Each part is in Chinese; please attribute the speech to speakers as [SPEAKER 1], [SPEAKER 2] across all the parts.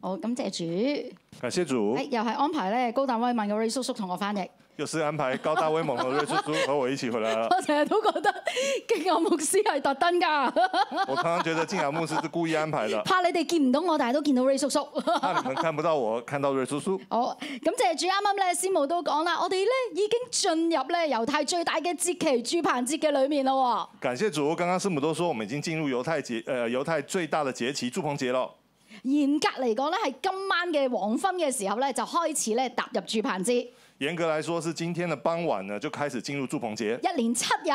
[SPEAKER 1] 好，感謝主。
[SPEAKER 2] 感谢主
[SPEAKER 1] 誒，，又係安排咧高大威猛嘅 Ray 叔叔同我翻譯。
[SPEAKER 2] 又是安排高大威猛和瑞叔叔和我一起回来了。
[SPEAKER 1] 我成日都覺得敬牛牧師係特登㗎，
[SPEAKER 2] 我常常觉得敬雅牧师是故意安排 的，
[SPEAKER 1] 怕你哋見唔到我，但係都見到 Ray 叔 叔。
[SPEAKER 2] 怕你们看不到我，看到瑞叔叔。
[SPEAKER 1] 好，感謝主啱啱咧，師母都講啦，我哋咧已經進入咧猶太最大嘅節期住棚節嘅裏面啦喎。
[SPEAKER 2] 感谢主，刚刚师母都说我们已经进入犹太节，呃，猶太最大的节期祝棚节了。
[SPEAKER 1] 嚴格嚟講咧，係今晚嘅黃昏嘅時候咧，就開始咧踏入住棚節，
[SPEAKER 2] 严格来说是今天的傍晚呢，就开始进入祝棚节，
[SPEAKER 1] 一連七日，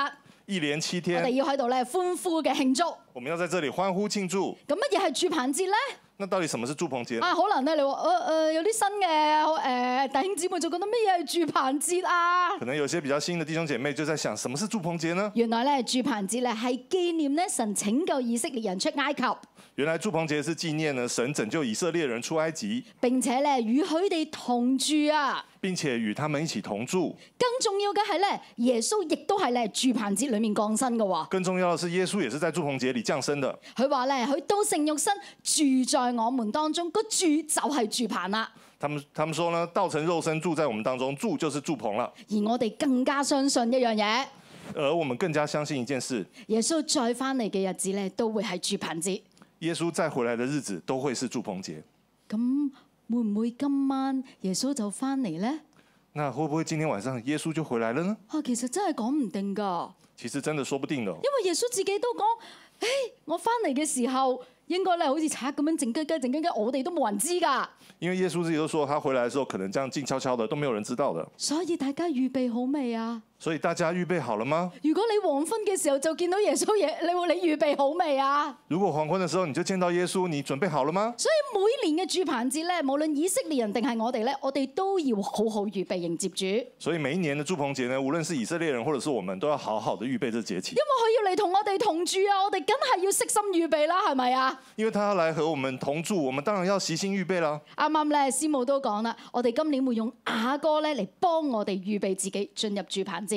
[SPEAKER 2] 一连七
[SPEAKER 1] 我哋
[SPEAKER 2] 天，
[SPEAKER 1] 要喺度咧歡呼嘅慶祝。
[SPEAKER 2] 我們要在这里欢呼庆祝。
[SPEAKER 1] 咁乜嘢係住棚節咧？
[SPEAKER 2] 那到底什么是祝棚 节呢？
[SPEAKER 1] 啊，可能咧你話誒誒有啲新嘅誒、呃弟兄姊妹就覺得乜嘢係住棚節啊？
[SPEAKER 2] 可能有些比较新的弟兄姐妹就在想，什么是祝棚节呢？
[SPEAKER 1] 原來咧住棚節咧係紀念咧神拯救以色列人出埃及，
[SPEAKER 2] 原来祝棚节是纪念呢神拯救以色列人出埃及，
[SPEAKER 1] 並且咧與佢哋同住啊。
[SPEAKER 2] 并且与他们一起同住。
[SPEAKER 1] 更重要嘅係咧，耶穌亦都係咧住棚節裡面降生嘅喎。
[SPEAKER 2] 更重要的是，耶穌也是在祝棚节里降生的。
[SPEAKER 1] 佢話咧，佢都成肉身住在我們當中，個住就係住棚啦。
[SPEAKER 2] 他们他们说呢，道成肉身住在我们当中，住就是住棚了。
[SPEAKER 1] 而我哋更加相信一樣嘢，
[SPEAKER 2] 而我们更加相信一件事：
[SPEAKER 1] 耶穌再翻嚟嘅日子咧，都會係住棚節。
[SPEAKER 2] 耶穌再回来的日子都会是祝棚节。
[SPEAKER 1] 咁會唔會今晚耶穌就翻嚟呢？
[SPEAKER 2] 那会不会今天晚上耶稣就回来了呢？
[SPEAKER 1] 啊，其實真係講唔定㗎。
[SPEAKER 2] 其实真的说不定的哦、
[SPEAKER 1] 因為耶穌自己都講：，誒，我翻嚟嘅時候應該咧好似賊咁樣靜雞雞、靜雞雞，我哋都冇人知㗎。
[SPEAKER 2] 因为耶稣自己都说，他回来的时候可能这样静悄悄的，都没有人知道的。
[SPEAKER 1] 所以大家預備好未啊？
[SPEAKER 2] 所以大家预备好了吗？
[SPEAKER 1] 如果你黃昏嘅時候就見到耶穌耶， 你會你預備好未啊？
[SPEAKER 2] 如果黄昏的时候你就见到耶稣，你准备好了吗？
[SPEAKER 1] 所以每年嘅住棚節咧，無論以色列人定係我哋咧，我哋都要好好預備迎接主，因為
[SPEAKER 2] 所以每一年的祝棚节呢，无论是以色列人或者是我们，都要好好的预备这节期，
[SPEAKER 1] 佢要嚟同我哋同住啊！我哋梗係要悉心預備啦，係咪啊？
[SPEAKER 2] 因为他要来和我们同住，我们当然要悉心预备啦。
[SPEAKER 1] 啱啱咧，師母都講啦，我哋今年會用雅歌咧嚟幫我哋預備自己進入住棚節。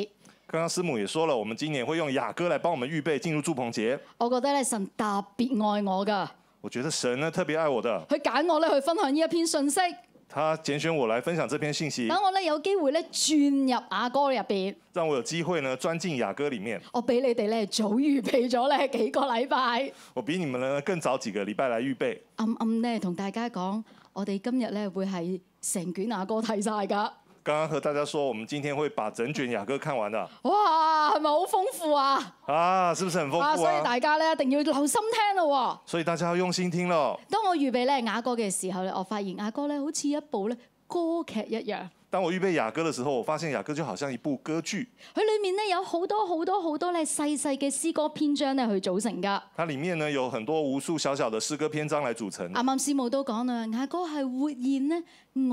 [SPEAKER 2] 刚刚师母也说了，我们今年会用雅歌来帮我们预备进入祝棚节。
[SPEAKER 1] 我覺得咧，神特別愛我㗎，
[SPEAKER 2] 我觉得神呢特别愛我的，
[SPEAKER 1] 佢揀我咧去分享呢一篇信息，
[SPEAKER 2] 他拣选我来分享這篇信息，
[SPEAKER 1] 等我咧有機會咧轉入雅歌入邊。
[SPEAKER 2] 让我有機會呢鑽進雅歌里面。
[SPEAKER 1] 我俾你哋咧早預備咗咧幾個禮拜，
[SPEAKER 2] 我比你们呢更早幾個禮拜來預備。
[SPEAKER 1] 暗暗咧同大家講，我哋今日咧會係成卷雅歌睇晒㗎。
[SPEAKER 2] 剛剛和大家說，我們今天會把整卷雅歌看完的
[SPEAKER 1] 哇，係咪好豐富啊？
[SPEAKER 2] 啊，是不是很豐
[SPEAKER 1] 啊，
[SPEAKER 2] 富
[SPEAKER 1] 所以
[SPEAKER 2] 啊？
[SPEAKER 1] 大家咧一定要留心聽咯
[SPEAKER 2] 所以大家要用心聽咯。
[SPEAKER 1] 喎。當我預備咧雅歌嘅時候咧，我發現雅歌咧好似一部咧歌劇一樣，
[SPEAKER 2] 當我預備雅歌的時候，我發現雅歌就好像一部歌劇，
[SPEAKER 1] 佢裡面咧有好多好多好多咧細細嘅詩歌篇章咧去組成㗎。
[SPEAKER 2] 它裡面呢有很多無數小小的詩歌篇章來組成。
[SPEAKER 1] 啱啱師母都講啦，雅歌係活現咧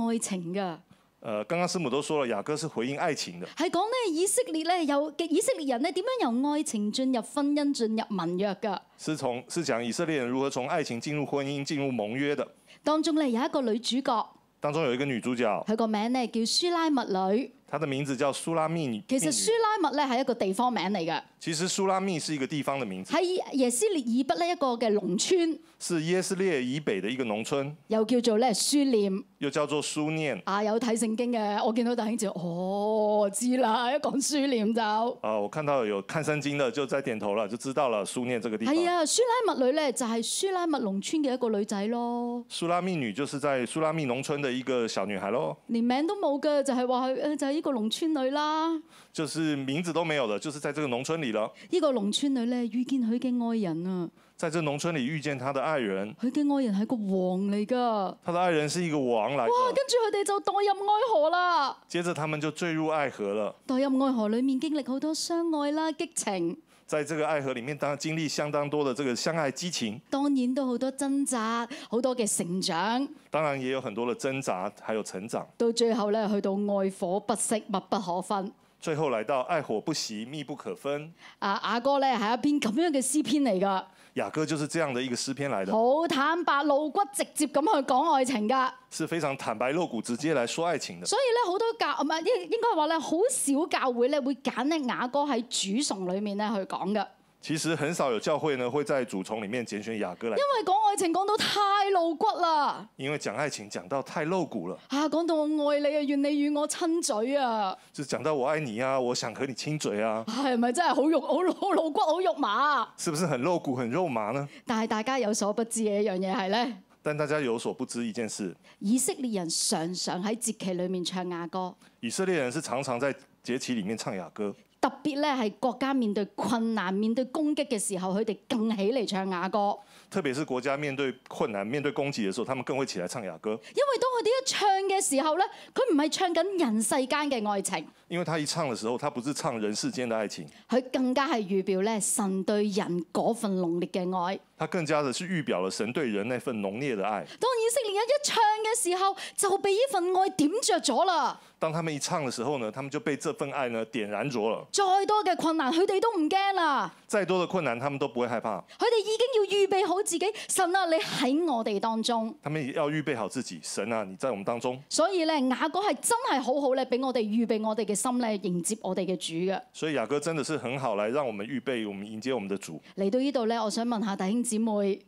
[SPEAKER 1] 愛情㗎，
[SPEAKER 2] 呃，剛剛師母都說了，雅歌是回應愛情的，
[SPEAKER 1] 係講咧以色列咧有嘅以色列人咧點樣由愛情進入婚姻、進入盟約㗎。
[SPEAKER 2] 是從是講以色列人如何從愛情進入婚姻、進入盟約的。
[SPEAKER 1] 當中咧有一個女主角，
[SPEAKER 2] 當中有一個女主角，
[SPEAKER 1] 佢個名咧叫舒拉密女。
[SPEAKER 2] 她的名字叫蘇拉密女。
[SPEAKER 1] 其
[SPEAKER 2] 密
[SPEAKER 1] 實
[SPEAKER 2] 女
[SPEAKER 1] 舒拉密咧係一個地方名嚟嘅，
[SPEAKER 2] 其實蘇拉密是一個地方的名字，
[SPEAKER 1] 喺耶斯列以北呢一個嘅農村，
[SPEAKER 2] 是耶斯列以北的一個農村，
[SPEAKER 1] 又叫做咧書念。
[SPEAKER 2] 又叫做蘇念。
[SPEAKER 1] 啊，有睇聖經嘅，我見到弟兄就哦知啦，一講書念就
[SPEAKER 2] 啊、我看到有看聖經的就在點頭了，就知道了蘇念這個地方。
[SPEAKER 1] 係啊，舒拉密女咧就係舒拉密農村嘅一個女仔咯。
[SPEAKER 2] 蘇拉密女就是在蘇拉密農村的一個小女孩咯，
[SPEAKER 1] 連名都冇嘅，就係話佢呃誒就係呢個農村女啦。呢、
[SPEAKER 2] 就是名字都沒有的，就是在這個農村裡了。
[SPEAKER 1] 個農村女咧遇見佢嘅愛人啊，
[SPEAKER 2] 在這農村裡遇見她的愛人，
[SPEAKER 1] 佢嘅愛人係個王嚟㗎。哇！
[SPEAKER 2] 她的愛人是一個王來的。
[SPEAKER 1] 跟住佢哋就墮入愛河啦。
[SPEAKER 2] 接着他們就墜入愛河了，
[SPEAKER 1] 墮入愛河裡面經歷好多相愛啦、激情，
[SPEAKER 2] 在這個愛河裡面，當然經歷相當多的這個相愛激情，
[SPEAKER 1] 當然都好多掙扎、好多嘅成長。
[SPEAKER 2] 當然也有很多的掙扎，還有成長。
[SPEAKER 1] 到最後咧，去到愛火不息、密不可分。
[SPEAKER 2] 最後來到愛火不熄，密不可分。
[SPEAKER 1] 啊，雅歌咧係一篇咁樣嘅詩篇嚟㗎，
[SPEAKER 2] 雅歌就是這樣的一個詩篇 來的，
[SPEAKER 1] 好坦白、露骨、直接咁去講愛情㗎。
[SPEAKER 2] 是非常坦白露骨、直接來說愛情的。
[SPEAKER 1] 所以咧，好多教唔係應應該話咧，好少教會咧會揀咧雅歌喺主崇裏面咧去講嘅。
[SPEAKER 2] 其实很少有教会呢会在主从里面拣选雅各来，
[SPEAKER 1] 因為講愛情講到太露骨啦，
[SPEAKER 2] 因為讲爱情讲到太露骨了，
[SPEAKER 1] 啊講到我愛你啊，願你與我親嘴啊，
[SPEAKER 2] 就讲到我爱你啊，我想和你亲嘴啊，
[SPEAKER 1] 係咪真係好肉好露好露骨好肉麻啊？
[SPEAKER 2] 是不是很露骨很肉麻呢？
[SPEAKER 1] 但係大家有所不知嘅一樣嘢係咧，
[SPEAKER 2] 但大家有所不知一件事，
[SPEAKER 1] 以色列人常常喺節期裏面唱雅歌，
[SPEAKER 2] 以色列人是常常在节期里面唱雅歌，
[SPEAKER 1] 特別咧係國家面對困難、面對攻擊嘅時候，佢哋更起嚟唱雅歌。
[SPEAKER 2] 特别是国家面对困难、面对攻击的时候，他们更会起来唱雅歌，
[SPEAKER 1] 因為當佢哋一唱嘅時候咧，佢唔係唱緊人世間嘅愛情，
[SPEAKER 2] 因为他一唱的时候，他不是唱人世间的爱情，
[SPEAKER 1] 佢更加係預表咧神對人嗰份濃烈嘅愛。
[SPEAKER 2] 他更加的是预表了神对人那份浓烈的爱。
[SPEAKER 1] 當以色列人一唱嘅時候，就被呢份愛點着咗啦。
[SPEAKER 2] 当他们一唱的时候呢，他们就被这份爱呢点燃着了。
[SPEAKER 1] 再多嘅困難，佢哋都唔驚啦。
[SPEAKER 2] 再多的困難，他们都不会害怕，
[SPEAKER 1] 佢哋已經要預備好自己，神啊，你喺我哋當中。
[SPEAKER 2] 他们也要预备好自己。神啊，你在我们当中，
[SPEAKER 1] 所以咧，雅歌係真係好好咧，俾我哋預備我哋嘅心咧，迎接我哋嘅主嘅。
[SPEAKER 2] 所以雅各真的是很好来让我们预备，我们迎接我们的主。
[SPEAKER 1] 嚟到呢度咧，我想問下弟兄姊妹，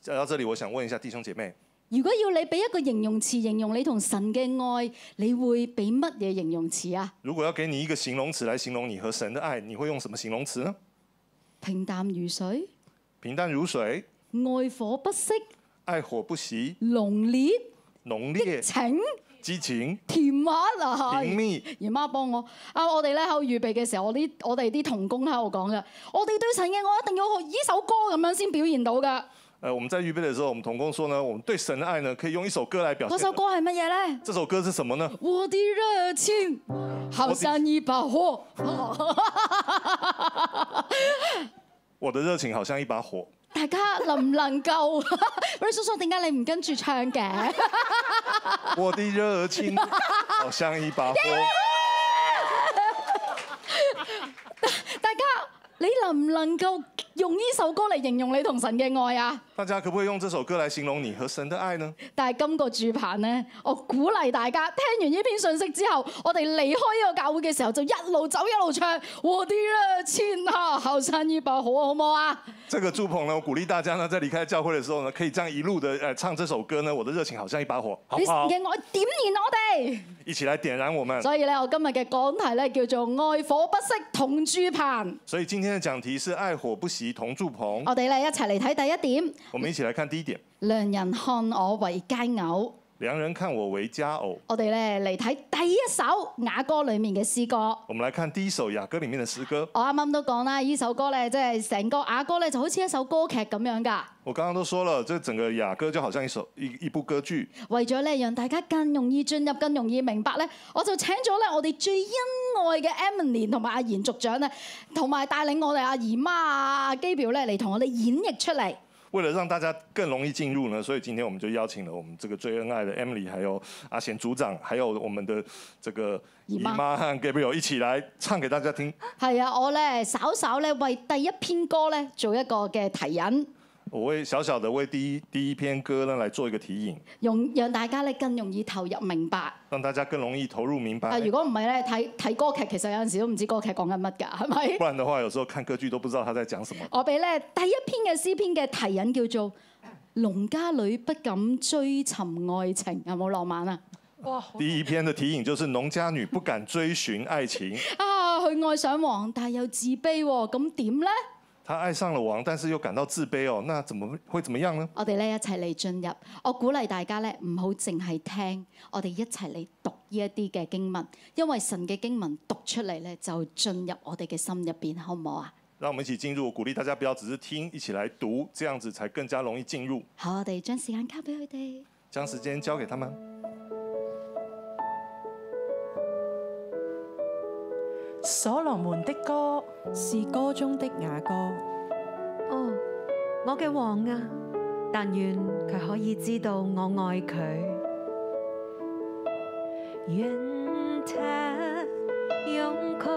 [SPEAKER 2] 讲到这里，我想问一下弟兄姐妹，
[SPEAKER 1] 如果要你俾一個形容詞形容你同神嘅愛，你會俾乜嘢形容詞啊？
[SPEAKER 2] 如果要给你一个形容词来形容你和神的爱，你会用什么形容词呢？
[SPEAKER 1] 平淡如水，
[SPEAKER 2] 平淡如水，
[SPEAKER 1] 愛火不息，
[SPEAKER 2] 爱火不熄，
[SPEAKER 1] 濃烈，
[SPEAKER 2] 浓 烈，
[SPEAKER 1] 情
[SPEAKER 2] 激情，
[SPEAKER 1] 甜蜜啊！
[SPEAKER 2] 甜蜜。
[SPEAKER 1] 姨媽幫我啊！我哋咧喺度預備嘅時候，我啲我哋啲童工喺度講嘅，我哋對神嘅愛一定要學呢首歌咁樣先表現到㗎。
[SPEAKER 2] 呃，我们在预备的时候，我们童工说呢，我们对神的爱呢，可以用一首歌来表
[SPEAKER 1] 嗰
[SPEAKER 2] 现
[SPEAKER 1] 首
[SPEAKER 2] 的。
[SPEAKER 1] 歌係乜嘢咧？
[SPEAKER 2] 这首歌是什么呢？
[SPEAKER 1] 我的熱情好像一把火，
[SPEAKER 2] 我的热情好像一把火。
[SPEAKER 1] 大家能唔能夠？喂，叔叔點解你唔跟 住唱嘅？
[SPEAKER 2] 我的热情好像一把火。
[SPEAKER 1] 大家你能唔能夠用呢首歌嚟形容你同神嘅愛啊？
[SPEAKER 2] 大家可不可以用这首歌来形容你和神的爱呢？
[SPEAKER 1] 但係今個主棒呢，我鼓勵大家聽完呢篇信息之後，我哋離開呢個教會嘅時候，就一路走一路唱我啲啦，千下後生呢把好好唔好啊？
[SPEAKER 2] 这个祝鹏呢，我鼓励大家呢，在离开教会的时候呢，可以这样一路的呃唱这首歌呢，我的热情好像一把火，好嗯
[SPEAKER 1] 你
[SPEAKER 2] 不好？
[SPEAKER 1] 嘅愛點燃我哋。
[SPEAKER 2] 一起来点燃我们。
[SPEAKER 1] 所以咧，我今日嘅講題咧叫做愛火不息同住棚。
[SPEAKER 2] 所以今天的讲题是爱火不熄，同祝鹏。
[SPEAKER 1] 我哋咧一齊嚟睇第一點，
[SPEAKER 2] 我們一起来看第一点，
[SPEAKER 1] 良人看我為佳偶。
[SPEAKER 2] 良人看我为佳偶。
[SPEAKER 1] 我哋咧嚟睇第一首雅歌裡面嘅詩歌。
[SPEAKER 2] 我们来看第一首雅歌里面的诗歌。
[SPEAKER 1] 我啱啱都講啦，呢首歌咧，即係成個雅歌咧，就好似一首歌劇咁樣㗎。
[SPEAKER 2] 我刚刚都说了，这整个雅歌就好像一首一一部歌剧。
[SPEAKER 1] 為咗咧，讓大家更容易進入、更容易明白咧，我就請咗咧我哋最恩愛嘅 Emily 同埋阿賢族長咧，同埋帶領我哋阿姨媽啊、阿基表咧嚟同我哋演繹出嚟。
[SPEAKER 2] 为了让大家更容易进入呢，所以今天我们就邀请了我们这个最恩爱的 Emily，还有阿贤组长，还有我们的这个
[SPEAKER 1] 姨
[SPEAKER 2] 姨
[SPEAKER 1] 妈
[SPEAKER 2] 妈和 Gabriel 一起来唱给大家听。
[SPEAKER 1] 係啊，我咧稍稍咧為第一篇歌咧做一個嘅提引，
[SPEAKER 2] 我为小小的为第一第一篇歌呢来做一个提引，
[SPEAKER 1] 用讓大家咧更容易投入明白。
[SPEAKER 2] 让大家更容易投入明
[SPEAKER 1] 啊，
[SPEAKER 2] 白
[SPEAKER 1] 如。果唔係咧睇睇歌劇，其實有陣時都唔知歌劇講緊乜㗎， 係咪？
[SPEAKER 2] 不然的话，有时候看歌剧都不知道他在讲什么。
[SPEAKER 1] 我俾咧第一篇嘅詩篇嘅題引叫做《農家女不敢追尋愛情》，有冇浪漫啊？
[SPEAKER 2] 第一篇的提引就是农家女不敢追寻爱情，
[SPEAKER 1] 啊，佢愛上王，但係又自卑喎，咁點咧？
[SPEAKER 2] 她爱上了王，但是又感到自卑哦。那怎么会怎么样呢？
[SPEAKER 1] 我哋咧一齊嚟進入，我鼓勵大家咧唔好淨係聽，我哋一齊嚟讀呢一啲嘅經文，因為神嘅經文讀出嚟咧就進入我哋嘅心入邊，好唔好啊？
[SPEAKER 2] 让我们一起进入，鼓励大家不要只是听，一起来读，这样子才更加容易进入。
[SPEAKER 1] 好，我哋將時間交俾佢哋。
[SPEAKER 2] 将时间交给他们。
[SPEAKER 3] 所羅門的歌
[SPEAKER 4] 是歌中的雅歌，
[SPEAKER 5] 哦，我嘅王啊，但願佢可以知道我愛佢。願他用口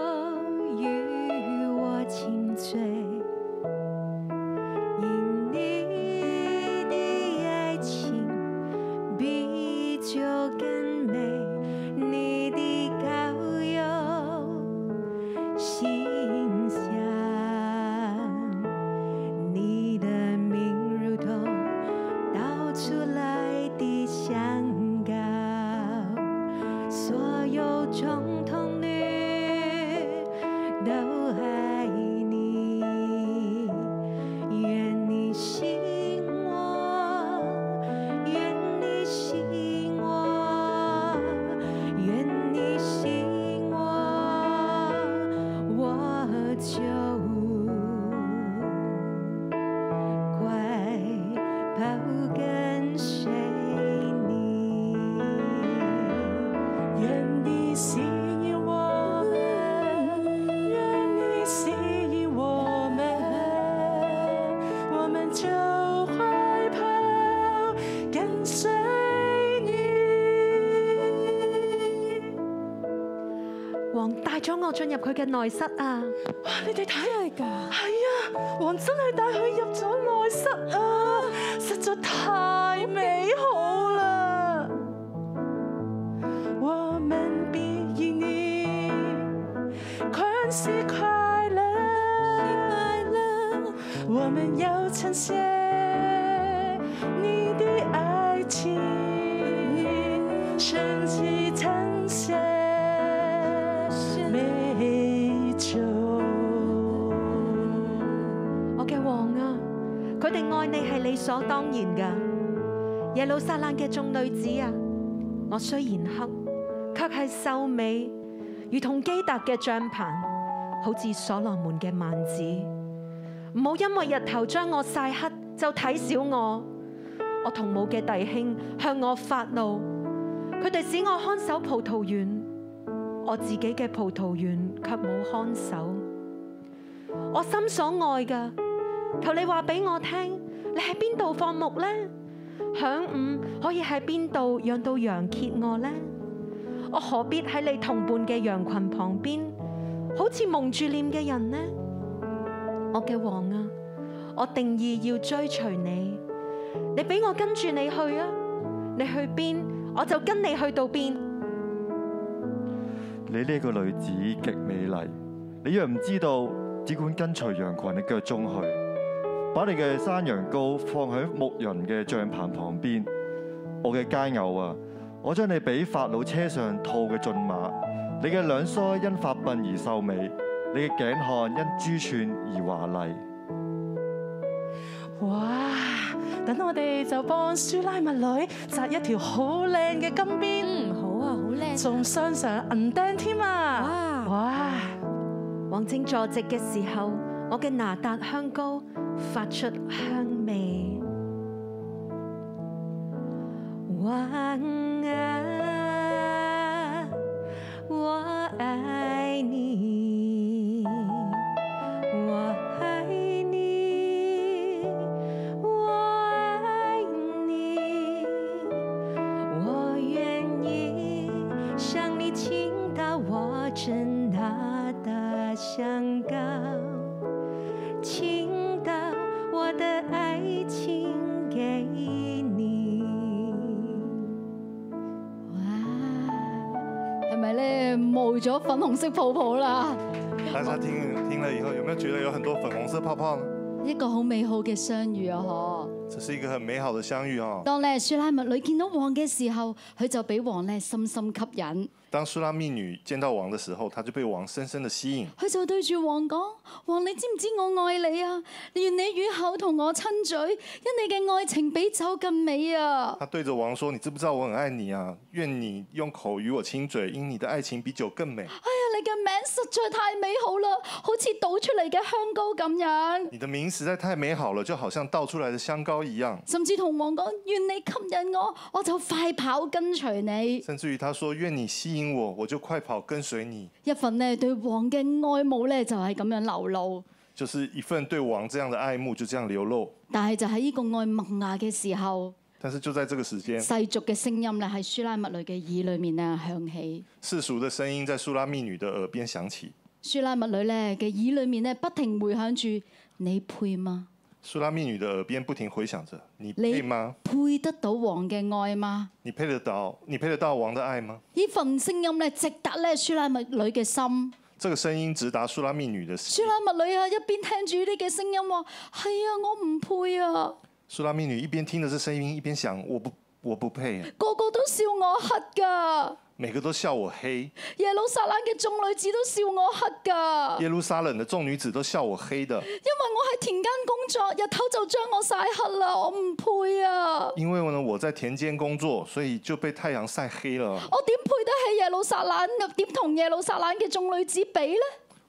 [SPEAKER 5] 與我親嘴，因你的愛情比酒更美，你的膏油馨香。王帶咗我進入佢嘅內室啊！
[SPEAKER 3] 哇！你哋睇
[SPEAKER 4] 真係㗎，
[SPEAKER 3] 係啊，王真係帶佢入咗內室啊，實在太美好啦！我們比以你更是快樂，我們要呈現你的愛情，升起呈現美酒。
[SPEAKER 5] 我嘅王啊，佢哋愛你係理所當然噶。耶路撒冷嘅眾女子啊，我雖然黑，卻係秀美，如同基達嘅帳棚，好似所羅門嘅幔子。唔好因為日頭將我曬黑，就睇小我。我同母嘅弟兄向我發怒，佢哋使我看守葡萄園，我自己嘅葡萄園卻冇看守。我心所愛嘅，求你話俾我聽，你喺邊度放牧呢？晌午可以喺邊度養到羊歇我呢？我何必喺你同伴嘅羊群旁邊，好似蒙住臉嘅人呢？我嘅王啊，我定義要追隨你，你俾我跟住你去啊！你去邊，我就跟你去到邊。
[SPEAKER 6] 你呢個女子極美麗，你若唔知道，只管跟隨羊群嘅腳蹤去，把你嘅山羊羔放喺牧人嘅帳棚旁邊。我嘅佳偶啊，我將你俾法老車上套嘅駿馬，你嘅兩腮因發鬢而秀美，你嘅頸項因珠串而華麗。
[SPEAKER 3] 哇！等我哋就幫舒拉密女紮一條好靚嘅金邊，
[SPEAKER 4] 嗯，好啊，好靚
[SPEAKER 3] 仲鑲上銀釘添啊！
[SPEAKER 4] 啊，哇，
[SPEAKER 3] 哇！
[SPEAKER 5] 王正坐席嘅時候，我嘅拿達香膏發出香味。王啊，我愛你，我愛你，我愛你，我願意向你傾倒我真大的香膏，傾倒我的愛情給你。
[SPEAKER 1] 係咪咧冒咗粉紅色泡泡啦？
[SPEAKER 2] 大家听听了以后，有没有觉得有很多粉红色泡泡呢？
[SPEAKER 1] 一個好美好嘅相遇啊！嗬。
[SPEAKER 2] 这是一个很美好的相遇哦哈。
[SPEAKER 1] 當咧舒拉密女見到王嘅時候，佢就俾王咧深深吸引，
[SPEAKER 2] 当苏拉密女见到王的时候，她就被王深深的吸引。
[SPEAKER 1] 佢就對住王講：王，你知唔知我愛你啊？願你與口同我親嘴，因你嘅愛情比酒更美啊！
[SPEAKER 2] 她对着王说：“你知不知道我很爱你啊？愿你用口与我亲嘴，因你的爱情比酒更美。
[SPEAKER 1] 哎呀，你嘅名實在太美好啦，好似倒出嚟嘅香膏咁樣。
[SPEAKER 2] 你的名实在太美好了，就好像倒出来的香膏一样。
[SPEAKER 1] 甚至同王講：願你吸引我，我就快跑跟隨你。
[SPEAKER 2] 甚至于她说：愿你吸引我，我就快跑跟随你。
[SPEAKER 1] 一份咧對王嘅愛慕咧就係咁樣流露。
[SPEAKER 2] 就是一份对王这样的爱慕，就这样流露。
[SPEAKER 1] 但係就喺呢個愛萌芽嘅時候，
[SPEAKER 2] 但是就在这个时间，
[SPEAKER 1] 世俗嘅聲音咧喺舒拉密女嘅耳裏面咧響起。
[SPEAKER 2] 世俗的声音在苏拉密女的耳邊響起。
[SPEAKER 1] 舒拉密女咧嘅耳裏面咧不停迴響住：你配嗎？
[SPEAKER 2] 苏拉密女的耳邊不停回響着：“你配吗？
[SPEAKER 1] 配得到王嘅愛嗎？
[SPEAKER 2] 你配得到？你配得到王的爱吗
[SPEAKER 1] 呢份聲音咧直達咧舒拉密女嘅心。？”
[SPEAKER 2] 这个声音直達苏拉密女的
[SPEAKER 1] 舒
[SPEAKER 2] 心。
[SPEAKER 1] 拉密女啊，一邊聽住呢嘅聲音話：係啊，我唔配啊！
[SPEAKER 2] 苏拉密女一邊聽着这聲音，一邊想：“我不，我不配。
[SPEAKER 1] 個個都笑我黑㗎，”
[SPEAKER 2] 每个都笑我黑，
[SPEAKER 1] 耶路撒冷嘅眾女子都笑我黑㗎，
[SPEAKER 2] 耶路撒冷的众女子都笑我黑的，
[SPEAKER 1] 因為我喺田間工作，日頭就將我曬黑啦，我唔配啊！
[SPEAKER 2] 因为呢我在田間工作，所以就被太陽曬黑了。
[SPEAKER 1] 我點配得起耶路撒冷？又點同耶路撒冷嘅眾女子比呢？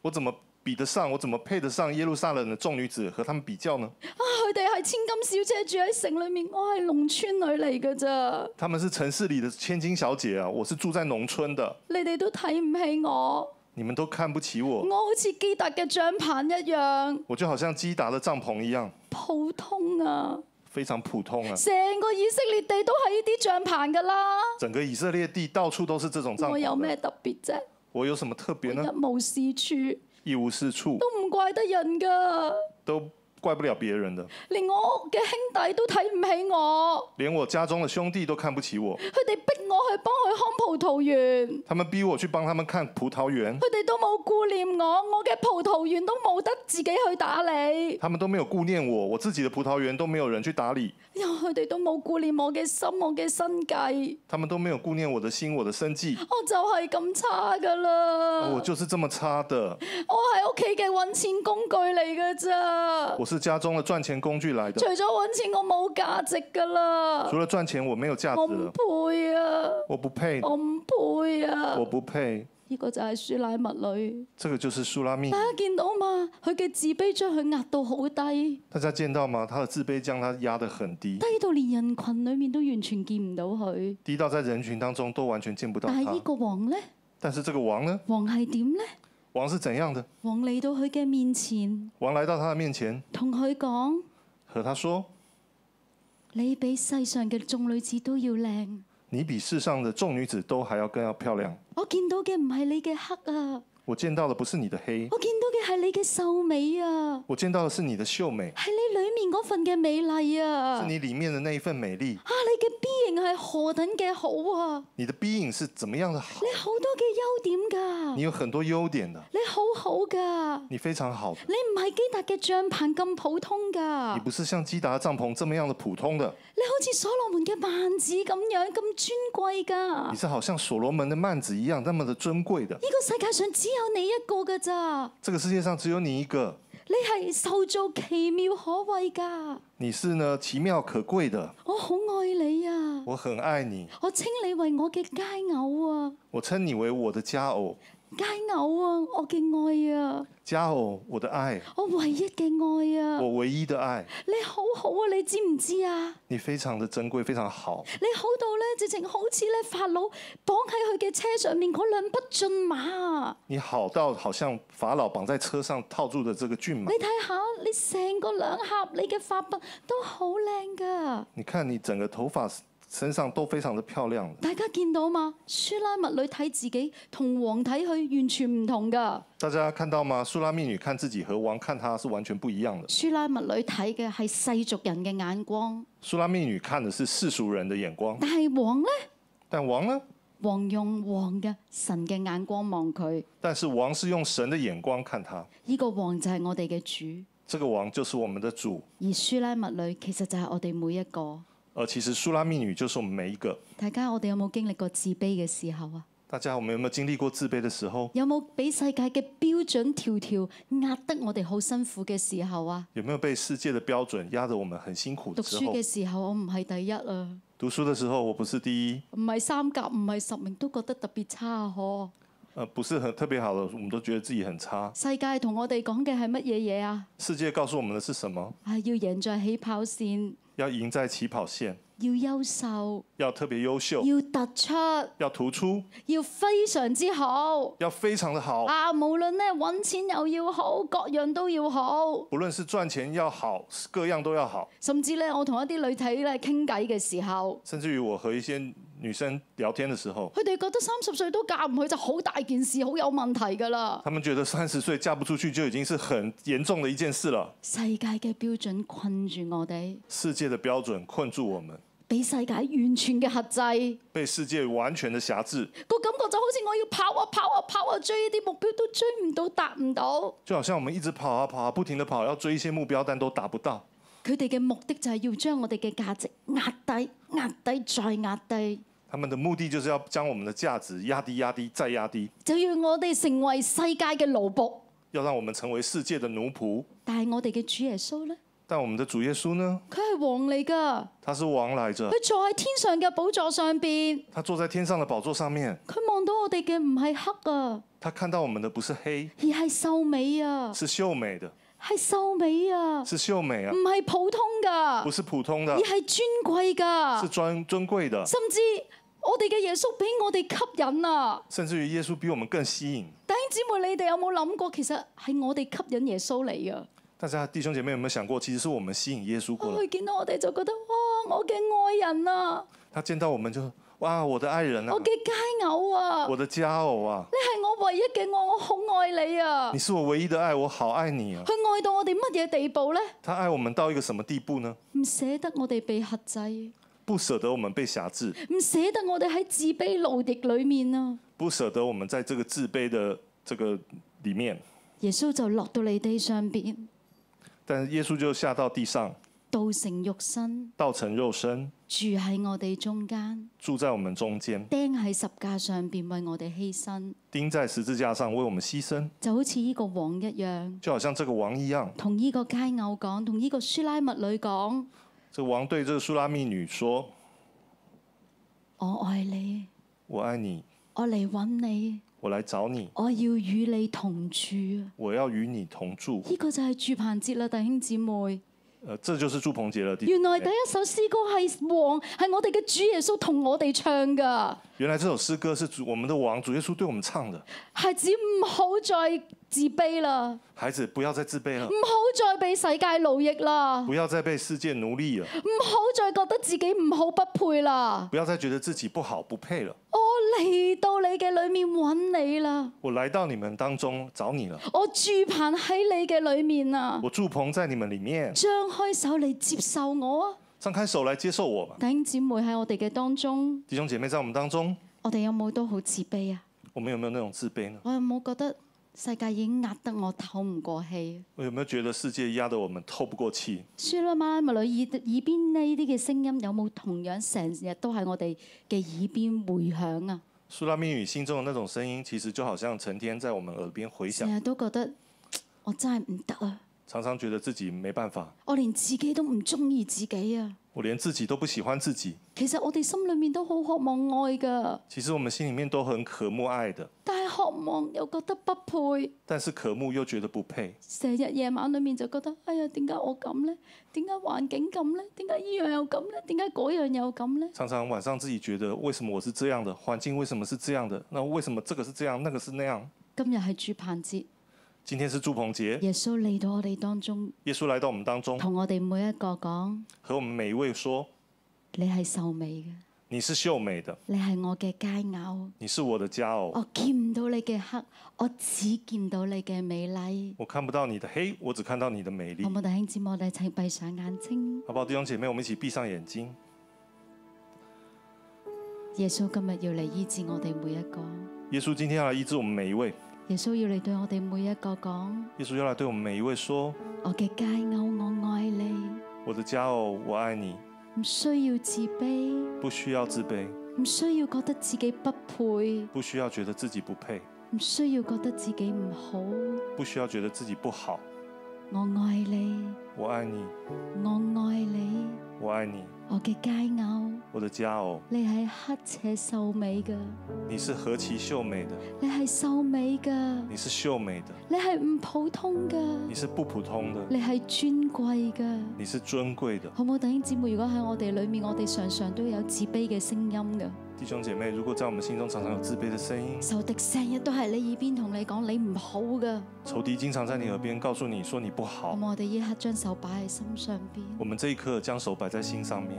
[SPEAKER 2] 我怎么比得上？我怎么配得上耶路撒冷的众女子和她们比較呢？
[SPEAKER 1] 啊，佢哋係千金小姐住喺城裏面，我係農村女嚟㗎咋，
[SPEAKER 2] 她们是城市里的千金小姐啊，我是住在農村的，
[SPEAKER 1] 你哋都睇唔起我，
[SPEAKER 2] 你们都看不起我，
[SPEAKER 1] 我好似基達嘅帳棚一樣
[SPEAKER 2] 我就好像基达的帐篷一样，
[SPEAKER 1] 普通啊！
[SPEAKER 2] 非常普通啊。
[SPEAKER 1] 成個以色列地都係呢啲帳棚㗎啦，
[SPEAKER 2] 整个以色列地到处都是这种帐
[SPEAKER 1] 我有
[SPEAKER 2] 篷
[SPEAKER 1] 咩
[SPEAKER 2] 的，
[SPEAKER 1] 特別啫？
[SPEAKER 2] 我有什麼特別呢？
[SPEAKER 1] 一無是處，
[SPEAKER 2] 一無是處，
[SPEAKER 1] 都唔怪得人㗎。
[SPEAKER 2] 都怪不了別人的，
[SPEAKER 1] 連我嘅兄弟都睇唔起我，
[SPEAKER 2] 連我家中的兄弟都看不起我，
[SPEAKER 1] 佢哋逼我去幫佢看葡萄園，
[SPEAKER 2] 他們逼我去幫他們看葡萄園，
[SPEAKER 1] 佢哋都冇顧念我，我嘅葡萄園都冇得自己去打理，
[SPEAKER 2] 他們都沒有顧念我，我自己的葡萄園都沒有人去打理，
[SPEAKER 1] 因為佢哋都冇顧念我嘅心，我嘅生計，
[SPEAKER 2] 他們都沒有顧念我的心，我的生計，
[SPEAKER 1] 我就係咁差噶啦。
[SPEAKER 2] 我就是這麼差的，
[SPEAKER 1] 我係屋企嘅揾錢工具嚟噶咋，
[SPEAKER 2] 我是家中的賺錢工具來
[SPEAKER 1] 除
[SPEAKER 2] 的，
[SPEAKER 1] 咗揾錢我冇價值噶啦，
[SPEAKER 2] 除了賺錢我沒有價
[SPEAKER 1] 我
[SPEAKER 2] 值
[SPEAKER 1] 唔
[SPEAKER 2] 了，
[SPEAKER 1] 配啊，
[SPEAKER 2] 我不配，
[SPEAKER 1] 我唔配啊
[SPEAKER 2] 我，不配，
[SPEAKER 1] 呢個就係舒乃物女。
[SPEAKER 2] 這個就是蘇拉密
[SPEAKER 1] 大。家見到嘛？佢嘅自卑將佢壓到好低，
[SPEAKER 2] 大家見到嗎？他的自卑將他壓得很低，
[SPEAKER 1] 低到連人群裡面都完全見唔到佢。
[SPEAKER 2] 低到在人群當中都完全見不到
[SPEAKER 1] 但係呢
[SPEAKER 2] 他。
[SPEAKER 1] 個王呢？
[SPEAKER 2] 但是這個王呢？
[SPEAKER 1] 王係點呢？
[SPEAKER 2] 王是怎樣的？
[SPEAKER 1] 王嚟到佢嘅面前，
[SPEAKER 2] 王來到他的面前，
[SPEAKER 1] 同佢講：
[SPEAKER 2] 和他說
[SPEAKER 1] 你比世上嘅眾女子都要靚。：“
[SPEAKER 2] 你比世上的眾女子都還要更要漂亮。
[SPEAKER 1] 我見到嘅唔係你嘅黑啊，
[SPEAKER 2] 我見到的不是你的黑，
[SPEAKER 1] 我見到嘅係你嘅秀美啊，
[SPEAKER 2] 我見到的是你的秀美，
[SPEAKER 1] 係你裡面嗰份嘅美麗啊。
[SPEAKER 2] 是
[SPEAKER 1] 啊！
[SPEAKER 2] 你裡面的那一份美麗。
[SPEAKER 1] 你嘅 B 型係何等嘅好啊！
[SPEAKER 2] 你的鼻影是怎麼樣的好？
[SPEAKER 1] 你好多嘅優點㗎
[SPEAKER 2] 你，有很多優點的，
[SPEAKER 1] 你好好㗎。
[SPEAKER 2] 你非常好的，
[SPEAKER 1] 你唔係基達嘅帳棚咁普通㗎，
[SPEAKER 2] 你不是像基達的帳篷這麼樣的普通的，
[SPEAKER 1] 你好似所羅門嘅幔子咁樣咁尊貴㗎。
[SPEAKER 2] 你
[SPEAKER 1] 呢
[SPEAKER 2] 是好像所羅門的幔子一樣那麼的珍貴的。
[SPEAKER 1] 個世界上只有你一個㗎咋，
[SPEAKER 2] 這個世界上只有你一個，
[SPEAKER 1] 你係受造奇妙可畏㗎。
[SPEAKER 2] 你是呢奇妙可貴的，
[SPEAKER 1] 我好愛你啊，
[SPEAKER 2] 我很愛你，
[SPEAKER 1] 我稱你為我嘅佳偶啊，
[SPEAKER 2] 我稱你為我的佳偶，
[SPEAKER 1] 佳偶啊，我嘅愛啊，
[SPEAKER 2] 佳偶，我的愛，
[SPEAKER 1] 我唯一嘅愛啊。
[SPEAKER 2] 我唯一的愛，
[SPEAKER 1] 你好好啊，你知唔知啊？
[SPEAKER 2] 你非常的珍貴，非常好，
[SPEAKER 1] 你好到咧，直情好似咧法老綁喺佢嘅車上面嗰兩匹駿馬啊！
[SPEAKER 2] 你好到好像法老綁在車上套住的這個駿
[SPEAKER 1] 你
[SPEAKER 2] 馬，
[SPEAKER 1] 睇下，你成個兩盒你嘅髮筆都好靚噶，
[SPEAKER 2] 你看你整個頭髮身上都非常的漂亮的，
[SPEAKER 1] 大家見到嘛？舒拉密女睇自己同王睇佢完全唔同噶。
[SPEAKER 2] 大家看到嗎？蘇拉密女看自己和王看她是完全不一樣的。
[SPEAKER 1] 舒拉密女睇嘅係世俗人嘅眼光，
[SPEAKER 2] 蘇拉密女看的是世俗人的眼光，
[SPEAKER 1] 但係王呢？
[SPEAKER 2] 但王呢？
[SPEAKER 1] 王用王嘅神嘅眼光望佢，
[SPEAKER 2] 但是王是用神的眼光看他，
[SPEAKER 1] 呢、個王就係我哋嘅主，
[SPEAKER 2] 這個王就是我們的主，
[SPEAKER 1] 而舒拉密女其實就係我哋每一個。
[SPEAKER 2] 而其實蘇拉密女就是我們每一個。
[SPEAKER 1] 大家我哋有冇經歷過自卑嘅時候啊？
[SPEAKER 2] 大家我們有沒有經歷過自卑的時候？
[SPEAKER 1] 有冇俾世界嘅標準條條壓得我哋好辛苦嘅時候啊？
[SPEAKER 2] 有沒有被世界的標準壓得我們很辛苦
[SPEAKER 1] 讀
[SPEAKER 2] 的時
[SPEAKER 1] 書
[SPEAKER 2] 候
[SPEAKER 1] 嘅？時候，我唔係第一啊，
[SPEAKER 2] 讀書的時候我不是第一，
[SPEAKER 1] 唔係三甲，唔係十名，都覺得特別差啊呵。
[SPEAKER 2] 呃，不是很特別好的，我們都覺得自己很差。
[SPEAKER 1] 世界同我哋講嘅係乜嘢嘢啊？
[SPEAKER 2] 世界告訴我們的是什麼？
[SPEAKER 1] 係要贏在起跑線，
[SPEAKER 2] 要贏在起跑線，
[SPEAKER 1] 要優秀，
[SPEAKER 2] 要特別優秀，
[SPEAKER 1] 要突出，
[SPEAKER 2] 要突出，
[SPEAKER 1] 要非常之好。
[SPEAKER 2] 要非常的好。
[SPEAKER 1] 啊，無論咧揾錢又要好，各樣都要好。
[SPEAKER 2] 不論是賺錢要好，各樣都要好。
[SPEAKER 1] 甚至咧，我同一啲女仔咧傾偈嘅時候，
[SPEAKER 2] 甚至於我和一些女生聊天的時候，
[SPEAKER 1] 佢哋覺得三十歲都嫁唔去就好大件事，好有問題㗎啦。
[SPEAKER 2] 她們覺得三十歲嫁不出去就已經是很嚴重的一件事了。
[SPEAKER 1] 世界嘅標準困住我哋，
[SPEAKER 2] 世界的標準困住我們，
[SPEAKER 1] 俾世界完全嘅轄制。
[SPEAKER 2] 被世界完全的轄制，
[SPEAKER 1] 個感覺就好似我要跑啊跑啊跑啊追呢啲目標都追唔到達唔到。
[SPEAKER 2] 就好像我們一直跑啊跑啊，不停的跑，要追一些目標，但都達不到。
[SPEAKER 1] 佢哋嘅目的就係要將我哋嘅價值壓低、壓低再壓低，
[SPEAKER 2] 他們的目的就是要將我們的價值壓低、壓低、再壓低，
[SPEAKER 1] 就要我哋成為世界嘅奴僕。
[SPEAKER 2] 要讓我們成為世界的奴僕。
[SPEAKER 1] 但係我哋嘅主耶穌呢，
[SPEAKER 2] 但我們的主耶穌呢？
[SPEAKER 1] 佢係王嚟㗎，
[SPEAKER 2] 他是王來着，
[SPEAKER 1] 佢坐喺天上嘅寶座上邊，
[SPEAKER 2] 他坐在天上的寶座上面，
[SPEAKER 1] 佢望到我哋嘅唔係黑啊，
[SPEAKER 2] 他看到我們的不是黑，
[SPEAKER 1] 而係秀美啊，
[SPEAKER 2] 是秀美的，
[SPEAKER 1] 係秀美啊，
[SPEAKER 2] 是秀美啊
[SPEAKER 1] 唔，係普通
[SPEAKER 2] 不
[SPEAKER 1] 㗎，
[SPEAKER 2] 是普通的
[SPEAKER 1] 而，係尊貴
[SPEAKER 2] 是
[SPEAKER 1] 㗎，
[SPEAKER 2] 尊尊貴的，
[SPEAKER 1] 甚至我哋嘅耶穌俾我哋吸引啊！
[SPEAKER 2] 甚至於耶穌比我們更吸引。
[SPEAKER 1] 弟兄姊妹，你哋有冇諗過，其實係我哋吸引耶穌嚟噶？
[SPEAKER 2] 大家弟兄姐妹有沒有想過，其實是我們吸引耶穌過
[SPEAKER 1] 哦
[SPEAKER 2] 來？
[SPEAKER 1] 佢見到我哋就覺得，哇！我嘅愛人啊，
[SPEAKER 2] 他見到我們就，哇，我的爱人啊
[SPEAKER 1] 我，嘅佳偶啊，
[SPEAKER 2] 我的佳偶啊，
[SPEAKER 1] 你係我唯一嘅愛，我好愛你啊
[SPEAKER 2] 你！是我唯一的爱，我好愛你啊！
[SPEAKER 1] 佢愛到我哋乜嘢地步呢？
[SPEAKER 2] 他愛我們到一個什麼地步呢？
[SPEAKER 1] 唔捨得我哋被克制，唔
[SPEAKER 2] 不捨得我們被轄制，
[SPEAKER 1] 捨得我哋喺自卑奴役裏面啊！
[SPEAKER 2] 不捨得我們在這個自卑的這個裡面。
[SPEAKER 1] 耶穌就落到你地上邊，
[SPEAKER 2] 但是耶穌就下到地上，
[SPEAKER 1] 道成肉身，
[SPEAKER 2] 道成肉身，
[SPEAKER 1] 住喺我哋中間，
[SPEAKER 2] 住在我們中間，
[SPEAKER 1] 釘喺十架上邊為我哋犧牲，
[SPEAKER 2] 釘在十字架上為我們犧牲，
[SPEAKER 1] 就好似呢個王一樣，
[SPEAKER 2] 就好像這個王一樣。
[SPEAKER 1] 同呢個佳偶講，同呢個舒拉密女講：
[SPEAKER 2] 這王對這個蘇拉密女說
[SPEAKER 1] 我愛你，：“
[SPEAKER 2] 我愛你，
[SPEAKER 1] 我嚟揾你，
[SPEAKER 2] 我來找你，
[SPEAKER 1] 我要與你同住啊！
[SPEAKER 2] 我要與你同住。
[SPEAKER 1] 呢、個就係住棚節啦，弟兄姊妹。”
[SPEAKER 2] 呃，這就是祝棚節了。弟兄
[SPEAKER 1] 原來
[SPEAKER 2] 姐
[SPEAKER 1] 第
[SPEAKER 2] 妹
[SPEAKER 1] 一首詩歌係王，係我哋嘅主耶穌同我哋唱噶。
[SPEAKER 2] 原來這首詩歌是主我們的王主耶穌對我們唱的。
[SPEAKER 1] 孩子唔好再自卑啦，
[SPEAKER 2] 孩子，不要再自卑了，
[SPEAKER 1] 唔好再被世界奴役啦，
[SPEAKER 2] 不要再被世界奴隸了，
[SPEAKER 1] 唔好再覺得自己唔好不配啦。
[SPEAKER 2] 不要再覺得自己不好不配了。
[SPEAKER 1] 我嚟到你嘅裏面揾你啦，
[SPEAKER 2] 我來到你們當中找你了，
[SPEAKER 1] 我住棚喺你嘅裏面啊，
[SPEAKER 2] 我住棚在你們裡面，
[SPEAKER 1] 張開手嚟接受我啊！
[SPEAKER 2] 張開手來接受我吧。
[SPEAKER 1] 弟兄姊妹喺我哋嘅當中，
[SPEAKER 2] 弟兄姐妹，在我們當中，
[SPEAKER 1] 我哋有冇都好自卑啊？
[SPEAKER 2] 我們有沒有那種自卑呢？
[SPEAKER 1] 我有冇覺得世界已經壓得我透唔過氣啊？
[SPEAKER 2] 我有沒有覺得世界壓得我們透不過氣？
[SPEAKER 1] 舒拉媽咪女耳耳邊呢啲嘅聲音有冇同樣成日都喺我哋嘅耳邊迴響啊？
[SPEAKER 2] 蘇拉密女心中的那種聲音，其實就好像成天在我們耳邊回響
[SPEAKER 1] 成，日都覺得嘖我真係唔得啊！
[SPEAKER 2] 常常覺得自己沒辦法，
[SPEAKER 1] 我連自己都唔中意自己啊！
[SPEAKER 2] 我連自己都不喜歡自己。
[SPEAKER 1] 其實我哋心裏面都好渴望愛噶，
[SPEAKER 2] 其實我們心裡面都很渴慕愛的，
[SPEAKER 1] 但係渴望又覺得不配，
[SPEAKER 2] 但是渴慕又覺得不配。
[SPEAKER 1] 成日夜晚裏面就覺得哎呀點解我咁呢？點解環境咁呢？點解呢樣又咁呢？點解嗰樣又咁呢？
[SPEAKER 2] 常常晚上自己覺得為什麼我是這樣的，環境為什麼是這樣的，那為什麼這個是這樣，那個是那樣？
[SPEAKER 1] 今日係住棚節，
[SPEAKER 2] 今天是祝棚節，
[SPEAKER 1] 耶穌嚟到我哋當中，
[SPEAKER 2] 耶穌來到我們當中，
[SPEAKER 1] 同我哋每一個講：
[SPEAKER 2] 和我們每一位說：
[SPEAKER 1] 你係秀美嘅。
[SPEAKER 2] 你是秀美的，
[SPEAKER 1] 你係我嘅佳偶，
[SPEAKER 2] 你是我的佳偶，
[SPEAKER 1] 我見唔到你嘅黑，我只見到你嘅美麗。
[SPEAKER 2] 我看不到你的黑，我只看到你的美
[SPEAKER 1] 好
[SPEAKER 2] 麗。
[SPEAKER 1] 冇弟兄姊妹，我哋一齊閉上眼睛。
[SPEAKER 2] 好不好，弟兄姐妹，我們一起閉上眼睛。
[SPEAKER 1] 耶穌今日要嚟醫治我哋每一個，
[SPEAKER 2] 耶穌今天要來醫治我們每一位，
[SPEAKER 1] 耶穌要嚟對我哋每一個講：
[SPEAKER 2] 耶穌要來對我們每一位說：
[SPEAKER 1] 我嘅佳偶，我愛你，
[SPEAKER 2] 我的佳偶，我愛你，
[SPEAKER 1] 唔需要自卑，
[SPEAKER 2] 不需要自卑，
[SPEAKER 1] 唔需要覺得自己不配，
[SPEAKER 2] 不需要覺得自己不配，
[SPEAKER 1] 唔需要覺得自己唔好。
[SPEAKER 2] 不需要覺得自己不好。
[SPEAKER 1] 我愛你，
[SPEAKER 2] 我愛你，
[SPEAKER 1] 我愛你，
[SPEAKER 2] 我愛你，
[SPEAKER 1] 我嘅佳偶，
[SPEAKER 2] 我的佳偶，
[SPEAKER 1] 你係黑且秀美嘅，
[SPEAKER 2] 你是何其秀美的。
[SPEAKER 1] 你係秀美嘅。
[SPEAKER 2] 你是秀美的，
[SPEAKER 1] 你係唔普通噶，
[SPEAKER 2] 你是不普通的，
[SPEAKER 1] 你係尊貴噶，
[SPEAKER 2] 你是尊貴的。
[SPEAKER 1] 好冇弟兄姊妹？如果喺我哋裏面，我哋常常都有自卑嘅聲音噶，
[SPEAKER 2] 弟兄姐妹，如果在我們心中常常有自卑的聲音，
[SPEAKER 1] 仇敵成日都係你耳邊同你講你唔好噶，
[SPEAKER 2] 仇敵經常在你耳邊告訴你說你不
[SPEAKER 1] 好
[SPEAKER 2] 好，
[SPEAKER 1] 冇？我哋依刻將手擺喺心上邊，
[SPEAKER 2] 我們這一刻將手擺在心上面，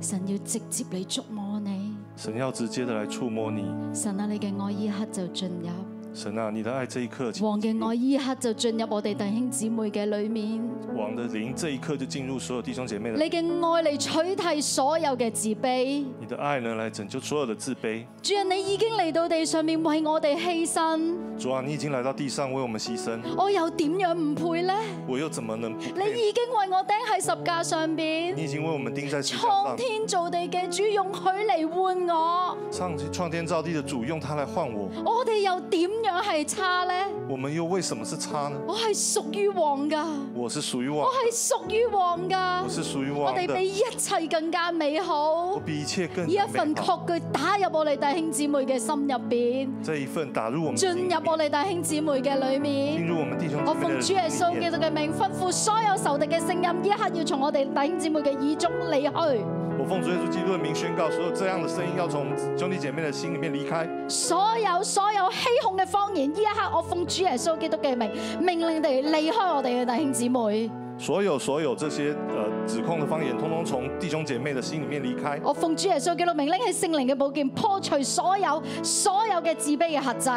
[SPEAKER 1] 神要直接嚟觸摸你，
[SPEAKER 2] 神要直接的來觸摸你。
[SPEAKER 1] 神啊，你嘅愛依刻就進入，
[SPEAKER 2] 神啊，你的愛這一刻，
[SPEAKER 1] 王嘅愛依刻就進入我哋弟兄姊妹嘅裏面，
[SPEAKER 2] 王的靈這一刻就進入所有弟兄姐妹
[SPEAKER 1] 你
[SPEAKER 2] 的。
[SPEAKER 1] 嘅愛嚟取替所有嘅自卑，
[SPEAKER 2] 你的愛呢，來拯救所有的自卑。
[SPEAKER 1] 主啊，你已經嚟到地上面為我哋犧牲，
[SPEAKER 2] 主啊，你已經來到地上為我們犧牲，
[SPEAKER 1] 我又點樣唔配呢？
[SPEAKER 2] 我又怎麼能不
[SPEAKER 1] 你
[SPEAKER 2] 配？
[SPEAKER 1] 已經為我釘喺十架上
[SPEAKER 2] 你
[SPEAKER 1] 邊，
[SPEAKER 2] 已經為我們釘在十字架
[SPEAKER 1] 創
[SPEAKER 2] 上，
[SPEAKER 1] 天造地嘅主用佢嚟換我，
[SPEAKER 2] 上創天造地的主用它來換我，
[SPEAKER 1] 我哋又點樣係差呢？
[SPEAKER 2] 我們又為什麼是差呢？
[SPEAKER 1] 我係屬於王噶，
[SPEAKER 2] 我是屬於王
[SPEAKER 1] 我，係屬於王噶
[SPEAKER 2] 我，是屬於
[SPEAKER 1] 我
[SPEAKER 2] 王
[SPEAKER 1] 哋
[SPEAKER 2] 的。
[SPEAKER 1] 比一切更加美
[SPEAKER 2] 我
[SPEAKER 1] 好。
[SPEAKER 2] 比一切更
[SPEAKER 1] 呢一份
[SPEAKER 2] 美好
[SPEAKER 1] 確據打入我哋弟兄姊妹嘅心入邊，
[SPEAKER 2] 这一份打入我们的心
[SPEAKER 1] 進
[SPEAKER 2] 里
[SPEAKER 1] 入我
[SPEAKER 2] 面
[SPEAKER 1] 哋弟兄姊妹嘅裏
[SPEAKER 2] 进
[SPEAKER 1] 面。
[SPEAKER 2] 入我们弟兄
[SPEAKER 1] 我
[SPEAKER 2] 姊妹
[SPEAKER 1] 奉
[SPEAKER 2] 的
[SPEAKER 1] 主耶穌
[SPEAKER 2] 里
[SPEAKER 1] 基
[SPEAKER 2] 面
[SPEAKER 1] 督嘅名吩咐所有仇敵嘅聲音，一刻要從我哋弟兄姊妹嘅耳中離去。
[SPEAKER 2] 我奉主耶穌基督的名宣告，所有这样的声音要从我们兄弟姐妹的心里面离开。
[SPEAKER 1] 所有所有欺哄嘅方言，呢一刻我奉主耶穌基督嘅名，命令你哋離開我哋嘅弟兄姊妹。
[SPEAKER 2] 所有所有这些呃指控的方言，通通从弟兄姐妹的心里面离开。
[SPEAKER 1] 我奉主耶穌基督名拎起聖靈嘅寶劍，破除所有所有嘅自卑嘅核制，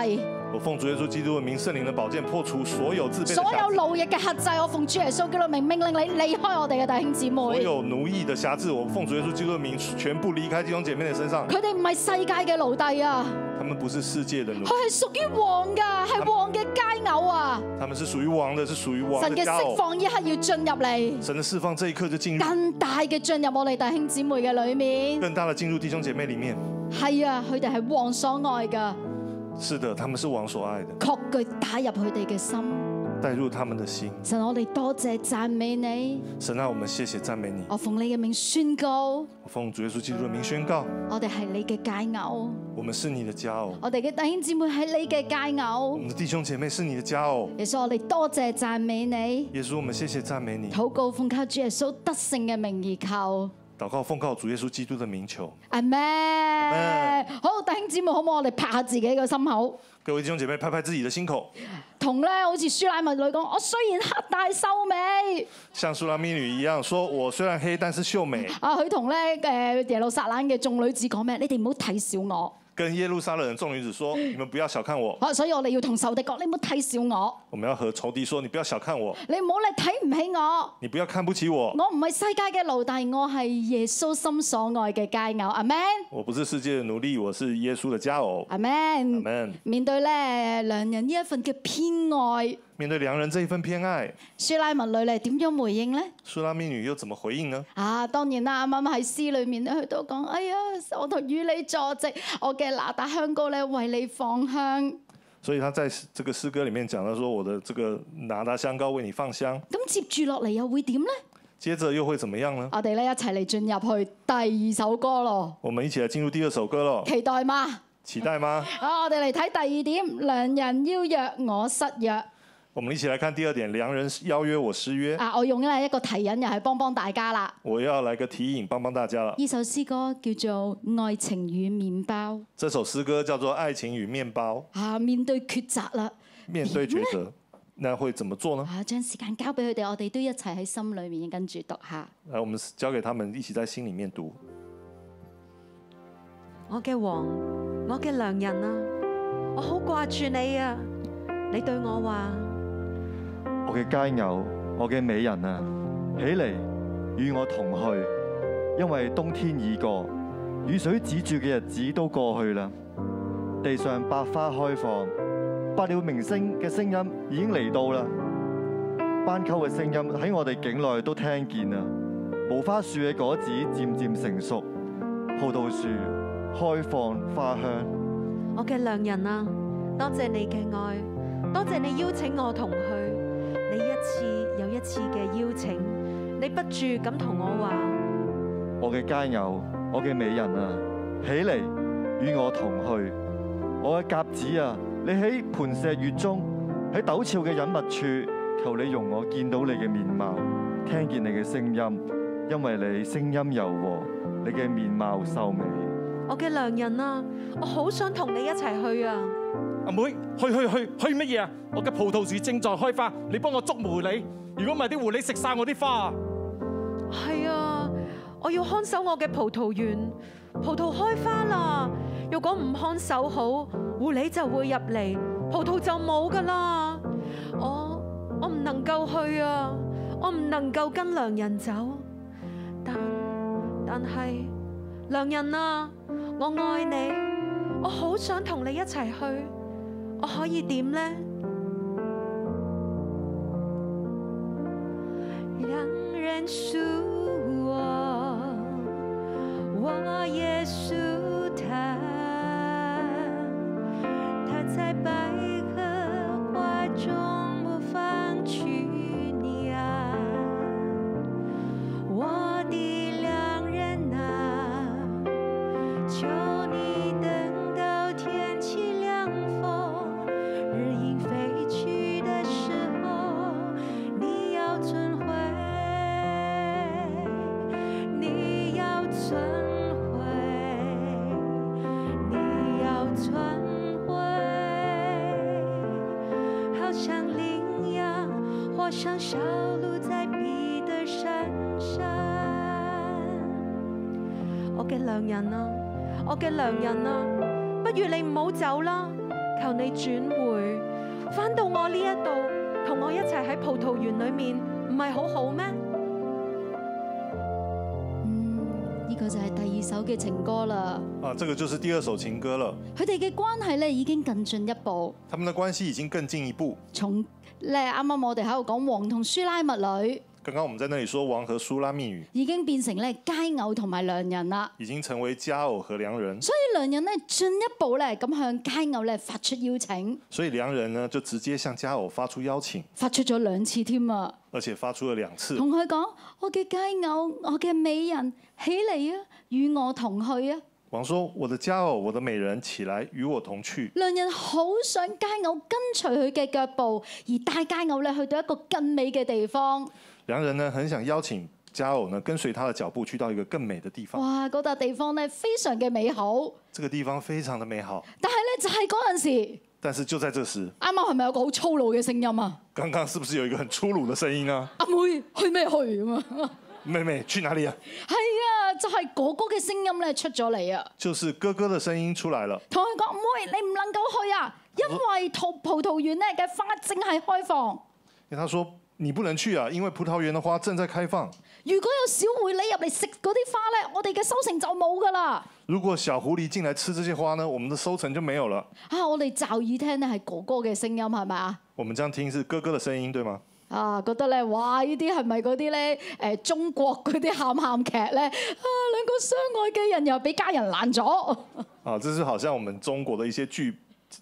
[SPEAKER 2] 我奉主耶稣基督的名，圣灵的宝剑破除所有自卑的瑕疵
[SPEAKER 1] 所有奴役嘅核制。我奉主耶穌基督名命令你離開我哋嘅弟兄姊妹。
[SPEAKER 2] 所有奴役的瑕疵，我奉主耶稣基督的名，全部离开弟兄姐妹的身上。
[SPEAKER 1] 佢哋唔係世界嘅奴隸啊，
[SPEAKER 2] 他们不是世界的奴
[SPEAKER 1] 佢，係屬於王噶，係王嘅佳偶啊！
[SPEAKER 2] 他们是属于王的，是属于王
[SPEAKER 1] 神
[SPEAKER 2] 的
[SPEAKER 1] 嘅
[SPEAKER 2] 家
[SPEAKER 1] 釋
[SPEAKER 2] 偶。
[SPEAKER 1] 放一刻要進入嚟，
[SPEAKER 2] 神的释放这一刻就进入，
[SPEAKER 1] 更大嘅進入我哋弟兄姊妹嘅裏面。
[SPEAKER 2] 更大的进入弟兄姐妹里面。
[SPEAKER 1] 係啊，佢哋係王所愛噶，
[SPEAKER 2] 是的，他们是王所爱的，
[SPEAKER 1] 確據打入佢哋嘅心。
[SPEAKER 2] 带入他们的心。
[SPEAKER 1] 神，我哋多謝讚美你，
[SPEAKER 2] 神啊，我们谢谢赞美你。
[SPEAKER 1] 我奉你嘅名宣告。
[SPEAKER 2] 我奉主耶稣基督的名宣告，
[SPEAKER 1] 我哋係你嘅佳偶，
[SPEAKER 2] 我们是你的家偶，
[SPEAKER 1] 我哋嘅弟兄姊妹係你嘅佳
[SPEAKER 2] 我
[SPEAKER 1] 偶。
[SPEAKER 2] 们的弟兄姐妹是你的家偶。
[SPEAKER 1] 耶穌，我哋多謝讚美你，
[SPEAKER 2] 耶稣，我们谢谢赞美你。
[SPEAKER 1] 禱告奉靠主耶穌得勝嘅名而求。
[SPEAKER 2] 祷告奉靠主耶稣基督的名求。
[SPEAKER 1] 阿咩？好，弟兄姊妹，可唔可以我哋拍下自己個心口，
[SPEAKER 2] 各位弟兄姐妹，拍拍自己的心口，
[SPEAKER 1] 同咧好似舒乃文女講：我雖然黑大收尾，
[SPEAKER 2] 像苏拉米女一样，说我虽然黑，但是秀美。
[SPEAKER 1] 啊，佢同咧誒耶路撒冷嘅眾女子講咩？你哋唔好睇小我。
[SPEAKER 2] 跟耶路撒冷的众女子说：“你们不要小看我，
[SPEAKER 1] 啊，所以我哋要同仇敵講：你唔好睇小我，
[SPEAKER 2] 我们要和仇敌说，你不要小看我，
[SPEAKER 1] 你唔好你睇唔起我。
[SPEAKER 2] 你不要看不起我，
[SPEAKER 1] 我唔係世界嘅奴隸，我係耶穌心所愛嘅佳偶。阿 Man，
[SPEAKER 2] 我不是世界的奴隶，我是耶稣的家偶。
[SPEAKER 1] 阿
[SPEAKER 2] 阿
[SPEAKER 1] Man，
[SPEAKER 2] 门。
[SPEAKER 1] 面對咧良人呢一份嘅偏愛，
[SPEAKER 2] 面对良人这一份偏愛，
[SPEAKER 1] 舒拉文女你點樣回應呢？
[SPEAKER 2] 苏拉米女又怎么回应呢？
[SPEAKER 1] 啊，當然啦，啱啱喺詩裏面咧，佢都講：哎呀，我同與你坐席，我嘅拿打香膏咧為你放香。
[SPEAKER 2] 所以她在这个诗歌里面讲到说，我的这个拿达香膏为你放香，
[SPEAKER 1] 咁接住落嚟又會點呢？
[SPEAKER 2] 接着又会怎么样呢？
[SPEAKER 1] 我哋咧一齊嚟進入去第二首歌咯，
[SPEAKER 2] 我們一起来进入第二首歌咯，
[SPEAKER 1] 期待嘛？
[SPEAKER 2] 期待吗？
[SPEAKER 1] 啊，我哋嚟睇第二點，良人邀約我失約。
[SPEAKER 2] 我们一起来看第二点，良人邀约我失约，
[SPEAKER 1] 啊，我用咧一個提引，又係幫幫大家啦。
[SPEAKER 2] 我要来个提引，帮幫大家了。
[SPEAKER 1] 呢首詩歌叫做《愛情與麵包》。
[SPEAKER 2] 这首诗歌叫做《愛情与面包》，
[SPEAKER 1] 啊，面對抉擇啦，
[SPEAKER 2] 面對抉擇，那會怎么做呢？
[SPEAKER 1] 啊，將時間交俾佢哋，我哋都一齊喺心裏面跟住讀下。
[SPEAKER 2] 来，我们交给他们一起在心里面读。
[SPEAKER 5] 我嘅王，我嘅良人啊，我好掛住你啊！你對我話：
[SPEAKER 6] 我嘅佳偶，我嘅美人啊，起嚟與我同去，因為冬天已過，雨水止住嘅日子都過去啦。地上百花開放，百鳥鳴聲嘅聲音已經嚟到啦。斑鳩嘅聲音喺我哋境內都聽見啦。無花樹嘅果子漸漸成熟，葡萄樹開放花香。
[SPEAKER 5] 我嘅良人啊，多謝你嘅愛，多謝你邀請我同去，你一次又一次嘅邀請，你不住咁同我話：
[SPEAKER 6] 我嘅佳偶，我嘅美人啊，起嚟與我同去。我嘅鴿子啊，你喺盤石月中，喺陡峭嘅隱密處，求你容我見到你嘅面貌，聽見你嘅聲音，因為你聲音柔和，你嘅面貌秀美。
[SPEAKER 5] 我嘅良人啊，我好想同你一齊去啊！
[SPEAKER 7] 阿妹，去去去去乜嘢啊？我嘅葡萄樹正在開花，你幫我捉狐狸。如果唔係啲狐狸食晒我啲花啊！
[SPEAKER 5] 係啊，我要看守我嘅葡萄園，葡萄開花啦。如果唔看守好，狐狸就會入嚟，葡萄就冇噶啦。我我唔能夠去啊，我唔能夠跟良人走。但但係良人啊，我愛你，我好想同你一齊去，我可以點呢？两人属我，我也属他。他在百合花中不放去你啊，我的良人啊，求你等到天气凉风，日影飞去的时候。你要存回，你要存回，你要存回，好像羚羊或像小鹿在彼我嘅良人啊，我嘅良人啊，不如你唔好走啦，求你轉回，翻到我呢一度，同我一齊喺葡萄園裏面，唔係好好咩？
[SPEAKER 1] 嗯，呢個就係第二首嘅情歌啦。
[SPEAKER 2] 啊，这个就是第二首情歌了。
[SPEAKER 1] 佢哋嘅關係咧已經更進一步，
[SPEAKER 2] 他們的關係已經更進一步。
[SPEAKER 1] 從咧啱啱我哋喺度講王同舒拉密女，
[SPEAKER 2] 剛剛我們在那裡說王和蘇拉密語
[SPEAKER 1] 已經變成咧佳偶同埋良人啦。
[SPEAKER 2] 已經成為佳偶和良人，
[SPEAKER 1] 所以良人咧進一步咧咁向佳偶咧發出邀請，
[SPEAKER 2] 所以良人呢就直接向佳偶發出邀請，
[SPEAKER 1] 發出咗兩次添啊！
[SPEAKER 2] 而且發出了兩次，
[SPEAKER 1] 同佢講：我嘅佳偶，我嘅美人，起嚟啊，與我同去啊！
[SPEAKER 2] 王說：“我的佳偶，我的美人，起來與我同去。
[SPEAKER 1] 良人好想佳偶跟隨佢嘅腳步，而帶佳偶咧去到一個更美嘅地方。”
[SPEAKER 2] 良人呢很想邀請佳偶呢跟隨他的腳步去到一個更美的地方，
[SPEAKER 1] 哇！嗰笪地方咧非常嘅美好，
[SPEAKER 2] 這個地方非常的美好。
[SPEAKER 1] 但係咧就係嗰陣時，
[SPEAKER 2] 但是就在這時，
[SPEAKER 1] 啱啱係咪有個好粗魯嘅聲音啊？
[SPEAKER 2] 剛剛是不是有一個很粗魯的聲音啊？
[SPEAKER 1] 阿妹去咩去咁啊？
[SPEAKER 2] 妹妹去哪裡啊？
[SPEAKER 1] 係啊，就係哥哥嘅聲音咧出咗嚟啊！
[SPEAKER 2] 就是哥哥的聲音出來了。
[SPEAKER 1] 同佢講妹，你唔能夠去啊，因為葡葡萄園咧嘅花正係開放。
[SPEAKER 2] 因為他說：“你不能去啊，因為葡萄園的花正在開放。
[SPEAKER 1] 如果有小狐狸入嚟食嗰啲花咧，我哋嘅收成就冇噶啦。
[SPEAKER 2] 如果小狐狸進來吃這些花呢，我們的收成就沒有了。
[SPEAKER 1] 啊，我哋驟耳聽咧係哥哥嘅聲音係咪啊？
[SPEAKER 2] 我們這樣聽是哥哥的聲音，對嗎？
[SPEAKER 1] 啊，覺得咧，哇！呢啲係咪嗰啲咧？誒、中國嗰啲喊喊劇咧，啊，兩個相愛嘅人又俾家人爛咗。
[SPEAKER 2] 啊，這是好像我們中國的一些劇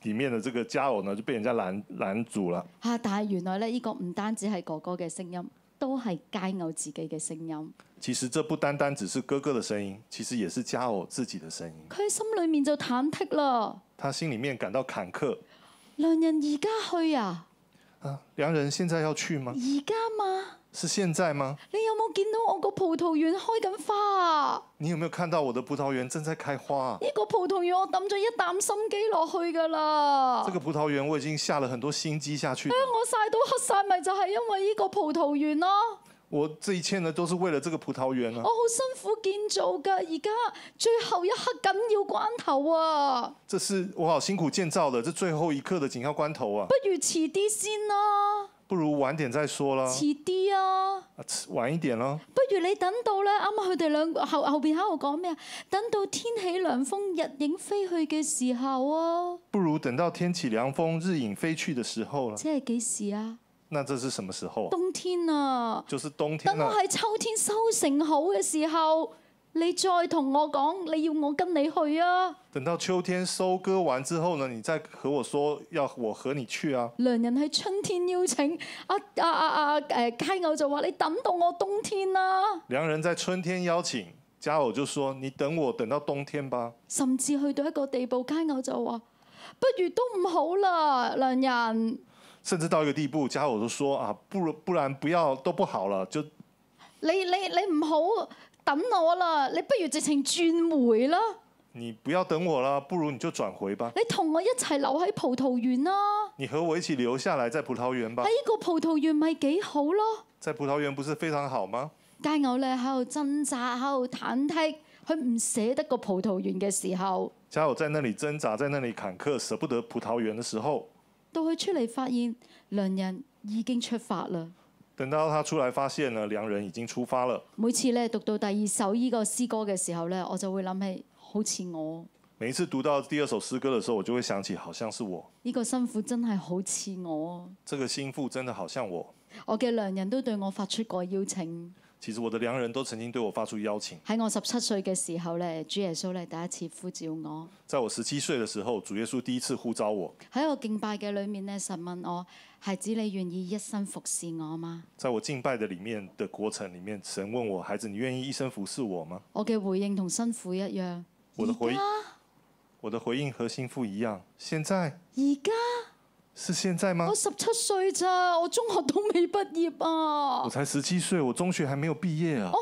[SPEAKER 2] 裡面的這個佳偶呢，就被人家攔攔阻了。
[SPEAKER 1] 啊，但係原來咧，呢、個唔單止係哥哥嘅聲音，都係佳偶自己嘅聲音。
[SPEAKER 2] 其實這不單單只是哥哥的聲音，其實也是佳偶自己的聲音。
[SPEAKER 1] 佢喺心裏面就忐忑啦。
[SPEAKER 2] 他心裡面感到坎坷
[SPEAKER 1] 良人而家去啊，
[SPEAKER 2] 啊，良人現在要去嗎？
[SPEAKER 1] 而家嘛，
[SPEAKER 2] 是現在嗎？
[SPEAKER 1] 你有冇見到我個葡萄園開緊花啊？
[SPEAKER 2] 你有沒有看到我的葡萄園正在開花啊？
[SPEAKER 1] 呢、個葡萄園我抌咗一啖心機落去㗎啦。
[SPEAKER 2] 這個葡萄園我已經下了很多心機下去了，
[SPEAKER 1] 我晒到黑晒，咪就係因為呢個葡萄園咯。
[SPEAKER 2] 我這一切呢都是為了這個葡萄園啊
[SPEAKER 1] 我。好辛苦建造㗎，而家最後一刻緊要關頭啊！
[SPEAKER 2] 這是我好辛苦建造的，這最後一刻的緊要關頭啊
[SPEAKER 1] 不，如遲啲先啦，
[SPEAKER 2] 不如晚點再說啦，
[SPEAKER 1] 遲啲啊！
[SPEAKER 2] 啊遲晚一點咯。
[SPEAKER 1] 不如你等到咧，啱啱佢哋兩個後後邊喺度講咩啊？等到天起涼風，日影飛去嘅時候啊，
[SPEAKER 2] 不如等到天起涼風，日影飛去的時候了。
[SPEAKER 1] 即係幾時啊？
[SPEAKER 2] 那這是什麼時候啊？
[SPEAKER 1] 冬天啊！
[SPEAKER 2] 就是冬天
[SPEAKER 1] 等
[SPEAKER 2] 了、
[SPEAKER 1] 我喺秋天收成好嘅時候，你再同我講，你要我跟你去啊！
[SPEAKER 2] 等到秋天收割完之後呢，你再和我說要我和你去啊。
[SPEAKER 1] 良人喺春天邀啊請，阿阿阿阿誒佳呃偶就話：你等到我冬天啦、
[SPEAKER 2] 良人在春天邀請，佳偶就說：“你等我，等到冬天吧。
[SPEAKER 1] 甚至去到一個地步，佳偶就話：不如都唔好啦，良人。”
[SPEAKER 2] 甚至到一個地步，佳偶就說：“啊，不如不然不要都不好了，就
[SPEAKER 1] 你你你唔好等我啦，你不如直情轉回啦，
[SPEAKER 2] 你不要等我了，不如你就轉回吧，
[SPEAKER 1] 你同我一齊留喺葡萄園啦。
[SPEAKER 2] 你和我一起留下來在葡萄園吧
[SPEAKER 1] 喺。呢個葡萄園咪幾好咯？
[SPEAKER 2] 在葡萄園不是非常好嗎？
[SPEAKER 1] 佳偶咧喺度掙扎，喺度忐忑，佢唔捨得個葡萄園嘅時候，
[SPEAKER 2] 佳偶在那裡掙扎，在那裡坎坷，捨不得葡萄園的時候，
[SPEAKER 1] 到佢出嚟發現良人已經出發啦。
[SPEAKER 2] 等到他出來發現呢，良人已經出發了。
[SPEAKER 1] 每次咧讀到第二首呢個詩歌嘅時候咧，我就會諗起好似我
[SPEAKER 2] 每一次讀到第二首詩歌的時候，我就會想起，好像是我，
[SPEAKER 1] 呢、個辛苦真係好似我，
[SPEAKER 2] 這個心腹真的好像我。
[SPEAKER 1] 我嘅良人都對我發出過邀請。
[SPEAKER 2] 其實我的良人都曾經對我發出邀請，
[SPEAKER 1] 喺我十七歲嘅時候咧，主耶穌咧第一次呼召我
[SPEAKER 2] 在我十七歲的時候，主耶穌第一次呼召我，
[SPEAKER 1] 喺我敬拜嘅裏面咧，神問我：孩子，你願意一生服侍我嗎？
[SPEAKER 2] 在我敬拜的裡面的過程裡面，神問我：“孩子，你願意一生服侍我嗎
[SPEAKER 1] 我嘅回應同辛苦一樣。
[SPEAKER 2] 我的回
[SPEAKER 1] 而家
[SPEAKER 2] 我的回應和心腹一樣，現在
[SPEAKER 1] 而家
[SPEAKER 2] 是現在嗎
[SPEAKER 1] 我？十七歲咋，我中學都未畢業啊！
[SPEAKER 2] 我
[SPEAKER 1] 我
[SPEAKER 2] 才十七歲，我中學還沒有畢業
[SPEAKER 1] 哦
[SPEAKER 2] 啊！
[SPEAKER 1] 好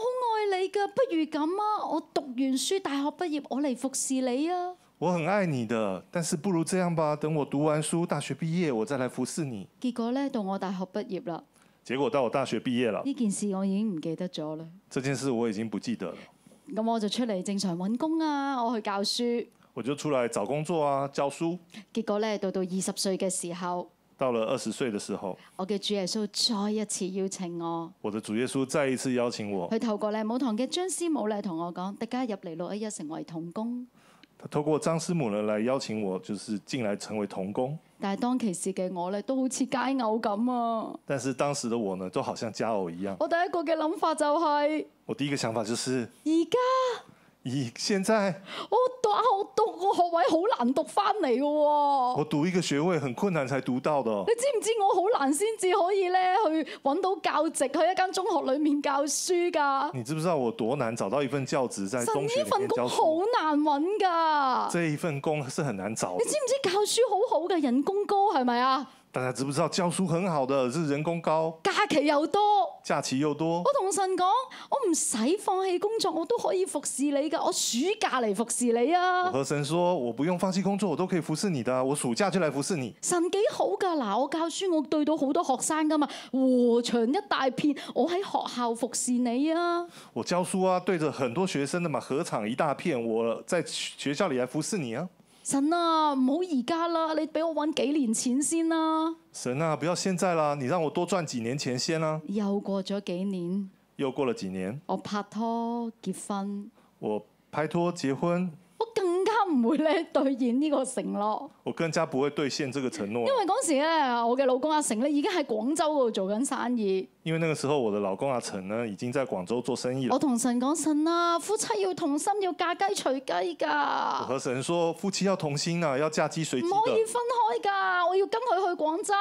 [SPEAKER 1] 愛你噶，不如咁啊！我讀完書，大學畢業，我嚟服侍你啊！
[SPEAKER 2] 我很愛你的，但是不如這樣吧，等我讀完書，大學畢業，我再來服侍你。
[SPEAKER 1] 結果咧，到我大學畢業啦，”
[SPEAKER 2] 結果到我大學畢業了，
[SPEAKER 1] 呢件事我已經唔記得咗啦。
[SPEAKER 2] 這件事我已經不記得了。
[SPEAKER 1] 咁我就出嚟正常揾工啊，我去教書。
[SPEAKER 2] 我就出来找工作啊，教书。
[SPEAKER 1] 結果咧，到到二十歲嘅時候，
[SPEAKER 2] 到了二十岁的时候，
[SPEAKER 1] 我嘅主耶穌再一次邀請我，
[SPEAKER 2] 我的主耶穌再一次邀請我，
[SPEAKER 1] 佢透過咧母堂嘅張師母咧同我講：，迪加入嚟六一一成為童工。
[SPEAKER 2] 他透過張師母呢來邀請我，就是進來成為童工。
[SPEAKER 1] 但係當其時嘅我咧，都好似街偶咁啊！
[SPEAKER 2] 但是當時的我呢，就好像家偶一樣。
[SPEAKER 1] 我第一個嘅諗法就係、
[SPEAKER 2] 我第一個想法就是，
[SPEAKER 1] 而家
[SPEAKER 2] 以現在
[SPEAKER 1] 我讀我讀個學位好難讀翻嚟嘅喎。
[SPEAKER 2] 我讀一個學位很困難才讀到的哦，
[SPEAKER 1] 你知唔知我好難先至可以咧去揾到教職，去一間中學裏面教書㗎？
[SPEAKER 2] 你知不知道我多難找到一份教職在
[SPEAKER 1] 神
[SPEAKER 2] 中學
[SPEAKER 1] 呢
[SPEAKER 2] 裡
[SPEAKER 1] 份
[SPEAKER 2] 面教
[SPEAKER 1] 工好
[SPEAKER 2] 書？
[SPEAKER 1] 難揾㗎。
[SPEAKER 2] 這一份工是很難找的
[SPEAKER 1] 你。知唔知教書好好嘅，人工高係咪啊？
[SPEAKER 2] 大家知不知道教書很好的是人工高，
[SPEAKER 1] 假期又多。
[SPEAKER 2] 假期又多
[SPEAKER 1] 我。同神講，我唔使放棄工作，我都可以服侍你㗎。我暑假嚟服侍你啊！
[SPEAKER 2] 我和神說，我不用放棄工作，我都可以服侍你的啊，我暑假就來服侍你。
[SPEAKER 1] 神幾好㗎嗱，我教書，我對到好多學生㗎嘛，禾場一大片，我喺學校服侍你啊！
[SPEAKER 2] 我教書啊，對着很多學生的嘛，禾場一大片，我在學校裡來服侍你啊。
[SPEAKER 1] 神啊，唔好而家啦，你俾我揾幾年錢先啦。
[SPEAKER 2] 神啊，不要現在啦，你讓我多賺幾年錢先啦、
[SPEAKER 1] 又過咗幾年，
[SPEAKER 2] 又過了幾年，
[SPEAKER 1] 我拍拖結婚，
[SPEAKER 2] 我拍拖結婚，
[SPEAKER 1] 我更加唔會咧兑現呢個承諾，
[SPEAKER 2] 我更加不會兌現這個承諾
[SPEAKER 1] 因，為嗰時咧，我嘅老公阿成咧已經喺廣州嗰度做緊生意。
[SPEAKER 2] 因為那個時候我的老公阿成呢已經在廣州做生意
[SPEAKER 1] 我
[SPEAKER 2] 了。
[SPEAKER 1] 同神講：神啊，夫妻要同心，要嫁雞隨雞
[SPEAKER 2] 我
[SPEAKER 1] 㗎。
[SPEAKER 2] 和神說，夫妻要同心啊，要嫁雞隨雞
[SPEAKER 1] 唔可以
[SPEAKER 2] 的，
[SPEAKER 1] 分開㗎，我要跟佢去廣州。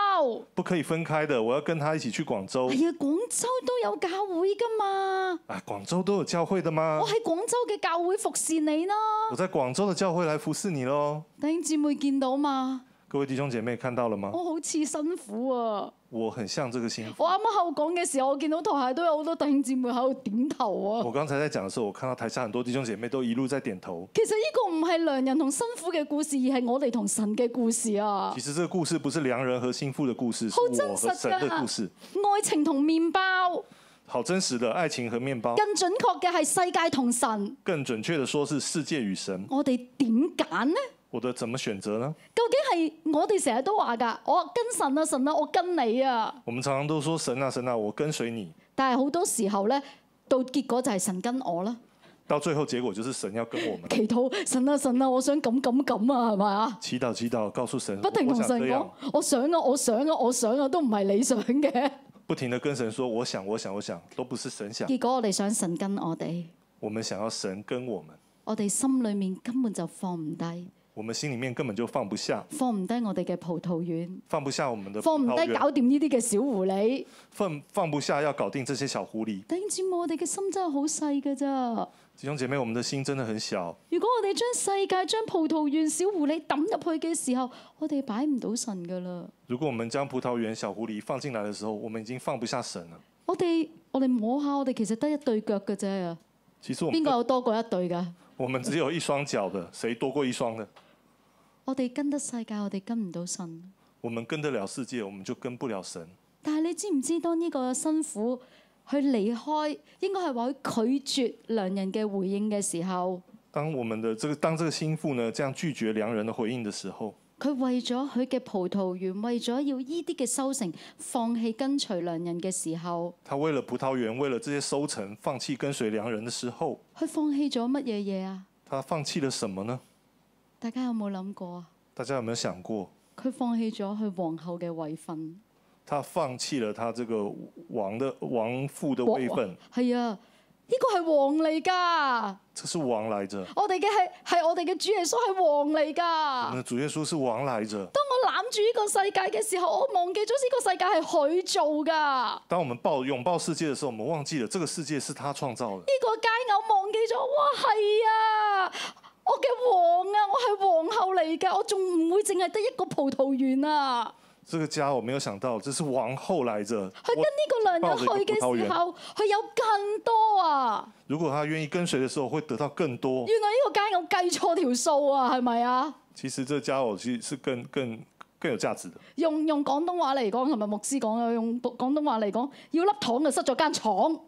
[SPEAKER 2] 不可以分開的，我要跟他一起去廣州。
[SPEAKER 1] 係啊，廣州都有教會㗎嘛，
[SPEAKER 2] 啊，廣州都有教會的嗎
[SPEAKER 1] 我？喺廣州嘅教會服侍你啦。
[SPEAKER 2] 我在廣州的教會來服侍你喽。
[SPEAKER 1] 弟兄姊妹見到嘛，
[SPEAKER 2] 各位弟兄姐妹看到了嗎？
[SPEAKER 1] 我好似辛苦啊！
[SPEAKER 2] 我很像這個心腹。
[SPEAKER 1] 我啱啱喺度講嘅時候，我見到台下都有好多弟兄姊妹喺度點頭啊！
[SPEAKER 2] 我剛才在講的時候，我看到台下很多弟兄姐妹都一路在點頭。
[SPEAKER 1] 其實呢個唔係良人同辛苦嘅故事，而係我哋同神嘅故事啊
[SPEAKER 2] 其！實這個故事不是良人和心腹的故事，是
[SPEAKER 1] 好真啊
[SPEAKER 2] 我和
[SPEAKER 1] 實
[SPEAKER 2] 神
[SPEAKER 1] 㗎
[SPEAKER 2] 的故事，
[SPEAKER 1] 愛情同麵
[SPEAKER 2] 哦
[SPEAKER 1] 包，
[SPEAKER 2] 好真實的愛情和麵包。
[SPEAKER 1] 更準確嘅係世界同神。
[SPEAKER 2] 更準確的說是世界與神，
[SPEAKER 1] 我哋點揀呢？
[SPEAKER 2] 我的怎麼選擇呢？
[SPEAKER 1] 究竟係我哋成日都話㗎，我跟神啊，神啊，我跟你啊！
[SPEAKER 2] 我們常常都說神啊神啊，我跟隨你，
[SPEAKER 1] 但係好多時候咧，到結果就係神跟我啦。
[SPEAKER 2] 到最後結果就是神要跟我們
[SPEAKER 1] 祈禱神啊神啊，我想咁咁咁啊，係咪啊？
[SPEAKER 2] 祈禱祈禱，告訴神，
[SPEAKER 1] 不停
[SPEAKER 2] 我
[SPEAKER 1] 同
[SPEAKER 2] 想
[SPEAKER 1] 神哦
[SPEAKER 2] 這
[SPEAKER 1] 講
[SPEAKER 2] 樣，，
[SPEAKER 1] 我想啊，我想啊，我想啊，都唔係你想嘅。
[SPEAKER 2] 不停的跟神說，我想我想我想，都不是神想，
[SPEAKER 1] 結果我哋想神跟我哋，
[SPEAKER 2] 我們想要神跟我們，
[SPEAKER 1] 我哋心裏面根本就放唔低，
[SPEAKER 2] 我們心裡面根本就放不下，
[SPEAKER 1] 放唔低我哋嘅葡萄園，
[SPEAKER 2] 放不下我們的
[SPEAKER 1] 放唔
[SPEAKER 2] 葡萄
[SPEAKER 1] 低
[SPEAKER 2] 園
[SPEAKER 1] 搞掂呢啲嘅小狐狸。
[SPEAKER 2] 放放不下要搞定這些小狐狸。
[SPEAKER 1] 弟兄姊妹，我哋嘅心真係好細㗎咋。
[SPEAKER 2] 弟兄姐妹，我們的心真的很小，
[SPEAKER 1] 如果我哋將世界、將葡萄園、小狐狸抌入去嘅時候，我哋擺唔到神㗎啦。
[SPEAKER 2] 如果我們將葡萄園小狐狸放進來的時候，我們已經放不下神了。
[SPEAKER 1] 我哋我哋摸下，我哋其實得一對腳㗎啫。
[SPEAKER 2] 其實我
[SPEAKER 1] 邊個
[SPEAKER 2] 們
[SPEAKER 1] 有多過一對㗎？
[SPEAKER 2] 我們只有一雙腳的，誰多過一雙的？
[SPEAKER 1] 我哋跟得世界，我哋跟唔到神。
[SPEAKER 2] 我們跟得了世界，我們就跟不了神。
[SPEAKER 1] 但係你知唔知當呢個辛苦去離開，應該係話佢拒絕良人嘅回應嘅時候，
[SPEAKER 2] 當我們的這個當這個心腹呢，這樣拒絕良人的回應的時候，
[SPEAKER 1] 佢為咗佢嘅葡萄園，為咗要依啲嘅收成，放棄跟隨良人嘅時候，
[SPEAKER 2] 他為了葡萄園，為了這些收成，放棄跟隨良人的時候，
[SPEAKER 1] 佢放棄咗乜嘢嘢啊？
[SPEAKER 2] 他放棄了什麼呢？
[SPEAKER 1] 大家有冇諗過啊？
[SPEAKER 2] 大家有沒有想過，
[SPEAKER 1] 佢放棄咗佢皇后嘅位份，
[SPEAKER 2] 他放棄了他這個王的王父的位分，
[SPEAKER 1] 係啊，呢個係王嚟㗎。
[SPEAKER 2] 這是王來着。
[SPEAKER 1] 我哋嘅係係我哋嘅主耶穌係王
[SPEAKER 2] 我
[SPEAKER 1] 嚟
[SPEAKER 2] 們
[SPEAKER 1] 㗎。
[SPEAKER 2] 的主耶穌是王來着。
[SPEAKER 1] 當我攬住呢個世界嘅時候，我忘記咗呢個世界係佢做㗎。呢、
[SPEAKER 2] 當我們抱擁抱世界的時候，我們忘記了這個世界是他創造的。
[SPEAKER 1] 個街偶忘記咗，哇係啊！我嘅王啊，我係皇后嚟㗎，我仲唔會淨係得一個葡萄園啊！
[SPEAKER 2] 這個家我沒有想到，這是王后來着。
[SPEAKER 1] 佢
[SPEAKER 2] 我
[SPEAKER 1] 跟呢個良人去嘅時候，佢有更多啊！
[SPEAKER 2] 如果他願意跟隨的時候，會得到更多。
[SPEAKER 1] 原來呢個街偶計錯條數啊，係咪啊？
[SPEAKER 2] 其實這家伙其實是更更更有價值的。
[SPEAKER 1] 用用廣東話嚟講，同埋牧師講啊，用廣東話嚟講，要粒糖就塞咗間廠，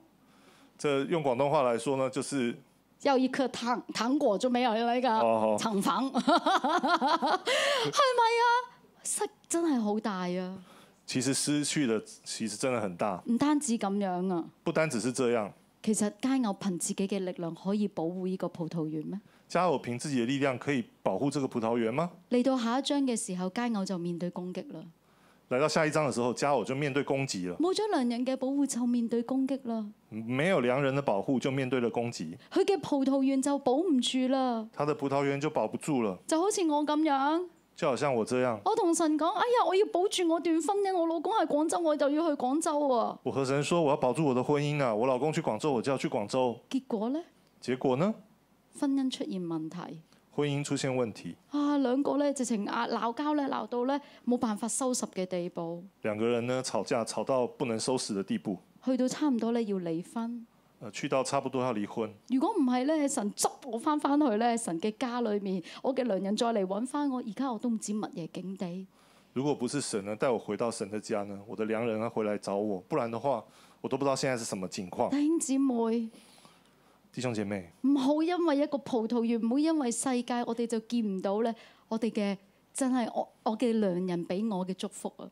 [SPEAKER 2] 這用廣東話來說呢，就是
[SPEAKER 1] 要一颗糖糖果就沒有呢
[SPEAKER 2] 哦
[SPEAKER 1] 個層房， 係咪啊？失真係好大啊！
[SPEAKER 2] 其實失去的其實真的很大，
[SPEAKER 1] 唔單止咁樣啊，
[SPEAKER 2] 不單只是這樣。
[SPEAKER 1] 其實佳偶憑自己嘅力量可以保護呢個葡萄園咩？
[SPEAKER 2] 佳偶憑自己的力量可以保護這個葡萄園嗎？
[SPEAKER 1] 嚟到下一章嘅時候，佳偶就面對攻擊啦，
[SPEAKER 2] 來到下一章的時候，佳偶就面對攻擊了，
[SPEAKER 1] 冇咗良人嘅保護就面對攻擊啦，
[SPEAKER 2] 沒有良人的保護就面對了攻擊，
[SPEAKER 1] 佢嘅葡萄園就保唔住啦，
[SPEAKER 2] 他的葡萄園就保不住了。
[SPEAKER 1] 就好似我咁樣。
[SPEAKER 2] 就好像我這樣，
[SPEAKER 1] 我同神講：哎呀，我要保住我段婚姻，我老公喺廣州，我就要去廣州啊。
[SPEAKER 2] 我和神說我要保住我的婚姻啊，我老公去廣州，我就要去廣州。
[SPEAKER 1] 結果呢，
[SPEAKER 2] 結果呢，
[SPEAKER 1] 婚姻出現問題
[SPEAKER 2] 婚姻出現問題，
[SPEAKER 1] 啊，兩個呢直情啊鬧交呢，鬧到呢冇辦法收拾嘅地步，
[SPEAKER 2] 兩個人呢吵架吵到不能收拾的地步，
[SPEAKER 1] 去到差唔多呢要離婚。
[SPEAKER 2] 呃，去到差不多要離婚。
[SPEAKER 1] 如果唔係呢，神執我翻翻去呢，神嘅家裏面，我嘅良人再嚟揾翻我，而家我都唔知乜嘢境地。
[SPEAKER 2] 如果不是神呢帶我回到神的家呢，我的良人呢啊回來找我，不然的話，我都不知道現在是什麼情況。
[SPEAKER 1] 弟兄姊妹，
[SPEAKER 2] 弟兄姐妹，
[SPEAKER 1] 唔好因為一個葡萄園，唔好因為世界，我哋就見唔到呢，我哋嘅真係我我嘅良人俾我嘅祝福啊！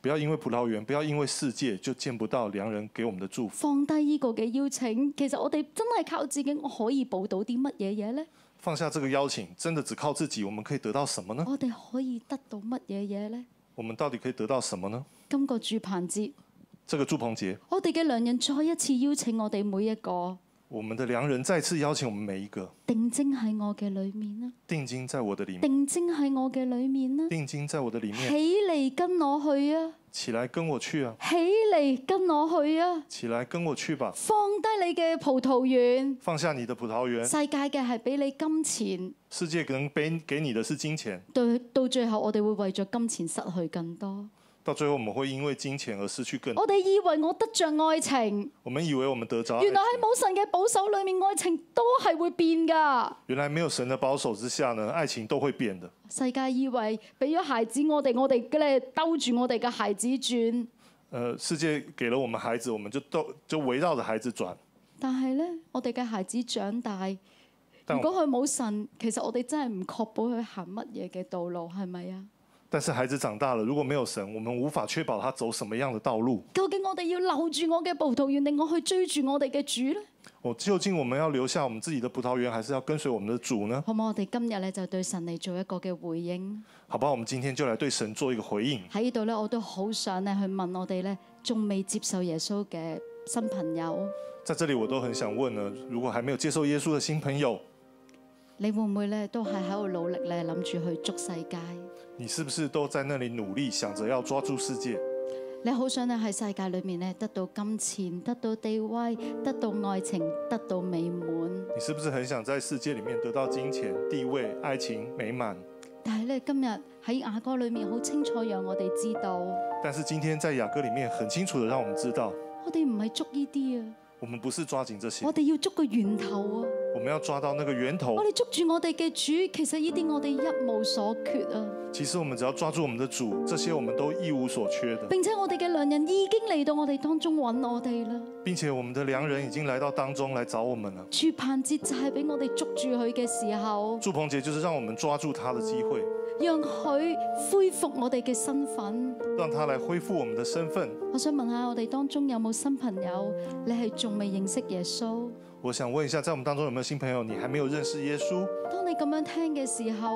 [SPEAKER 2] 不要因為葡萄園，不要因為世界就見不到良人給我們的祝福。
[SPEAKER 1] 放低呢個嘅邀請，其實我哋真係靠自己，我可以補到啲乜嘢嘢呢？
[SPEAKER 2] 放下這個邀請，真的只靠自己，我們可以得到什麼呢？
[SPEAKER 1] 我哋可以得到乜嘢嘢呢？
[SPEAKER 2] 我們到底可以得到什麼呢？
[SPEAKER 1] 今個住棚節，
[SPEAKER 2] 這個祝棚節，
[SPEAKER 1] 我哋嘅良人再一次邀請我哋每一個
[SPEAKER 2] 我們的良人再次邀請我們每一個，
[SPEAKER 1] 定睛喺我嘅裏面啦，
[SPEAKER 2] 定睛在我的裡面，
[SPEAKER 1] 定睛喺我嘅裏面啦，
[SPEAKER 2] 定睛在我的裡
[SPEAKER 1] 起
[SPEAKER 2] 面，
[SPEAKER 1] 嚟跟我去啊！
[SPEAKER 2] 起來跟我去啊，
[SPEAKER 1] 起嚟跟我去啊！
[SPEAKER 2] 起來跟我去吧，
[SPEAKER 1] 放低你嘅葡萄園，
[SPEAKER 2] 放下你的葡萄園，
[SPEAKER 1] 世界嘅係俾你金錢，
[SPEAKER 2] 世界可能給給你的是金錢，
[SPEAKER 1] 到到最後我哋會為咗金錢失去更多。
[SPEAKER 2] 到最後我們會因為金錢而失去更多。
[SPEAKER 1] 我哋以為我得着愛情。
[SPEAKER 2] 我們以為我們得着愛
[SPEAKER 1] 原來
[SPEAKER 2] 情，
[SPEAKER 1] 喺冇神嘅保守裏面，愛情都係會變噶。
[SPEAKER 2] 原來沒有神的保守之下呢，愛情都會變的。
[SPEAKER 1] 世界以為俾咗孩子我哋，我哋咧兜住我哋嘅孩子轉，
[SPEAKER 2] 呃，世界給了我們孩子，我們就都就圍繞着孩子轉。
[SPEAKER 1] 但係呢，我哋嘅孩子長大，
[SPEAKER 2] 但
[SPEAKER 1] 如果
[SPEAKER 2] 我
[SPEAKER 1] 佢冇神，其實我哋真係唔確保佢行乜嘢嘅道路，係咪啊？
[SPEAKER 2] 但是孩子長大了，如果沒有神，我們無法確保他走什麼樣的道路。
[SPEAKER 1] 究竟我哋要留住我嘅葡萄園，定我去追住我哋嘅主呢？
[SPEAKER 2] 我哦究竟我們要留下我們自己的葡萄園，還是要跟隨我們的主呢？
[SPEAKER 1] 好唔好？我哋今日咧就對神嚟做一個嘅回應。
[SPEAKER 2] 好吧，我們今天就來對神做一個回應。
[SPEAKER 1] 喺呢度呢，我都好想咧去問我哋呢，仲未接受耶穌嘅新朋友。
[SPEAKER 2] 在這裡，我都很想問呢，如果還沒有接受耶穌的新朋友，
[SPEAKER 1] 你會唔會咧都係喺度努力咧諗住去捉世界？
[SPEAKER 2] 你是不是都在那裡努力，想着要抓住世界？
[SPEAKER 1] 你好想咧喺世界裏面咧得到金錢、得到地位、得到愛情、得到美滿。
[SPEAKER 2] 你是不是很想在世界裡面得到金錢、地位、愛情、美滿？
[SPEAKER 1] 但係咧今日喺雅歌裏面好清楚讓我哋知道，
[SPEAKER 2] 但是今天在雅歌裡面很清楚的讓我們知道，
[SPEAKER 1] 我哋唔係捉呢啲啊，
[SPEAKER 2] 我們不是抓緊這些
[SPEAKER 1] 我，哋要捉個源頭啊！
[SPEAKER 2] 我們要抓到那個源頭
[SPEAKER 1] 我。哋捉住我哋嘅主，其實呢啲我哋一無所缺啊！
[SPEAKER 2] 其實我們只要抓住我們的主，這些我們都一無所缺的，
[SPEAKER 1] 並且我哋嘅良人已經嚟到我哋當中揾我哋啦。
[SPEAKER 2] 並且我們的良人已經來到當中來找我們了。
[SPEAKER 1] 住棚節就係俾我哋捉住佢嘅時候，
[SPEAKER 2] 祝棚節就是讓我們抓住他的機會，
[SPEAKER 1] 讓佢恢復我哋嘅身份。
[SPEAKER 2] 讓他來恢復我們的身份。
[SPEAKER 1] 我想問下，我哋當中有冇新朋友？你係仲未認識耶穌？
[SPEAKER 2] 我想問一下，在我們當中有沒有新朋友，你還沒有認識耶穌？
[SPEAKER 1] 當你咁樣聽嘅時候，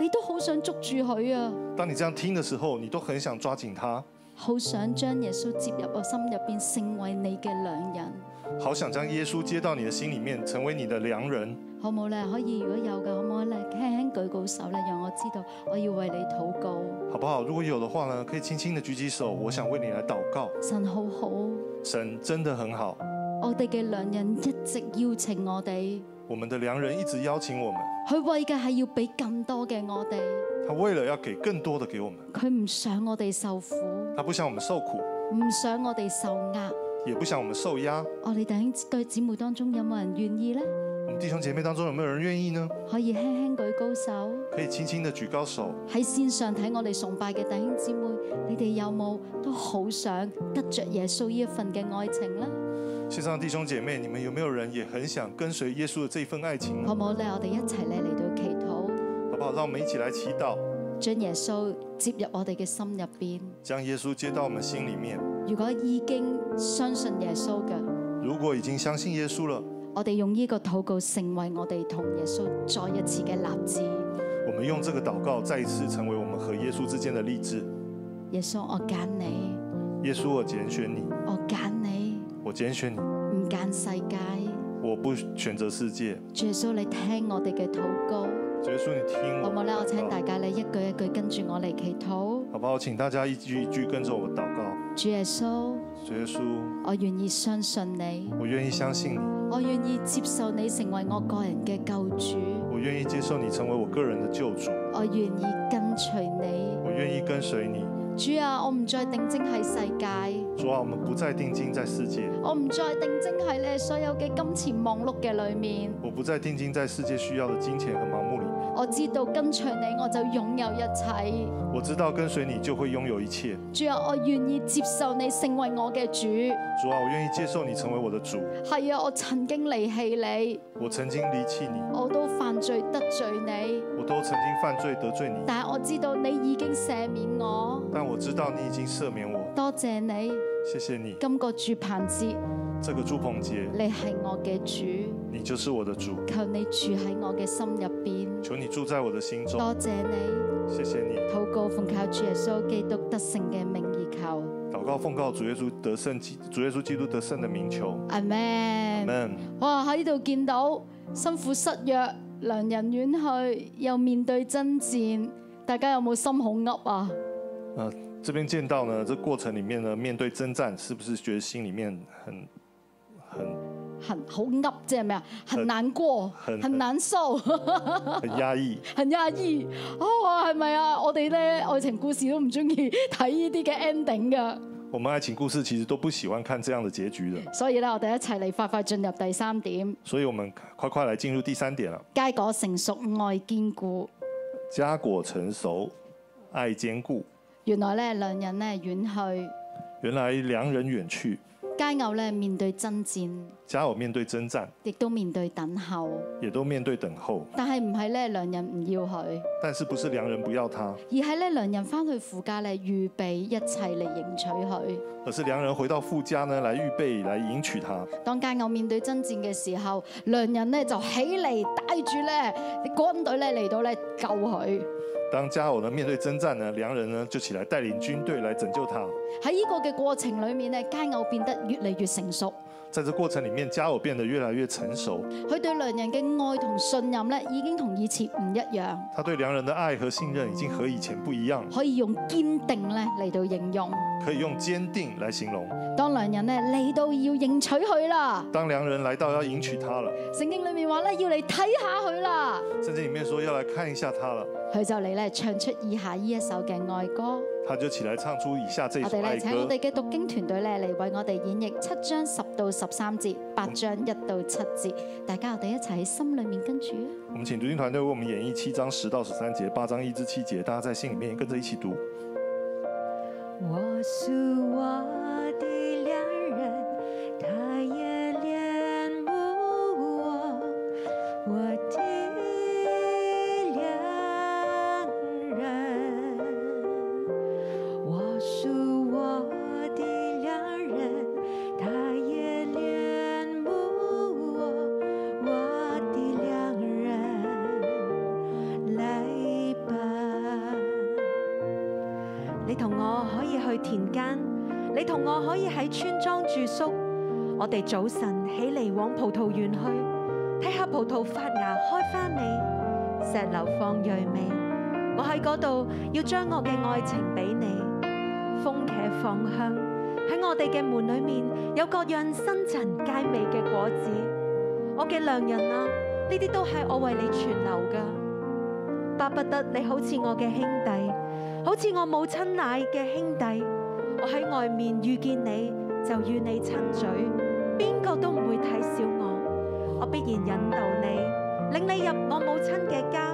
[SPEAKER 1] 你都好想捉住佢啊，
[SPEAKER 2] 當你這樣聽的時候，你都很想抓緊他，
[SPEAKER 1] 好想將耶穌接入我心入邊，成為你嘅良人，
[SPEAKER 2] 好想將耶穌接到你的心裡面，成為你的良人。
[SPEAKER 1] 好冇咧？可以，如果有嘅，可唔可以咧輕輕舉高手咧，讓我知道我要為你禱告。
[SPEAKER 2] 好不好？如果有的話呢，可以輕輕的舉起手，我想為你來禱告。
[SPEAKER 1] 神好好，
[SPEAKER 2] 神真的很好，
[SPEAKER 1] 我哋嘅良人一直邀請我哋，
[SPEAKER 2] 我們的良人一直邀請我們，
[SPEAKER 1] 佢為嘅係要俾更多嘅我哋，
[SPEAKER 2] 他為了要給更多的給我們，
[SPEAKER 1] 佢唔想我哋受苦，
[SPEAKER 2] 他不想我們受苦，
[SPEAKER 1] 唔想我哋受壓。
[SPEAKER 2] 也不想我們受壓。
[SPEAKER 1] 我哋哦弟兄對姊妹當中有冇人願意呢？
[SPEAKER 2] 我們弟兄姐妹當中有沒有人願意呢？
[SPEAKER 1] 可以輕輕舉高手，
[SPEAKER 2] 可以輕輕的舉高手。
[SPEAKER 1] 喺線上睇我哋崇拜嘅弟兄姊妹，你哋有冇都好想得着耶穌呢一份嘅愛情呢？
[SPEAKER 2] 线上弟兄姐妹，你们有没有人也很想跟随耶稣的这份爱情呢？
[SPEAKER 1] 好唔好咧？我哋一齊咧嚟到祈禱，
[SPEAKER 2] 好不好？让我们一起来祈祷，
[SPEAKER 1] 將耶穌接入我哋嘅心入邊。
[SPEAKER 2] 将耶稣接到我们心里面。
[SPEAKER 1] 如果已經相信耶穌嘅，
[SPEAKER 2] 如果已经相信耶稣了，
[SPEAKER 1] 我哋用呢個禱告成為我哋同耶穌再一次嘅立志。
[SPEAKER 2] 我们用这个祷告再一次成为我们和耶稣之间的励志。
[SPEAKER 1] 耶穌，我揀你，
[SPEAKER 2] 耶稣，我拣选你，
[SPEAKER 1] 我揀你，
[SPEAKER 2] 我拣选你，
[SPEAKER 1] 唔揀世界。
[SPEAKER 2] 我不选择世界。
[SPEAKER 1] 主耶穌，你聽我哋嘅禱告，
[SPEAKER 2] 主耶稣，你听
[SPEAKER 1] 好
[SPEAKER 2] 我
[SPEAKER 1] 唔好
[SPEAKER 2] 们
[SPEAKER 1] 咧？
[SPEAKER 2] 的
[SPEAKER 1] 我請
[SPEAKER 2] 祷
[SPEAKER 1] 大
[SPEAKER 2] 告，
[SPEAKER 1] 家咧一句一句跟住我嚟祈禱。
[SPEAKER 2] 好不好？请大家一句一句跟着我祷告。
[SPEAKER 1] 主耶穌，
[SPEAKER 2] 主耶稣，
[SPEAKER 1] 我願意相信你，
[SPEAKER 2] 我愿意相信你，
[SPEAKER 1] 我願意接受你成為我個人嘅救主，
[SPEAKER 2] 我愿意接受你成为我个人的救主，
[SPEAKER 1] 我願意跟隨你。
[SPEAKER 2] 我愿意跟随你。
[SPEAKER 1] 主啊，我唔再定睛喺世界，
[SPEAKER 2] 主啊，我们不再定睛在世界，
[SPEAKER 1] 我唔再定睛喺你所有嘅金錢忙碌嘅裏面。
[SPEAKER 2] 我不再定睛在世界需要的金钱和盲目里面。
[SPEAKER 1] 我知道跟隨你，我就擁有一
[SPEAKER 2] 我知道跟随你就会拥有一切。
[SPEAKER 1] 切。主啊，我願意接受你成為我嘅主。
[SPEAKER 2] 主啊，我愿意接受你成为我的主。
[SPEAKER 1] 係啊，我曾經離棄你，
[SPEAKER 2] 我曾经离弃你，
[SPEAKER 1] 我都犯罪得罪你，
[SPEAKER 2] 我都曾经犯罪得罪你，
[SPEAKER 1] 但係我知道你已經赦免我。
[SPEAKER 2] 但我知道你已经赦免我。
[SPEAKER 1] 多謝你，
[SPEAKER 2] 谢谢你，
[SPEAKER 1] 今個住棚節，
[SPEAKER 2] 这个朱鹏杰，
[SPEAKER 1] 你係我嘅主，
[SPEAKER 2] 你就是我的主。
[SPEAKER 1] 求你住喺我嘅心入邊。
[SPEAKER 2] 求你住在我的心中，
[SPEAKER 1] 多謝你，
[SPEAKER 2] 谢谢你。
[SPEAKER 1] 禱告奉靠主耶穌基督得勝嘅名而求，
[SPEAKER 2] 祷告奉告主耶稣得胜基，主耶稣基督得胜的名求。
[SPEAKER 1] 阿門。
[SPEAKER 2] Amen。
[SPEAKER 1] 哇！喺呢度見到辛苦失約、良人遠去，又面對爭戰，大家有冇心好噏啊？
[SPEAKER 2] 呃，这边见到呢，这过程里面呢，面对征战，是不是觉得心里面很很
[SPEAKER 1] 很好噏即係咩啊？很難過，
[SPEAKER 2] 很
[SPEAKER 1] 很難受，
[SPEAKER 2] 很压抑？
[SPEAKER 1] 很壓抑。哦，係咪啊？我哋咧愛情故事都唔中 意睇呢啲嘅 ending 噶，
[SPEAKER 2] 我们爱情故事其实都不喜欢看这样的结局的，
[SPEAKER 1] 所以咧我哋一齊嚟快快進入第三點，
[SPEAKER 2] 所以我们快快来进入第三点了。
[SPEAKER 1] 佳果成熟愛堅固。
[SPEAKER 2] 家果成熟，爱坚固。
[SPEAKER 1] 原來咧良人咧遠去，
[SPEAKER 2] 原来良人远去，
[SPEAKER 1] 佳偶咧面對爭戰，
[SPEAKER 2] 家偶面对征战，
[SPEAKER 1] 亦都面對等候。
[SPEAKER 2] 也都面对等候。
[SPEAKER 1] 但係唔係咧，良人唔要佢，
[SPEAKER 2] 但是不是良人不要他，
[SPEAKER 1] 而係咧良人翻去父家咧預備一切嚟迎娶佢。
[SPEAKER 2] 而是良人回到父家呢，来预备来迎娶他。
[SPEAKER 1] 當佳偶面對爭戰嘅時候，良人咧就起嚟帶住咧啲軍隊咧嚟到咧救佢。
[SPEAKER 2] 当家偶呢面对征战呢，良人呢就起来带领军队来拯救他。
[SPEAKER 1] 喺呢個嘅過程裏面咧，佳偶變得越嚟越成熟，
[SPEAKER 2] 在这过程里面，家偶变得越来越成熟，
[SPEAKER 1] 佢對良人嘅愛同信任咧已經同以前唔一樣，
[SPEAKER 2] 他对良人的爱和信任已经和以前不一样，
[SPEAKER 1] 可以用堅定咧嚟到形容。
[SPEAKER 2] 可以用坚定来形容。
[SPEAKER 1] 當良人咧嚟到要迎娶佢啦，
[SPEAKER 2] 当良人来到要迎娶她了，
[SPEAKER 1] 聖經裏面話咧要嚟睇下佢啦。
[SPEAKER 2] 甚至里面说要来看一下她了，
[SPEAKER 1] 佢就嚟咧唱出以下呢一首嘅愛歌。
[SPEAKER 2] 他就起来唱出以下这
[SPEAKER 1] 我
[SPEAKER 2] 首
[SPEAKER 1] 哋
[SPEAKER 2] 爱
[SPEAKER 1] 咧請我
[SPEAKER 2] 歌。
[SPEAKER 1] 哋嘅讀經團隊咧嚟為我哋演繹七章十到十三節、八章一到七節。大家我哋一齊喺心裏面跟住啊！
[SPEAKER 2] 我们请读经团队为我们演绎七章十到十三节，八章一至七节，大家在心里面跟着一起读。
[SPEAKER 5] 我是我的良人，他也恋慕我，我的良人。我是我的良人，他也恋慕我，我的良人，来吧。你同我可以去田間，你同我可以喺村莊住宿。我哋早晨起嚟往葡萄園去，睇下葡萄發芽開花未，石榴放蕊未。我喺嗰度要將我嘅愛情俾你。風茄放香，喺我哋嘅門裏面有各樣新陳佳美嘅果子。我嘅良人啊，呢啲都係我為你存留噶。巴不得你好似我嘅兄弟。好似我母親奶嘅兄弟，我喺外面遇見你就與你親嘴，邊個都唔會睇小我，我必然引導你，領你入我母親嘅家，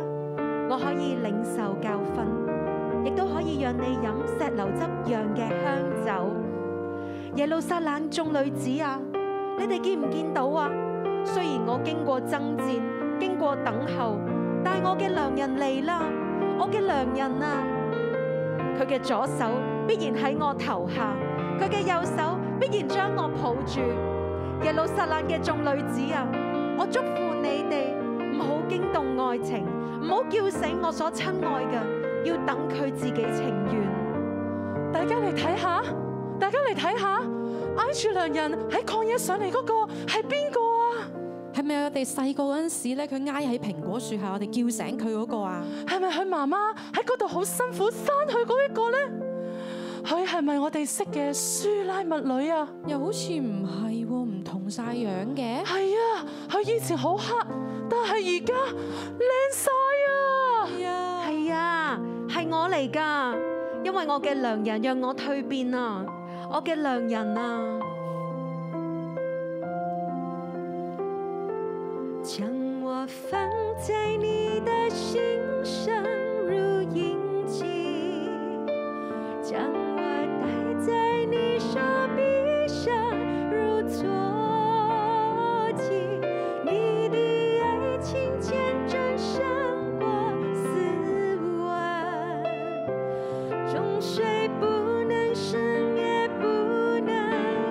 [SPEAKER 5] 我可以領受教訓，亦都可以讓你飲石榴汁釀嘅香酒。耶路撒冷眾女子啊，你哋見唔見到啊？雖然我經過爭戰，經過等候，但係我嘅良人嚟啦，我嘅良人啊！佢嘅左手必然喺我頭下，佢嘅右手必然將我抱住。耶路撒冷嘅眾女子啊，我祝福你哋唔好驚動愛情，唔好叫醒我所親愛嘅，要等佢自己情願。
[SPEAKER 3] 大家嚟睇下，大家嚟睇下，挨住良人喺曠野上嚟嗰個係邊個啊？
[SPEAKER 4] 係咪我哋細個嗰陣時咧，佢挨喺蘋果樹下，我哋叫醒佢嗰個啊？
[SPEAKER 3] 係咪佢媽媽喺嗰度好辛苦生佢嗰一個咧？佢係咪我哋識嘅舒拉密女啊？
[SPEAKER 4] 又好似唔係喎，唔同晒樣嘅。
[SPEAKER 3] 係啊，佢以前好黑，但係而家靚晒啊！
[SPEAKER 4] 係啊，
[SPEAKER 5] 係啊，係我嚟噶，因為我嘅良人讓我蜕變啊，我嘅良人啊。将我放在你的心上如印记，将我戴在你手臂上如坐骑，你的爱情见证胜过死亡，终水不能熄灭，不能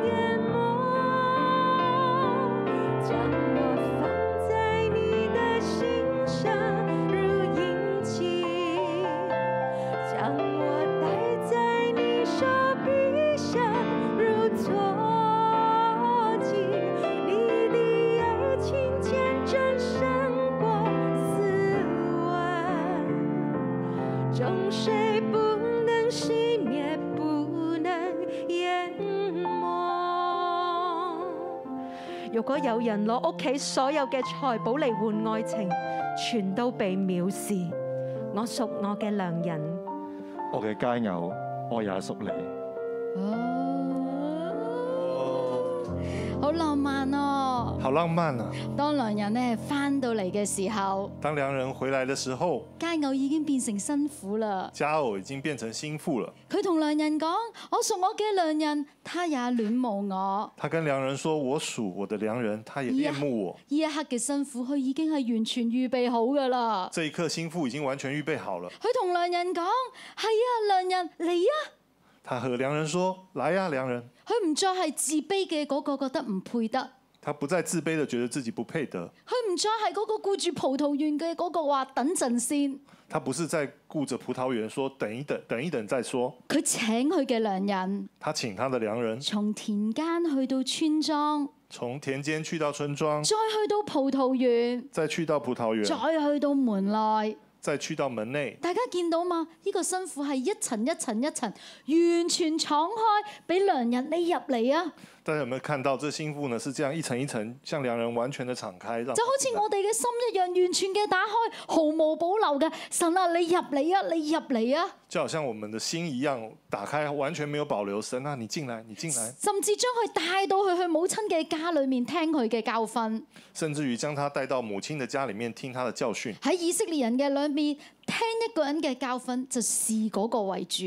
[SPEAKER 5] 淹没。将我放在你的心上如印记，将我戴在你手臂上如坐骑。你的爱情见证胜过死亡，终水不能熄灭，不能淹没。如果有人攞屋企所有嘅財寶嚟換愛情，全都被藐視。我屬我嘅良人。
[SPEAKER 6] 我嘅佳偶，我也屬你。
[SPEAKER 1] 哦好浪漫哦！
[SPEAKER 2] 好浪漫啊！
[SPEAKER 1] 當良人咧翻到嚟嘅時候，
[SPEAKER 2] 当良人回来的时候，
[SPEAKER 1] 佳偶已經變成辛苦啦。
[SPEAKER 2] 佳偶已经变成心腹了。
[SPEAKER 1] 佢同良人講：我屬我嘅良人，他也戀慕我。
[SPEAKER 2] 他跟良人说：“我属我的良人，他也恋慕我。
[SPEAKER 1] 呢一刻嘅辛苦，佢已經係完全預備好噶啦。
[SPEAKER 2] 这一刻，心腹已经完全预备好了。
[SPEAKER 1] 佢同良人講：係啊，良人嚟啊！
[SPEAKER 2] 他和良人说：“来呀、良人。
[SPEAKER 1] 佢唔再係自卑嘅嗰個，覺得唔配得；”
[SPEAKER 2] 他不再自卑的觉得自己不配得，
[SPEAKER 1] 佢唔再係嗰個顧住葡萄園嘅嗰個話等陣先。
[SPEAKER 2] 他不是在顾着葡萄园说等一等，等一等再说。
[SPEAKER 1] 佢請佢嘅良人
[SPEAKER 2] 他请他的良人
[SPEAKER 1] 從田間去到村莊，
[SPEAKER 2] 从田间去到村庄，
[SPEAKER 1] 再去到葡萄園，
[SPEAKER 2] 再去到葡萄园，
[SPEAKER 1] 再去到門內。
[SPEAKER 2] 再去到門内。
[SPEAKER 1] 大家見到嘛？呢、個辛苦係一層一層一層，完全敞開俾良人你入嚟啊！
[SPEAKER 2] 大家有没有看到这心腹呢？是这样一层一层，像良人完全的敞开，让
[SPEAKER 1] 就好哦似我哋嘅心一樣，完全嘅打開，毫無保留嘅。神啊，你入嚟啊，你入嚟啊！
[SPEAKER 2] 就好像我们的心一样打开，完全没有保留。神啊，你进来，你进来，
[SPEAKER 1] 甚至將佢帶到去佢母親嘅家裏面聽佢嘅教訓，
[SPEAKER 2] 甚至于将他带到母亲的家里面听他的教训。
[SPEAKER 1] 喺以色列人嘅裏面聽一個人嘅教訓就視嗰個為主。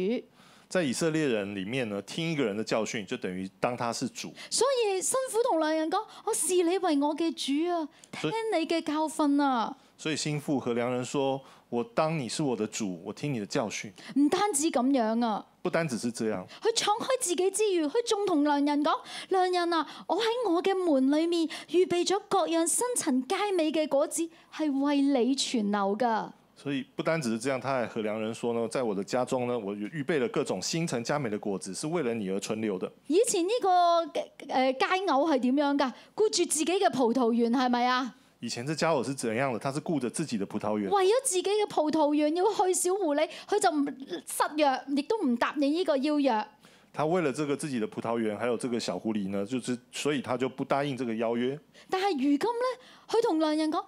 [SPEAKER 2] 在以色列人里面呢，听一个人的教训，就等于当他是主。
[SPEAKER 1] 所以辛苦同良人講：我視你為我嘅主啊，
[SPEAKER 2] 所
[SPEAKER 1] 聽
[SPEAKER 2] 以
[SPEAKER 1] 你嘅教訓啊！
[SPEAKER 2] 所以心腹和良人说：“我当你是我的主，我听你的教训。
[SPEAKER 1] 唔單止咁樣啊！”
[SPEAKER 2] 不单只是这样，
[SPEAKER 1] 佢敞開自己之餘，佢仲同良人講：良人啊，我喺我嘅門裏面預備咗各樣新陳佳美嘅果子，係為你存留噶。
[SPEAKER 2] 所以不单只是这样，他还和良人说呢，在我的家中呢，我预备了各种新陈佳美的果子，是为了你而存留的。
[SPEAKER 1] 以前呢、個誒、呃佳偶係點樣㗎？顧住自己嘅葡萄園係咪啊？
[SPEAKER 2] 以前这家伙是怎样的？他是顾着自己的葡萄园，
[SPEAKER 1] 為咗自己嘅葡萄園要去小狐狸，佢就唔失約，亦都唔答應呢個邀約。
[SPEAKER 2] 他为了这个自己的葡萄园，还有这个小狐狸呢，就是所以他就不答应这个邀约。
[SPEAKER 1] 但係如今呢，佢同良人講：呢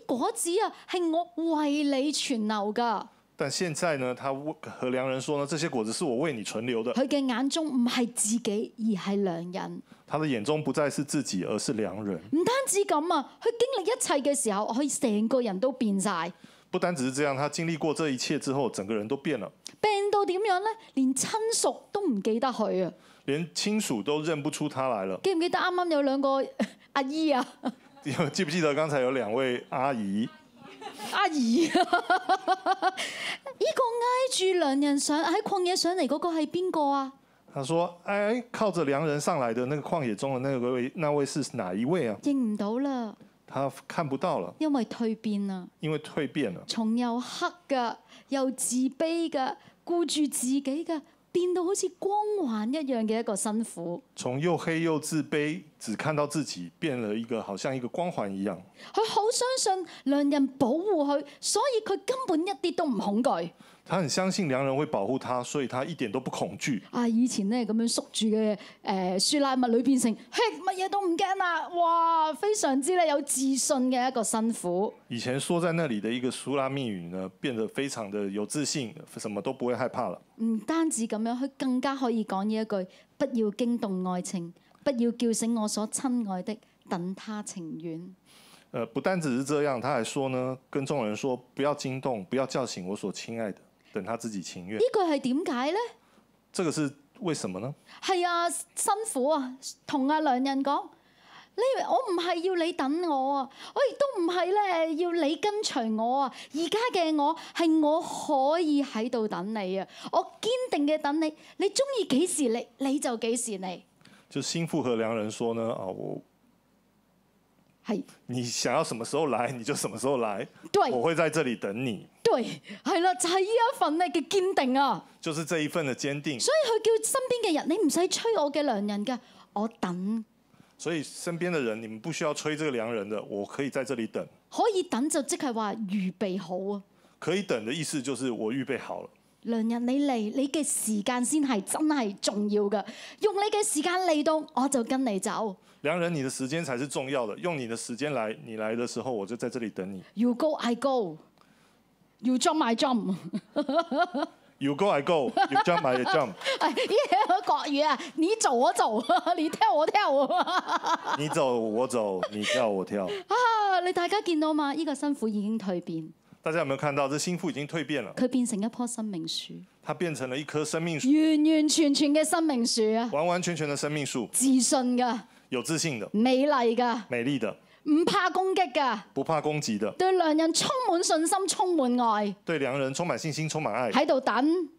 [SPEAKER 1] 啲果子啊，係我為你存留㗎。
[SPEAKER 2] 但现在呢，他为和良人说呢，这些果子是我为你存留的。
[SPEAKER 1] 佢嘅眼中唔係自己，而係良人。
[SPEAKER 2] 他的眼中不再是自己，而是良人。
[SPEAKER 1] 唔單止咁啊，佢經歷一切嘅時候，佢成個人都變晒。
[SPEAKER 2] 不单只是这样，他经历过这一切之后，整个人都變了，
[SPEAKER 1] 病到點樣咧？連親屬都唔記得佢啊！
[SPEAKER 2] 連親屬都認不出他來了。
[SPEAKER 1] 記唔記得啱啱有兩個阿姨啊、
[SPEAKER 2] 記不記得剛才有兩位啊阿姨？
[SPEAKER 1] 阿姨啊？ 呢個挨住良人上喺曠野上嚟嗰個係邊個啊？
[SPEAKER 2] 他說：“哎，靠着良人上來的那個曠野中的那個位，那位是哪一位啊？
[SPEAKER 1] 認唔到啦，
[SPEAKER 2] 他哎看不到了，
[SPEAKER 1] 因為蜕變啊啦，
[SPEAKER 2] 因為蜕變了，
[SPEAKER 1] 從又黑噶，又自卑噶，顧住自己噶，變到好似光環一樣嘅一個辛苦。
[SPEAKER 2] 從又黑又自卑，只看到自己，變了一個好像一個光環一樣。
[SPEAKER 1] 佢好相信良人保護佢，所以佢根本一啲都唔恐懼。
[SPEAKER 2] 他很相信良人會保護他，所以他一點都不恐懼。
[SPEAKER 1] 啊！以前咧咁樣縮住嘅誒舒拉物裏變成，嘿乜嘢都唔驚啦！哇，非常之咧有自信嘅一個辛苦。
[SPEAKER 2] 以前說在那裡的一個蘇拉密語呢，變得非常的有自信，什麼都不會害怕了。
[SPEAKER 1] 唔單止咁樣，佢更加可以講呢一句：不要驚動愛情，不要叫醒我所親愛的，等他情願。
[SPEAKER 2] 呃，不單只是這樣，他還說呢，跟眾人說不要驚動，不要叫醒我所親愛的，等他自己情願
[SPEAKER 1] 呢。句係點解呢？
[SPEAKER 2] 這個是為什麼呢？
[SPEAKER 1] 係啊，辛苦啊，同阿良人講。你我唔係要你等我啊，我亦都唔係咧要你跟隨我啊。而家嘅我係我可以喺度等你啊，我堅定嘅等你，你中意幾時你你就幾時嚟。
[SPEAKER 2] 就心腹和良人說呢，啊，我
[SPEAKER 1] 係
[SPEAKER 2] 你想要什麼時候來你就什麼時候來，
[SPEAKER 1] 對
[SPEAKER 2] 我會在這裡等你，
[SPEAKER 1] 對，係啦，就係呢一份咧嘅堅定啊。
[SPEAKER 2] 就是這一份的堅定。
[SPEAKER 1] 所以佢叫身邊嘅人，你唔使催我嘅良人㗎，我等
[SPEAKER 2] 所以身邊的人，你們不需要催這個良人的，我可以在這裡等。
[SPEAKER 1] 可以等就即係話預備好啊。
[SPEAKER 2] 可以等的意思就是我預備好了，
[SPEAKER 1] 良人你嚟，你嘅時間先係真係重要嘅。用你嘅時間嚟到，我就跟你走。
[SPEAKER 2] 良人你的時間才是重要的，用你的時間來，你來的時候我就在這裡等你。
[SPEAKER 1] You go, I go. You jump, I jump。
[SPEAKER 2] You go I go, you jump I jump。
[SPEAKER 1] 係哎呢個國語啊，你做我做， 你聽我聽 啊！
[SPEAKER 2] 你走我走，你跳我跳。
[SPEAKER 1] 你大家見到嘛？呢、個辛苦已經蜕變，
[SPEAKER 2] 大家有沒有看到這心腹已經蜕變了？
[SPEAKER 1] 佢變成一棵生命樹，
[SPEAKER 2] 它變成了一棵生命樹，
[SPEAKER 1] 完完全全嘅生命樹啊！
[SPEAKER 2] 完完全全的生命樹，
[SPEAKER 1] 自信㗎，
[SPEAKER 2] 有自信的、
[SPEAKER 1] 美麗㗎，
[SPEAKER 2] 美麗的、
[SPEAKER 1] 唔怕攻擊㗎，
[SPEAKER 2] 不怕攻擊的，
[SPEAKER 1] 對良人充滿信心，充滿愛，
[SPEAKER 2] 對良人充滿信心、充滿愛，
[SPEAKER 1] 喺度等。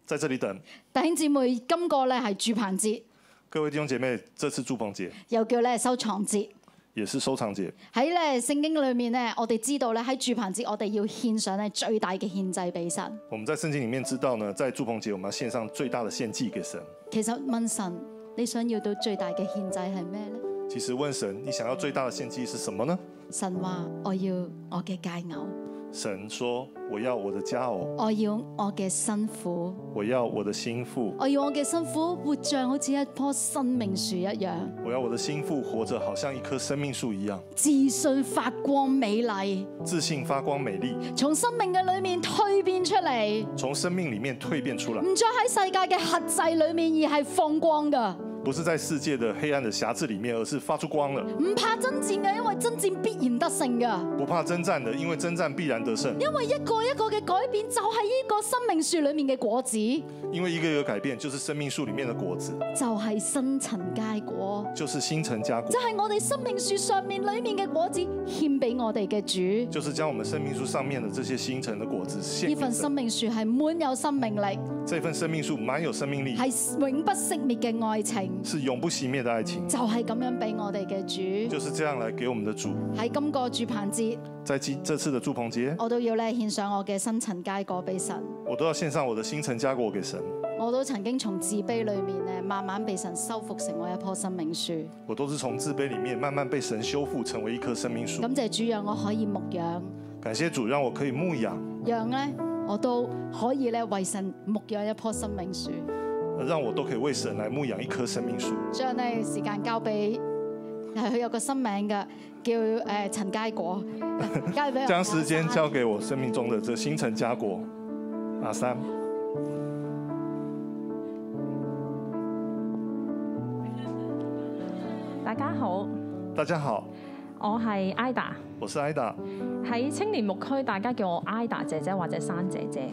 [SPEAKER 2] 在這裡等。
[SPEAKER 1] 弟兄姊妹，今個咧係住棚節，
[SPEAKER 2] 各位弟兄姐妹，這次祝棚節
[SPEAKER 1] 又叫咧收藏節。
[SPEAKER 2] 也是收藏節，
[SPEAKER 1] 喺咧聖經裏面咧，我哋知道咧喺住棚節，我哋要獻上咧最大嘅獻祭俾神。
[SPEAKER 2] 我們在聖經裡面知道呢，在祝棚節我們要獻上最大的獻祭給神。
[SPEAKER 1] 其實問神，你想要到最大嘅獻祭係咩呢？
[SPEAKER 2] 其實問神，你想要最大的獻祭是什麼呢？
[SPEAKER 1] 神話：我要我嘅戒偶，
[SPEAKER 2] 神說：我要我的佳偶，
[SPEAKER 1] 我要我嘅辛苦，
[SPEAKER 2] 我要我的心腹，
[SPEAKER 1] 我要我嘅辛苦活像好似一棵生命樹一樣，
[SPEAKER 2] 我要我的心腹活着好像一棵生命樹一樣，
[SPEAKER 1] 自信發光美麗，
[SPEAKER 2] 自信發光美麗，
[SPEAKER 1] 從生命嘅裏面蛻變出嚟，
[SPEAKER 2] 從生命裡面蛻變出來，
[SPEAKER 1] 唔再喺世界嘅核制裏面，而係放光噶。
[SPEAKER 2] 不是在世界的黑暗的瑕疵裡面，而是發出光了。
[SPEAKER 1] 唔怕爭戰嘅，因為爭戰必然得勝噶。
[SPEAKER 2] 不怕征戰的，因為征戰必然得勝。
[SPEAKER 1] 因為一個一個嘅改變就係呢個生命樹裏面嘅果子，就
[SPEAKER 2] 因為一個一個改變，就是生命樹裡面的果子，
[SPEAKER 1] 係新陳佳果，
[SPEAKER 2] 就是新陳佳果
[SPEAKER 1] 就，係我哋生命樹上面裏面嘅果子獻俾我哋嘅主。
[SPEAKER 2] 就是將我們生命樹上面的這些新陳的果子獻
[SPEAKER 1] 呢
[SPEAKER 2] 給
[SPEAKER 1] 份生
[SPEAKER 2] 神。
[SPEAKER 1] 命樹係滿有生命力，
[SPEAKER 2] 這份生命樹滿有生命力，
[SPEAKER 1] 係永不熄滅嘅愛情，
[SPEAKER 2] 是永不熄滅的愛情，
[SPEAKER 1] 就係咁樣俾我哋嘅主。
[SPEAKER 2] 就是這樣來給我們的主。
[SPEAKER 1] 喺今個住棚節，
[SPEAKER 2] 在今這次的祝棚節，
[SPEAKER 1] 我都要咧獻上我嘅新陳佳果俾神。
[SPEAKER 2] 我都要獻上我的新陳佳果給神。
[SPEAKER 1] 我都曾經從自卑裏面咧，慢慢被神修復成為一棵生命樹。
[SPEAKER 2] 我都是從自卑裡面慢慢被神修復，成為一棵生命樹。
[SPEAKER 1] 感謝主讓我可以牧養，
[SPEAKER 2] 感謝主讓我可以牧養，
[SPEAKER 1] 讓咧我都可以咧為神牧養一棵生命樹。
[SPEAKER 2] 讓我都可以為神來牧養一棵生命樹。
[SPEAKER 1] 將咧時間交俾係 佢有個新名嘅，叫誒、呃、陳佳果， 交俾 我
[SPEAKER 2] 將時間交給我生命中的這新陳佳果，阿三。
[SPEAKER 8] 大家好，
[SPEAKER 2] 大家好，
[SPEAKER 8] 我係 Ida，
[SPEAKER 2] 我是 IDA，
[SPEAKER 8] 喺青年牧區大家叫我 Ida 姐姐或者珊姐姐。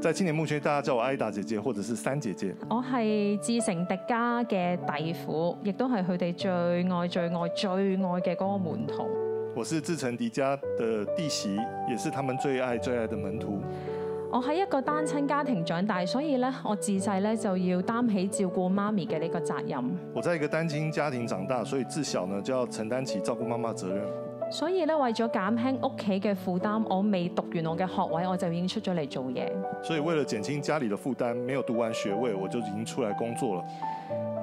[SPEAKER 2] 在青年牧区大家叫我 IDA 姐姐或者是三姐姐。
[SPEAKER 8] 我係志成迪加嘅弟婦，亦都係佢哋最愛、最愛、最愛嘅嗰個門徒。
[SPEAKER 2] 我是志成迪迦的弟媳，也是他们最爱最爱的门徒。
[SPEAKER 8] 我喺一個單親家庭長大，所以咧我自細咧就要擔起照顧媽咪嘅呢個責任。
[SPEAKER 2] 我在一个单亲家庭长大，所以自小呢就要承担起照顾妈妈的责任。
[SPEAKER 8] 所以咧為咗減輕屋企嘅負擔，我未讀完我嘅學位，我就已經出咗嚟做嘢。
[SPEAKER 2] 所以为了减轻家里的负担，没有读完学位，我就已经出来工作了。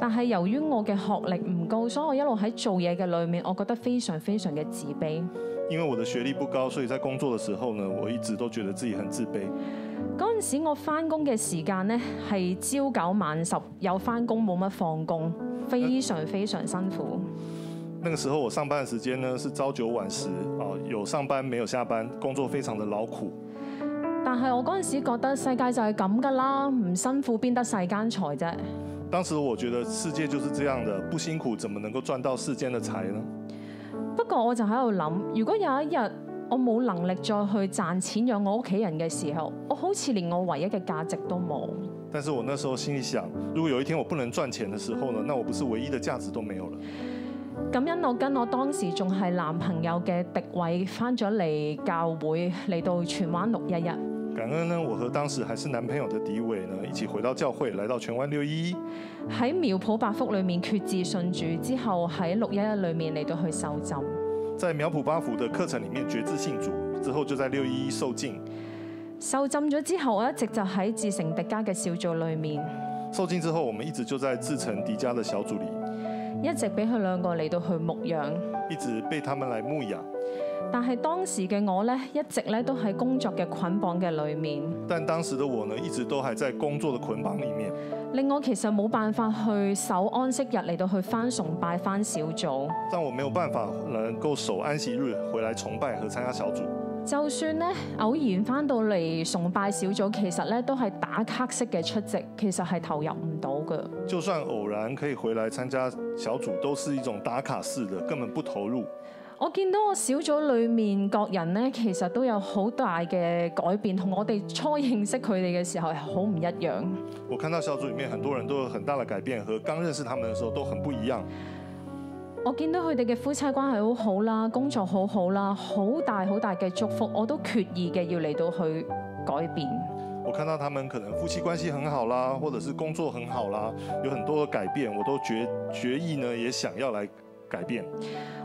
[SPEAKER 8] 但係由於我嘅學歷唔高，所以我一路喺做嘢嘅裏面，我覺得非常非常嘅自卑。
[SPEAKER 2] 因为我的学历不高，所以在工作的时候呢，我一直都觉得自己很自卑。
[SPEAKER 8] 嗰陣時我翻工嘅時間呢係朝九晚十，有翻工冇乜放工，非常非常辛苦。
[SPEAKER 2] 那个时候我上班的时间呢是朝九晚十啊，有上班没有下班，工作非常的劳苦。
[SPEAKER 8] 但係我嗰陣時覺得世界就係咁㗎啦，唔辛苦邊得世間財啫。
[SPEAKER 2] 当时我觉得世界就是这样的，不辛苦怎么能够赚到世间的财呢？
[SPEAKER 8] 不過我就喺度諗，如果有一日我冇能力再去賺錢養我屋企人嘅時候，我好似連我唯一嘅價值都冇。
[SPEAKER 2] 但是我那时候心里想，如果有一天我不能赚钱的时候呢，那我不是唯一的价值都没有了。
[SPEAKER 8] 感恩我跟我當時仲係男朋友嘅迪偉翻咗嚟教會，嚟到荃灣六一日。
[SPEAKER 2] 感恩呢，我和当时还是男朋友的迪伟呢，一起回到教会，来到荃湾六一一，
[SPEAKER 8] 喺苗圃百福裏面決志信主之後，喺六一一裏面嚟到去受浸。
[SPEAKER 2] 在苗圃八福的课程里面觉知信主，之后就在六一一受浸。
[SPEAKER 8] 受浸咗之後，啊我一直就喺自成迪加嘅小組裏面，
[SPEAKER 2] 受浸之后，我们一直就在志成迪迦的小组里，
[SPEAKER 8] 一直俾佢兩個嚟到去牧養。
[SPEAKER 2] 一直被他们来牧养。
[SPEAKER 8] 但係當時嘅我呢，一直咧都喺工作嘅捆綁嘅裏面，
[SPEAKER 2] 但当时的我呢，一直都还在工作的捆绑里面，
[SPEAKER 8] 令我其實冇辦法去守安息日嚟到去翻崇拜翻小組。
[SPEAKER 2] 让我没有办法能够守安息日回来崇拜和参加小组。
[SPEAKER 8] 就算呢偶然翻到嚟崇拜小組，其實咧都係打卡式嘅出席，其實係投入唔到嘅。
[SPEAKER 2] 就算偶然可以回来参加小组，都是一种打卡式的，根本不投入。
[SPEAKER 8] 我見到我小組裏面各人呢，其實都有好大嘅改變，同我哋初認識佢哋嘅時候係好唔一樣。
[SPEAKER 2] 我看到小组里面很多人都有很大的改变，和刚认识他们的时候都很不一样。
[SPEAKER 8] 我見到佢哋嘅夫妻關係好好啦，工作好好啦，好大好大嘅祝福，我都決意嘅要嚟到去改變。
[SPEAKER 2] 我看到他们可能夫妻关系很好啦，或者是工作很好啦，有很多的改变，我都决决意呢也想要来改变。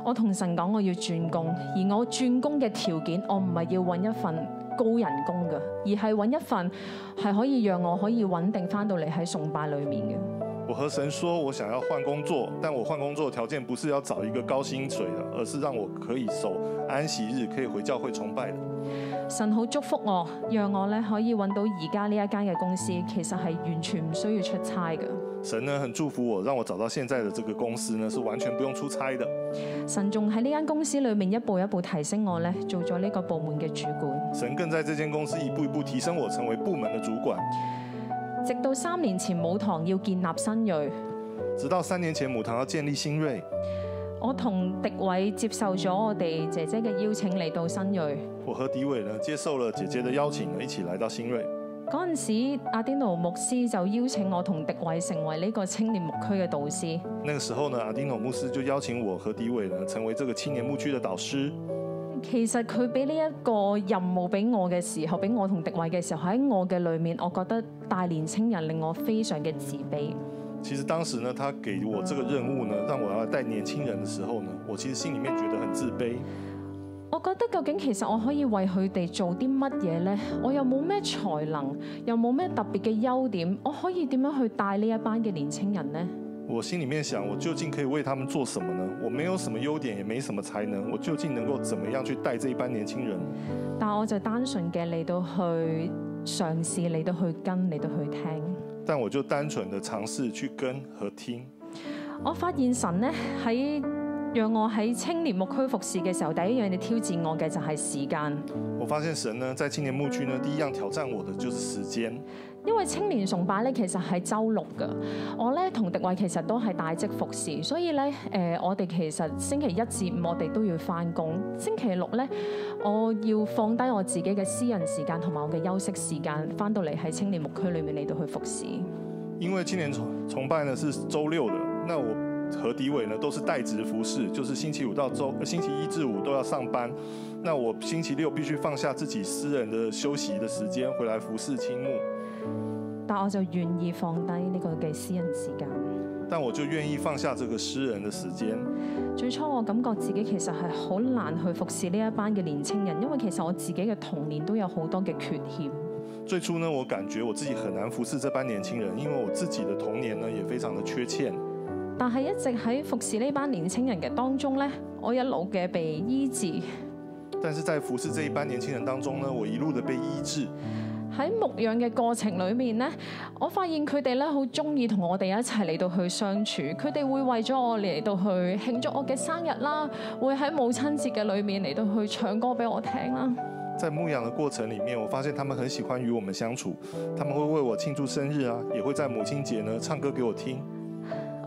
[SPEAKER 8] 我同神講我要轉工，而我轉工嘅條件，我唔係要揾一份高人工嘅，而係揾一份係可以讓我可以穩定翻到嚟喺崇拜裏面嘅。
[SPEAKER 2] 我和神说，我想要换工作，但我换工作的条件不是要找一个高薪水的，而是让我可以守安息日，可以回教会崇拜的。
[SPEAKER 8] 神好祝福我，讓我咧可以揾到而家呢一間嘅公司，其實係完全唔需要出差嘅。
[SPEAKER 2] 神呢很祝福我，让我找到现在的这个公司呢是完全不用出差的。
[SPEAKER 8] 神仲喺呢間公司裏面一步一步提升我咧，做咗呢個部門嘅主管。
[SPEAKER 2] 神更在这间公司一步一步提升我，成为部门的主管。
[SPEAKER 8] 直到三年前母堂要建立新锐，
[SPEAKER 2] 直到三年前，母堂要建立新锐，
[SPEAKER 8] 我同迪偉接受咗我哋姐姐嘅邀請嚟到新锐。
[SPEAKER 2] 我和迪伟呢接受了姐姐的邀请呢，一起来到新锐。
[SPEAKER 8] 嗰陣時，阿丁奴牧師就邀請我同迪偉成為呢個青年牧區嘅導師。
[SPEAKER 2] 那个时候呢，阿丁诺牧师就邀请我和迪伟呢成为这个青年牧区的导师。
[SPEAKER 8] 其實佢俾呢一個任務俾我嘅時候，俾我同迪偉嘅時候，喺我嘅裏面，我覺得大年青人令我非常嘅自卑。
[SPEAKER 2] 其实当时呢，他给我这个任务呢，让我要带年轻人的时候呢，我其实心里面觉得很自卑。
[SPEAKER 8] 我覺得究竟其實我可以為佢哋做啲乜嘢呢？我又冇咩才能，又冇咩特別嘅優點，我可以點樣去帶呢一班嘅年青人呢？
[SPEAKER 2] 我心里面想，我究竟可以为他们做什么呢？我没有什么优点，也没什么才能，我究竟能够怎么样去带这一班年轻人？
[SPEAKER 8] 但我就單純嘅嚟到去嘗試，嚟到去跟，嚟到去聽。
[SPEAKER 2] 但我就单纯的尝试去跟和听。
[SPEAKER 8] 我發現神呢喺讓我喺青年牧區服侍嘅時候，第一樣你挑戰我嘅就係時間，
[SPEAKER 2] 我发现神呢，在青年牧区呢，第一样挑战我的就是时间。
[SPEAKER 8] 因為青年崇拜咧其實係周六㗎。我咧同迪偉其實都係大職服侍，所以咧誒、呃我哋其實星期一至五我哋都要翻工，星期六咧我要放低我自己嘅私人時間同埋我嘅休息時間，翻到嚟喺青年牧區裏面嚟到去服侍。
[SPEAKER 2] 因为青年崇崇拜呢是周六的，那我和迪伟呢都是代职服侍，就是星期五到周呃星期一至五都要上班。那我星期六必须放下自己私人的休息的时间，回来服侍青木。
[SPEAKER 8] 但我就願意放低呢個嘅私人時間。
[SPEAKER 2] 但我就愿意放下这个私人的时间。
[SPEAKER 8] 最初我感覺自己其實係好難去服侍呢一班嘅年青人，因為其實我自己嘅童年都有好多嘅缺陷。
[SPEAKER 2] 最初呢，我感觉我自己很难服侍这班年轻人，因为我自己的童年呢也非常的缺欠。
[SPEAKER 8] 但係一直喺服侍呢班年青人嘅當中呢，我一路嘅被醫治。
[SPEAKER 2] 但是在服侍这一班年轻人当中呢，我一路的被医治。
[SPEAKER 8] 喺牧養嘅過程裏面呢，我發現佢哋咧好中意同我哋一齊嚟到去相處，佢哋會為咗我嚟到去慶祝我嘅生日啦，會喺母親節嘅裏面嚟到去唱歌俾我聽啦。
[SPEAKER 2] 在牧养的过程里面，我发现他们很喜欢与我们相处，他们会为我庆祝生日啊，也会在母亲节呢唱歌给我听。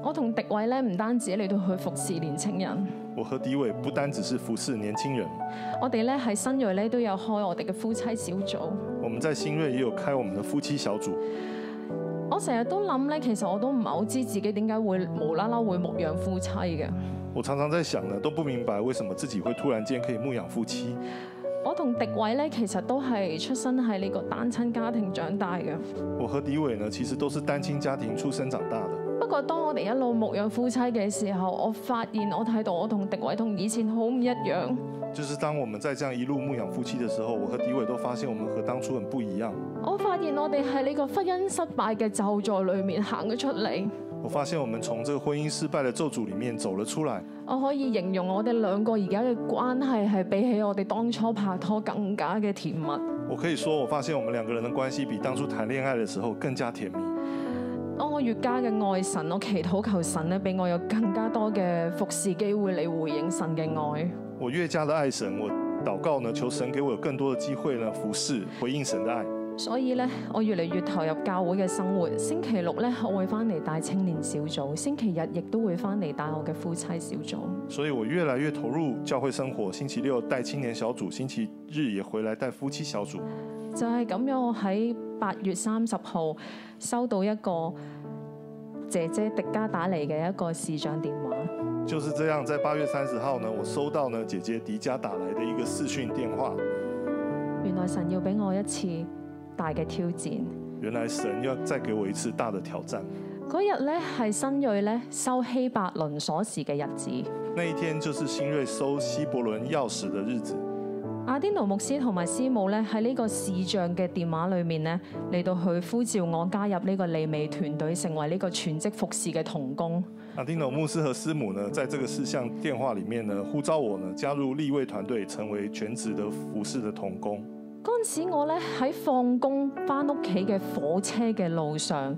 [SPEAKER 8] 我同迪偉咧唔單止嚟到去服侍年青人。
[SPEAKER 2] 我和迪伟不单只是服侍年轻人，
[SPEAKER 8] 我哋咧喺新锐咧都有開我哋嘅夫妻小組。
[SPEAKER 2] 我们在新锐也有开我们的夫妻小组。
[SPEAKER 8] 我成日都諗咧，其實我都唔係好知自己點解會無啦啦會牧養夫妻嘅。
[SPEAKER 2] 我常常在想呢，都不明白为什么自己会突然间可以牧养夫妻。
[SPEAKER 8] 我同迪偉咧，其實都係出生喺呢個單親家庭長大嘅。
[SPEAKER 2] 我和迪伟呢，其实都是单亲家庭出生长大的。
[SPEAKER 8] 不過當我哋一路牧養夫妻嘅時候，我發現我睇到我同迪偉同以前好唔一樣。
[SPEAKER 2] 就是当我们在这样一路牧养夫妻的时候，我和迪伟都发现我们和当初很不一样。
[SPEAKER 8] 我發現我哋喺呢個婚姻失敗嘅咒助裏面行咗出嚟。
[SPEAKER 2] 我发现我们从这个婚姻失败的咒诅里面走了出来。
[SPEAKER 8] 我可以形容我哋兩個而家嘅關係係比起我哋當初拍拖更加嘅甜蜜。
[SPEAKER 2] 我可以说，我发现我们两个人的关系比当初谈恋爱的时候更加甜蜜。
[SPEAKER 8] 當我越加嘅愛神，我祈禱求神咧，俾我有更加多嘅服侍機會嚟回應神嘅愛。
[SPEAKER 2] 我越加的爱神，我祷告呢，求神给我有更多的机会呢，服侍回应神的爱。
[SPEAKER 8] 所以咧，我越嚟越投入教會嘅生活。星期六咧，我會翻嚟帶青年小組；星期日亦都會翻嚟帶我嘅夫妻小組。
[SPEAKER 2] 所以我越来越投入教会生活。星期六带青年小组，星期日也回来带夫妻小组。
[SPEAKER 8] 就係咁樣，我喺八月三十號收到一個姐姐迪加打嚟嘅一個視像電話。
[SPEAKER 2] 就是这样，在八月三十号呢，我收到呢姐姐迪迦打来的一个视讯电话，
[SPEAKER 8] 原來神要俾我一次大嘅挑戰。
[SPEAKER 2] 原来神要再给我一次大的挑战。
[SPEAKER 8] 嗰日咧係新锐咧收希伯倫鎖匙嘅日子。
[SPEAKER 2] 那一天就是新锐收希伯伦钥匙的日子。
[SPEAKER 8] 阿甸奴牧師同埋師母咧喺呢個視像嘅電話裏面咧嚟到去呼召我加入呢個利美團隊，成為呢個全職服侍嘅童工。
[SPEAKER 2] 阿丁诺牧师和师母呢，在这个事项电话里面呢，呼召我呢加入立位团队，成为全职的服侍的童工。
[SPEAKER 8] 嗰陣時我咧喺放工翻屋企嘅火車嘅路上，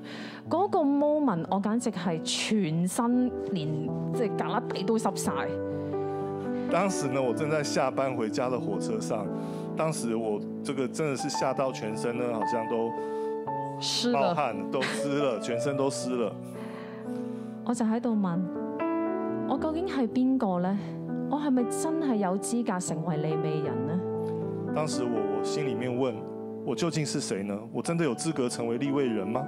[SPEAKER 8] 嗰、個 moment 我簡直係全身連即係旮旯地都濕晒。
[SPEAKER 2] 当时呢，我正在下班回家的火车上，当时我这个真的是吓到全身呢，好像都
[SPEAKER 8] 濕
[SPEAKER 2] 冒
[SPEAKER 8] 啦，
[SPEAKER 2] 汗，都湿了，全身都湿了。
[SPEAKER 8] 我就喺度問：我究竟係邊個呢？我係咪真係有資格成為利美人呢？
[SPEAKER 2] 当时我我心里面问，我究竟是谁呢？我真的有资格成为立位人吗？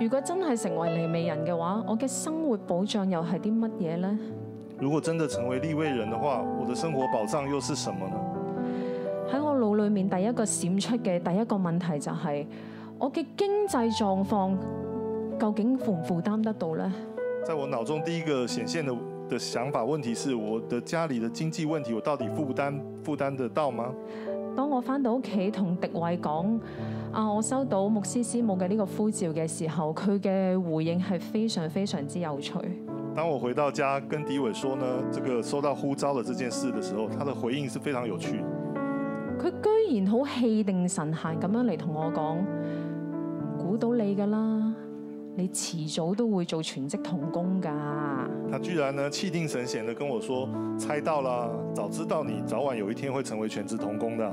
[SPEAKER 8] 如果真係成為利美人嘅話，我嘅生活保障又係啲乜嘢呢？
[SPEAKER 2] 如果真的成为立位人的话，我的生活保障又是什么呢？
[SPEAKER 8] 喺我腦裏面第一個閃出嘅第一個問題就係、我嘅經濟狀況究竟負唔負擔得到呢？
[SPEAKER 2] 在我脑中第一个显现的的想法问题是，我的家里的经济问题，我到底负担负担得到吗？
[SPEAKER 8] 當我翻到屋企同迪偉講啊，我收到牧師師母嘅呢個呼召嘅時候，佢嘅回應係非常非常之有趣。
[SPEAKER 2] 当我回到家跟迪伟说呢，这个收到呼召的这件事的时候，他的回应是非常有趣的。
[SPEAKER 8] 佢居然好氣定神閒咁樣嚟同我講，估到你㗎啦，你遲早都會做全職童工㗎。
[SPEAKER 2] 他居然呢气定神闲的跟我说：“猜到啦，早知道你早晚有一天会成为全职童工的。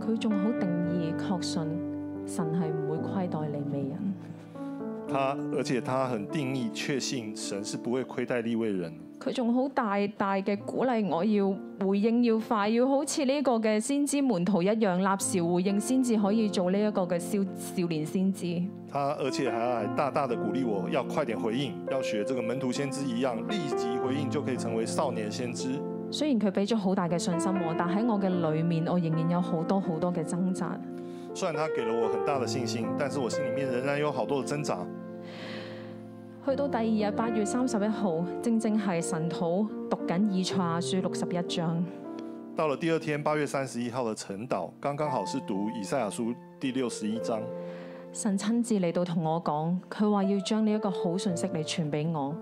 [SPEAKER 8] 佢仲好定義確信神係唔會虧待利未人。
[SPEAKER 2] 他”而且他很定义确信神是不会亏待立位人。
[SPEAKER 8] 佢仲好大大嘅鼓勵我要回應要快，要好似呢個嘅先知門徒一樣立時回應，先至可以做呢一個嘅少少年先知。
[SPEAKER 2] 他而且还大大的鼓励我要快点回应，要学这个门徒先知一样，立即回应就可以成为少年先知。
[SPEAKER 8] 雖然佢俾咗好大嘅信心我，但喺我嘅裏面，我仍然有好多好多嘅掙扎。
[SPEAKER 2] 虽然他给了我很大的信心，但是我心里面仍然有好多的挣扎。
[SPEAKER 8] 去到第二日八月三十一號，正正係神土讀緊以賽亞書六十一章。
[SPEAKER 2] 到了第二天，八月三十一号的晨祷，刚刚好是读以赛亚书第六十一章。
[SPEAKER 8] 神親自嚟到同我講，佢話要將呢一個好信息嚟傳俾我，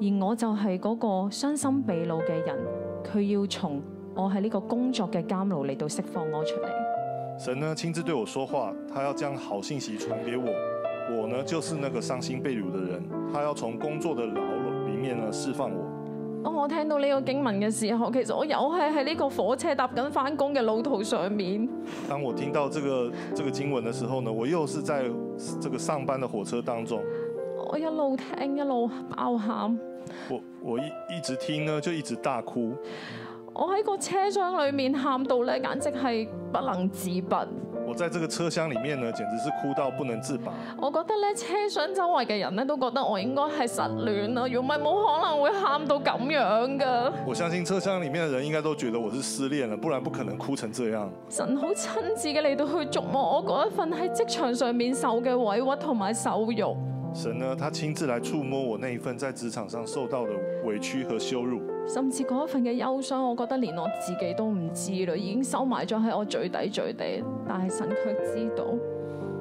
[SPEAKER 8] 而我就係嗰個傷心被擄嘅人，佢要從我喺呢個工作嘅監牢嚟到釋放我出嚟。
[SPEAKER 2] 神呢亲自对我说话，他要将好信息传给我。我呢就是那个伤心被辱的人，他要从工作的牢笼里面呢释放我。
[SPEAKER 8] 當哦我聽到呢個經文嘅時候，其實我又係喺呢個火車搭緊翻工嘅路途上面，
[SPEAKER 2] 当我听到这个这个经文的时候呢，我又是在这个上班的火车当中，
[SPEAKER 8] 我一路聽一路爆喊。
[SPEAKER 2] 我我一一直听呢就一直大哭。
[SPEAKER 8] 我喺個車廂裏面喊到咧，簡直係不能自拔。
[SPEAKER 2] 我在这个车厢里面呢，简直是哭到不能自拔。
[SPEAKER 8] 我覺得咧，車廂周圍嘅人咧都覺得我應該係失戀啦，如果唔係冇可能會喊到咁樣噶。
[SPEAKER 2] 我相信车厢里面的人应该都觉得我是失恋了，不然不可能哭成这样。
[SPEAKER 8] 神好親自嘅嚟到去觸摸我嗰一份喺職場上面受嘅委屈同埋受辱。
[SPEAKER 2] 神呢，他亲自来触摸我那一份在职场上受到的委屈和羞辱。
[SPEAKER 8] 甚至嗰一份嘅憂傷，我覺得連我自己都唔知啦，已經收埋咗喺我最底最底，但係神卻知道。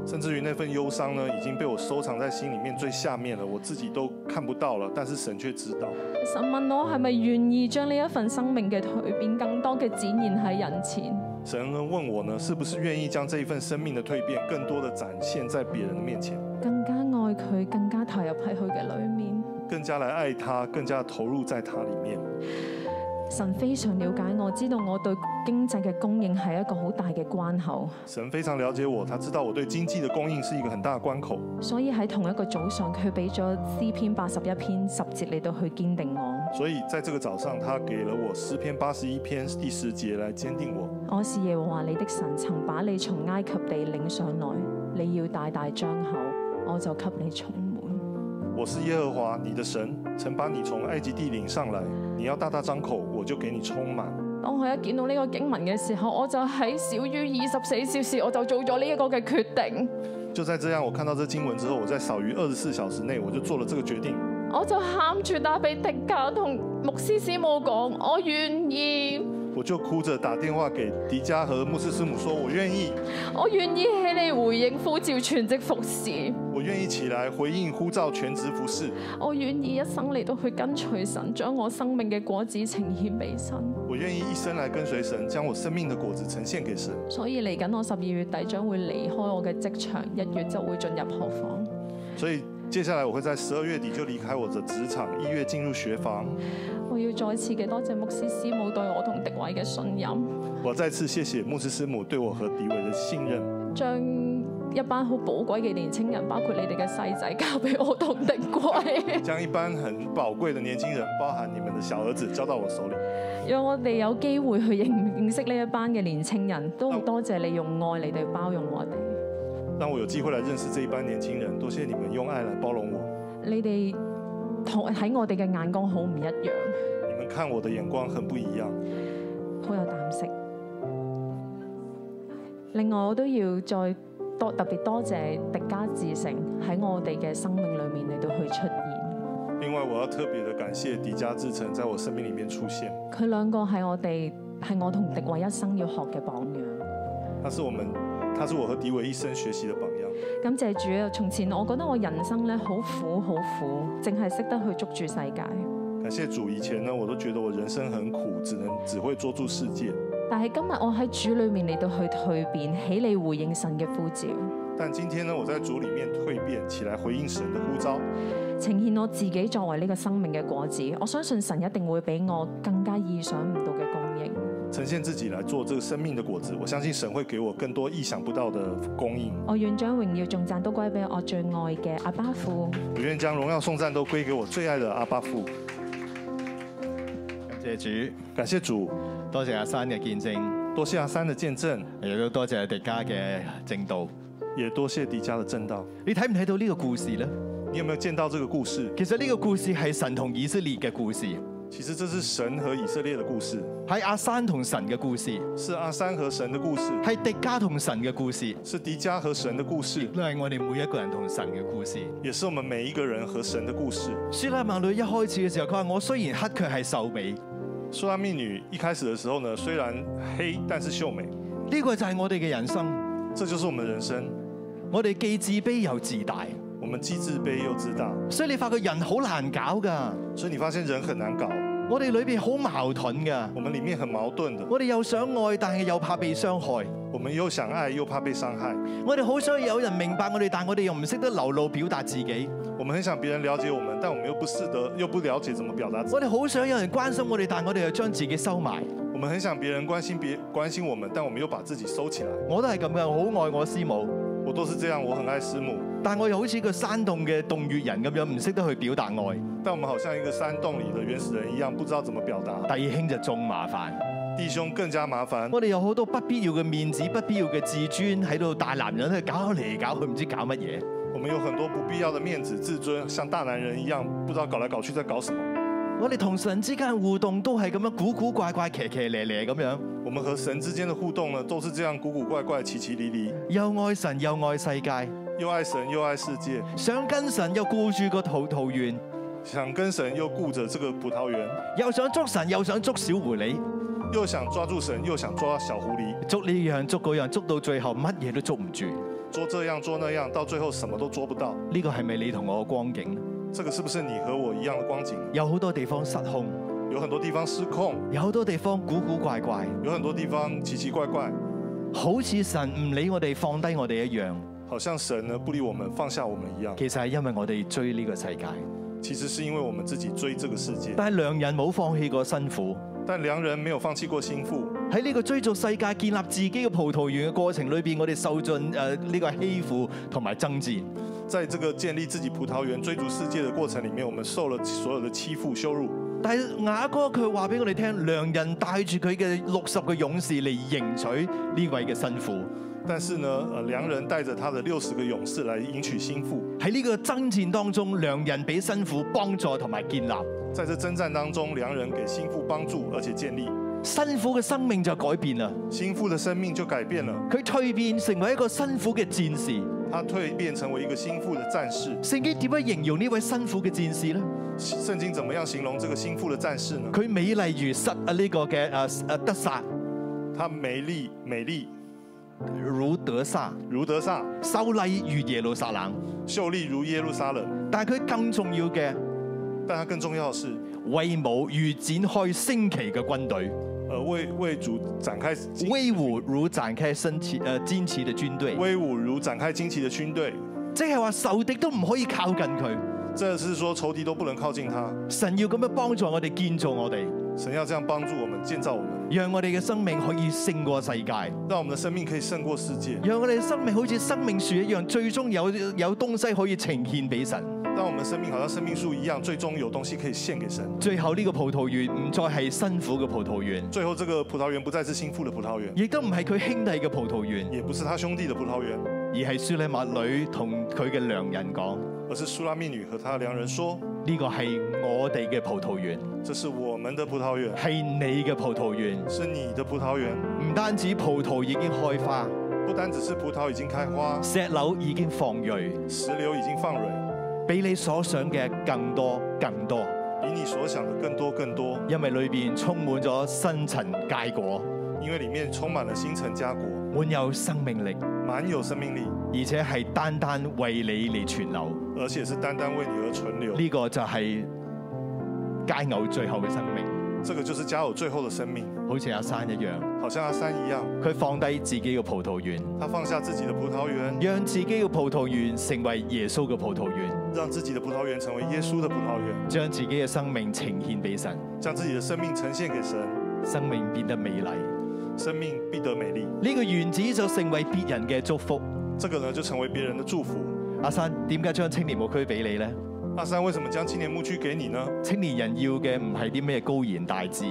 [SPEAKER 2] 甚至于那份忧伤呢，已经被我收藏在心里面最下面了，我自己都看不到了，但是神却知道。
[SPEAKER 8] 神問我係咪願意將呢一份生命嘅蜕變更多嘅展現喺人前？
[SPEAKER 2] 神呢问我呢，是不是愿意将这一份生命的蜕变，更多的展现在别人的面前，
[SPEAKER 8] 更加愛佢，更加投入喺佢嘅裏面。
[SPEAKER 2] 更加来爱他，更加投入在他里面。
[SPEAKER 8] 神非常了解我，知道我對經濟嘅供應係一個好大嘅關口，
[SPEAKER 2] 神非常了解我，他知道我对经济的供应是一个很大的关口，
[SPEAKER 8] 所以喺同一個早上，佢俾咗詩篇八十一篇十節嚟到去堅定我。
[SPEAKER 2] 所以在这个早上，他给了我诗篇八十一篇第十节来坚定我。
[SPEAKER 8] 我是耶和華你的神，曾把你從埃及地領上來，你要大大張口，我就給你充滿。
[SPEAKER 2] 我是耶和华你的神，曾把你从埃及地领上来，你要大大张口，我就给你充满。
[SPEAKER 8] 當我一見到呢個經文嘅時候，我就喺少於二十四小時我就做咗呢一個嘅決定。
[SPEAKER 2] 就在这样，我看到这经文之后，我在少于二十四小时内，我就做了这个决定。
[SPEAKER 8] 我就喊住打俾迪迦同牧師師母講，我願意，
[SPEAKER 2] 我就哭着打电话给迪迦和牧师师母说：“我愿意，
[SPEAKER 8] 我願意起嚟回應呼召全職服侍，
[SPEAKER 2] 我愿意起来回应呼召全职服侍，
[SPEAKER 8] 我願意一生嚟到去跟隨神，將我生命嘅果子呈獻俾神。
[SPEAKER 2] 我愿意一生来跟随神，将我生命的果子呈现给神。
[SPEAKER 8] 所以嚟緊我十二月底將會離開我嘅職場，一月就會進入學房。
[SPEAKER 2] 所以接下来我会在十二月底就离开我的职场，一月进入学房。
[SPEAKER 8] 我要再次嘅多謝牧師師母對我同迪偉嘅信任，
[SPEAKER 2] 我再次谢谢牧师师母对我和迪伟的信任。”
[SPEAKER 8] 將一班好寶貴嘅年青人，包括你哋嘅細仔，交俾我同迪 偉。
[SPEAKER 2] 将一班很宝贵的年轻人，包含你们的小儿子，交到我手里，
[SPEAKER 8] 讓我哋有機會去認認識呢一班嘅年青人，都好多謝你用愛嚟到包容我哋。
[SPEAKER 2] 让我有机会来认识这一班年轻人。多谢你们用爱来包容我，
[SPEAKER 8] 你哋同喺我哋嘅眼光好唔一樣，
[SPEAKER 2] 你们看我的眼光很不一样。
[SPEAKER 8] 好有膽識。另外，我都要再多特別多謝迪迦志成喺我哋嘅生命裏面嚟到去出現。
[SPEAKER 2] 另外，我要特别的感谢迪迦志成在我生命里面出现，
[SPEAKER 8] 佢兩個係我哋係我同迪偉一生要學嘅榜樣。
[SPEAKER 2] 他是我们，他是我和迪伟一生学习的榜样。
[SPEAKER 8] 感謝主啊！從前我覺得我人生咧好苦好苦，淨係識得去捉住世界。
[SPEAKER 2] 感谢主，以前呢，我都觉得我人生很苦，只能只会捉住世界。
[SPEAKER 8] 但係今日我喺主裏面嚟到去蜕變，起嚟回應神嘅呼召。
[SPEAKER 2] 但今天呢，我在主里面蜕变起来，回應神的呼召。
[SPEAKER 8] 呈現我自己作為呢個生命嘅果子。我相信神一定會俾我更加意想唔到嘅供應。
[SPEAKER 2] 呈現自己來做這個生命的果子，我相信神會給我更多意想不到的供應。
[SPEAKER 8] 我願將榮耀仲讚都歸俾我最愛嘅阿爸父。
[SPEAKER 2] 我願將榮耀頌讚都歸給我最愛的阿爸父。
[SPEAKER 9] 感謝
[SPEAKER 2] 感謝主，
[SPEAKER 9] 主，多謝阿山嘅見證，
[SPEAKER 2] 多謝阿山的見證，
[SPEAKER 9] 亦都多謝迪加嘅正道。
[SPEAKER 2] 也多謝迪迦的正道。
[SPEAKER 9] 你睇唔睇到呢個故事呢？
[SPEAKER 2] 你有沒有見到這個故事？
[SPEAKER 9] 其實呢個故事係神同以色列嘅故事，
[SPEAKER 2] 其實這是神和以色列的故事，
[SPEAKER 9] 係阿山同神嘅故事，
[SPEAKER 2] 是阿山和神的故事，
[SPEAKER 9] 係迪加同神嘅故事，
[SPEAKER 2] 是迪迦和神的故事，
[SPEAKER 9] 都係我哋每一個人同神嘅故事。
[SPEAKER 2] 也是我們每一個人和神的故事。
[SPEAKER 9] 舒拉曼女一開始嘅時候，佢話：我雖然黑，卻係秀美。
[SPEAKER 2] 蘇拉密女一開始的時候呢，雖然黑，但是秀美。
[SPEAKER 9] 呢個就係我哋嘅人生。
[SPEAKER 2] 這就是我們的人生。
[SPEAKER 9] 我哋既自卑又自大，
[SPEAKER 2] 我們既自卑又自大，
[SPEAKER 9] 所以你發覺人好難搞㗎。
[SPEAKER 2] 所以你發現人很難搞。
[SPEAKER 9] 我哋裏邊好矛盾㗎。
[SPEAKER 2] 我們裡面很矛盾的，
[SPEAKER 9] 我哋又想愛，但係又怕被傷害。
[SPEAKER 2] 我們又想愛又怕被傷害。
[SPEAKER 9] 我哋好想有人明白我哋，但我哋又唔識得流露表達自己。
[SPEAKER 2] 我們很想別人了解我們，但我們又不識得，又不了解怎麼表達自己。
[SPEAKER 9] 我哋好想有人關心我哋，但我哋又將自己收埋。
[SPEAKER 2] 我們很想別人關心別關心我們，但我們又把自己收起來。
[SPEAKER 9] 我都係咁嘅，我好愛我師母，
[SPEAKER 2] 我都是這樣，我很愛師母，
[SPEAKER 9] 但我又好似個山洞嘅洞穴人咁樣，唔識得去表達愛。
[SPEAKER 2] 但我們好像一個山洞裡的原始人一樣，不知道怎麼表達。
[SPEAKER 9] 弟兄就仲麻煩，
[SPEAKER 2] 弟兄更加麻煩，
[SPEAKER 9] 我哋有好多不必要嘅面子、不必要嘅自尊喺度，大男人去搞嚟搞去，唔知搞乜嘢。
[SPEAKER 2] 我們有很多不必要的面子、自尊，像大男人一樣，不知道搞來搞去在搞什麼。
[SPEAKER 9] 我哋同神之間互動都係咁樣古古怪怪、騎騎咧咧咁樣，
[SPEAKER 2] 我們和神之間的互動呢，都是這樣古古啊怪怪、奇奇離離，
[SPEAKER 9] 又愛神又愛世界，
[SPEAKER 2] 又愛神又愛世界，
[SPEAKER 9] 想跟神又顧住個桃桃園，
[SPEAKER 2] 想跟神又顧着這個葡萄園，
[SPEAKER 9] 又想捉神又想捉小狐狸，
[SPEAKER 2] 又想抓住神，又想抓小狐狸，
[SPEAKER 9] 捉呢樣捉嗰樣，捉到最後乜嘢都捉唔住。
[SPEAKER 2] 捉這樣捉那樣，到最後什麼都捉不到。
[SPEAKER 9] 呢個係咪你同我嘅光景？
[SPEAKER 2] 這個是不是你和我一樣的光景？
[SPEAKER 9] 有好多地方失控，
[SPEAKER 2] 有很多地方失控，
[SPEAKER 9] 有好多地方古古怪怪，
[SPEAKER 2] 有很多地方奇奇怪怪，
[SPEAKER 9] 好似神唔理我哋放低我哋一樣。
[SPEAKER 2] 好像神呢不理我們，放下我們一樣。
[SPEAKER 9] 其實係因為我哋追呢個世界，
[SPEAKER 2] 其實是因為我們自己追這個世界，
[SPEAKER 9] 但係良人冇放棄過辛苦。
[SPEAKER 2] 但良人沒有放棄過心腹。
[SPEAKER 9] 喺呢個追逐世界、建立自己嘅葡萄園嘅過程裏邊，我哋受盡誒呢個欺負同埋爭戰。
[SPEAKER 2] 在這個建立自己葡萄園、追逐世界的過程裡面，我們受了所有的欺負、羞辱。
[SPEAKER 9] 但係雅歌佢話俾我哋聽，良人帶住佢嘅六十個勇士嚟迎取呢位嘅辛苦。
[SPEAKER 2] 但是呢，呃，良人帶着他的六十個勇士來迎娶心腹。
[SPEAKER 9] 喺呢個爭戰當中，良人俾辛苦幫助同埋建立，
[SPEAKER 2] 在這征戰當中，良人給心腹幫助，而且建立
[SPEAKER 9] 辛苦嘅生命就改變啦。
[SPEAKER 2] 心腹的生命就改變了，
[SPEAKER 9] 佢蛻變成為一個辛苦嘅戰士。
[SPEAKER 2] 他蛻變成為一個心腹的戰士。
[SPEAKER 9] 聖經點樣形容呢位辛苦嘅戰士呢？
[SPEAKER 2] 聖經怎麼樣形容這個心腹的戰士呢？
[SPEAKER 9] 佢美麗如失啊呢個嘅誒誒得撒，
[SPEAKER 2] 他美麗美麗
[SPEAKER 9] 如得撒。
[SPEAKER 2] 如德撒，
[SPEAKER 9] 秀麗如耶路撒冷，
[SPEAKER 2] 秀麗如耶路撒冷。
[SPEAKER 9] 但係佢更重要嘅
[SPEAKER 2] 但他更重要的是，
[SPEAKER 9] 威武如展開升旗嘅軍隊，
[SPEAKER 2] 呃，為為主展開旌
[SPEAKER 9] 威武如展開升旗誒戰啊旗嘅軍隊，
[SPEAKER 2] 威武如展開旌旗的軍隊。
[SPEAKER 9] 即係話仇敵都唔可以靠近佢。
[SPEAKER 2] 這是說仇敵都不能靠近他。
[SPEAKER 9] 神要咁樣幫助我哋建造我哋，
[SPEAKER 2] 神要這樣幫助我們，建造我們，
[SPEAKER 9] 讓我哋嘅生命可以勝過世界，
[SPEAKER 2] 讓我們的生命可以勝過世界，
[SPEAKER 9] 讓我哋嘅生命好似生命樹一樣，最終有有東西可以呈獻俾神。
[SPEAKER 2] 讓我們的生命好像生命樹一樣，最終有東西可以獻給神。
[SPEAKER 9] 最後呢個葡萄園唔再係辛苦嘅葡萄園，
[SPEAKER 2] 最後，這個葡萄園不再是心腹的葡萄園，
[SPEAKER 9] 亦都唔係佢兄弟嘅葡萄園，
[SPEAKER 2] 也不是他兄弟的葡萄園，
[SPEAKER 9] 而係書利麥女同佢嘅良人講。
[SPEAKER 2] 而是蘇拉密女和她良人說
[SPEAKER 9] 呢個係我哋嘅葡萄園，：“
[SPEAKER 2] 這是我們的葡萄園，
[SPEAKER 9] 係你嘅葡萄園。
[SPEAKER 2] 是你的葡萄園。
[SPEAKER 9] 唔單止葡萄已經開花，
[SPEAKER 2] 不單只是葡萄已經開花，
[SPEAKER 9] 石榴已經放鋭，
[SPEAKER 2] 石榴已經放蕊，
[SPEAKER 9] 比你所想嘅更多更多，
[SPEAKER 2] 比你所想的更多更多，
[SPEAKER 9] 因為裏邊充滿咗新陳佳果，
[SPEAKER 2] 因為裡面充滿了新陳佳果，
[SPEAKER 9] 滿有生命力，
[SPEAKER 2] 滿有生命力，
[SPEAKER 9] 而且係單單為你嚟存留。
[SPEAKER 2] 而且是單單為你而存留。
[SPEAKER 9] 呢、個就係佳偶最後嘅生命。”这个就是家有最后的生命，
[SPEAKER 10] 好似阿山一樣，
[SPEAKER 9] 好像阿山一样，
[SPEAKER 10] 佢放低自己嘅葡萄園，
[SPEAKER 9] 他放下自己的葡萄园，
[SPEAKER 10] 讓自己嘅葡萄園成為耶穌嘅葡萄園，
[SPEAKER 9] 让自己的葡萄园成为耶穌的葡萄园，
[SPEAKER 10] 將自己嘅生命呈獻俾神，
[SPEAKER 9] 将自己的生命呈现给神，
[SPEAKER 10] 生命變得美麗。呢、
[SPEAKER 9] 生命必得美丽。
[SPEAKER 10] 個園子就成為別人嘅祝福。
[SPEAKER 9] 这个呢，就成为别人的祝福。
[SPEAKER 10] 阿山點解將青年牧區俾你呢？
[SPEAKER 9] 阿山為什麼將青年牧區給你呢？
[SPEAKER 10] 青年人要嘅唔係啲咩高言大智，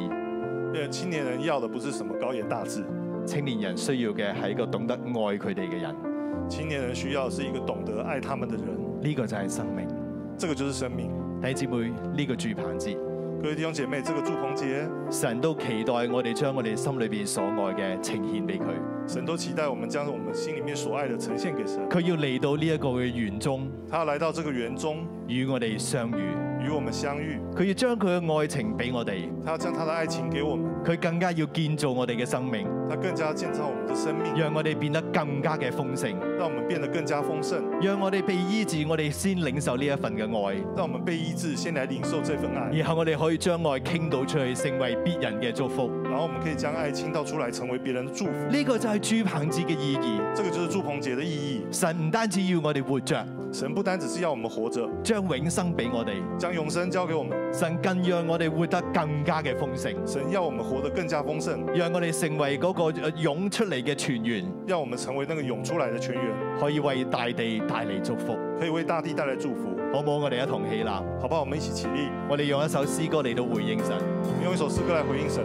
[SPEAKER 9] 呃，青年人要的不是什么高言大志，
[SPEAKER 10] 青年人需要嘅係一個懂得愛佢哋嘅人。呢、
[SPEAKER 9] 青年人需要的是一个懂得爱他们的人。
[SPEAKER 10] 個就係生命。
[SPEAKER 9] 这个就是生命。
[SPEAKER 10] 弟兄姊妹，呢、個住棚節，
[SPEAKER 9] 各位弟兄姐妹，这个祝棚节，
[SPEAKER 10] 神都期待我哋將我哋心裏邊所愛嘅呈獻俾佢。
[SPEAKER 9] 神都期待我们将我们心里面所爱的呈现给神。
[SPEAKER 10] 佢要嚟到呢一個嘅園中，
[SPEAKER 9] 他要来到这个园中，
[SPEAKER 10] 與我哋相遇。
[SPEAKER 9] 与我们相遇。
[SPEAKER 10] 佢要將佢嘅愛情俾我哋，
[SPEAKER 9] 他要将他的爱情给我们，
[SPEAKER 10] 佢更加要建造我哋嘅生命，
[SPEAKER 9] 他更加建造我们的生命，
[SPEAKER 10] 讓我哋變得更加嘅豐盛，
[SPEAKER 9] 让我们变得更加丰盛，
[SPEAKER 10] 讓我哋被醫治，我哋先領受呢一份嘅愛，
[SPEAKER 9] 让我们被医治，先来领受这份爱，
[SPEAKER 10] 然後我哋可以將愛傾倒出去，成為別人嘅祝福。呢、
[SPEAKER 9] 然后我们可以將愛傾倒出來，成為別人的祝福。
[SPEAKER 10] 個就係住棚節嘅意義。
[SPEAKER 9] 这个就是祝棚节的意义。
[SPEAKER 10] 神唔單止要我哋活着，
[SPEAKER 9] 神不單只是要我们活着，
[SPEAKER 10] 將永生俾我哋，
[SPEAKER 9] 將永生交給我们，
[SPEAKER 10] 神更讓我哋活得更加嘅豐盛，
[SPEAKER 9] 神要我們活得更加豐盛，
[SPEAKER 10] 讓我哋成為嗰個呃湧出嚟嘅泉源，
[SPEAKER 9] 要我們成為那個涌出來的泉源，
[SPEAKER 10] 可以為大地帶嚟祝福。
[SPEAKER 9] 可以為大地帶來祝福，
[SPEAKER 10] 好唔好？我哋一同起立。
[SPEAKER 9] 好不好？我們一起起立，
[SPEAKER 10] 我哋用一首詩歌嚟到回應神。
[SPEAKER 9] 我们用一首詩歌來回應神。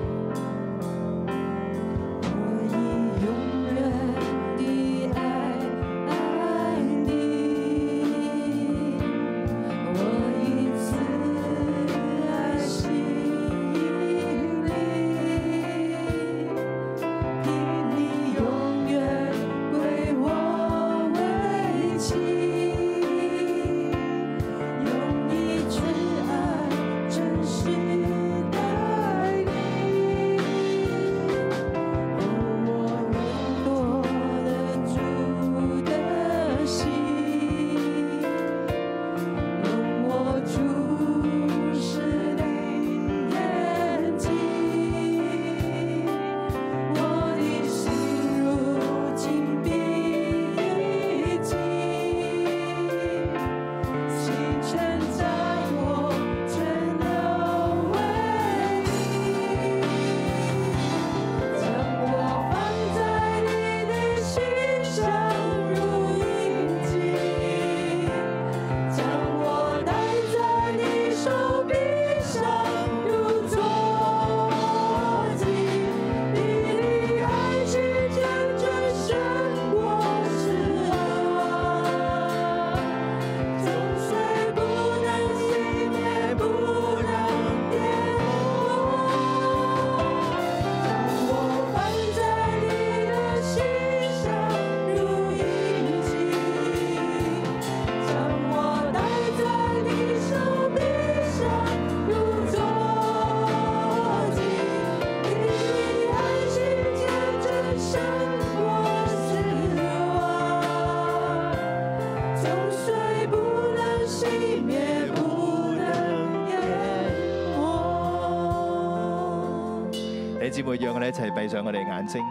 [SPEAKER 10] 弟兄姊妹，讓我哋一齊閉上我哋嘅眼睛。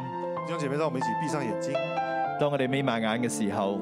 [SPEAKER 9] 弟兄姐妹，讓我們一起閉上眼睛。
[SPEAKER 10] 當我哋眯埋眼嘅時候，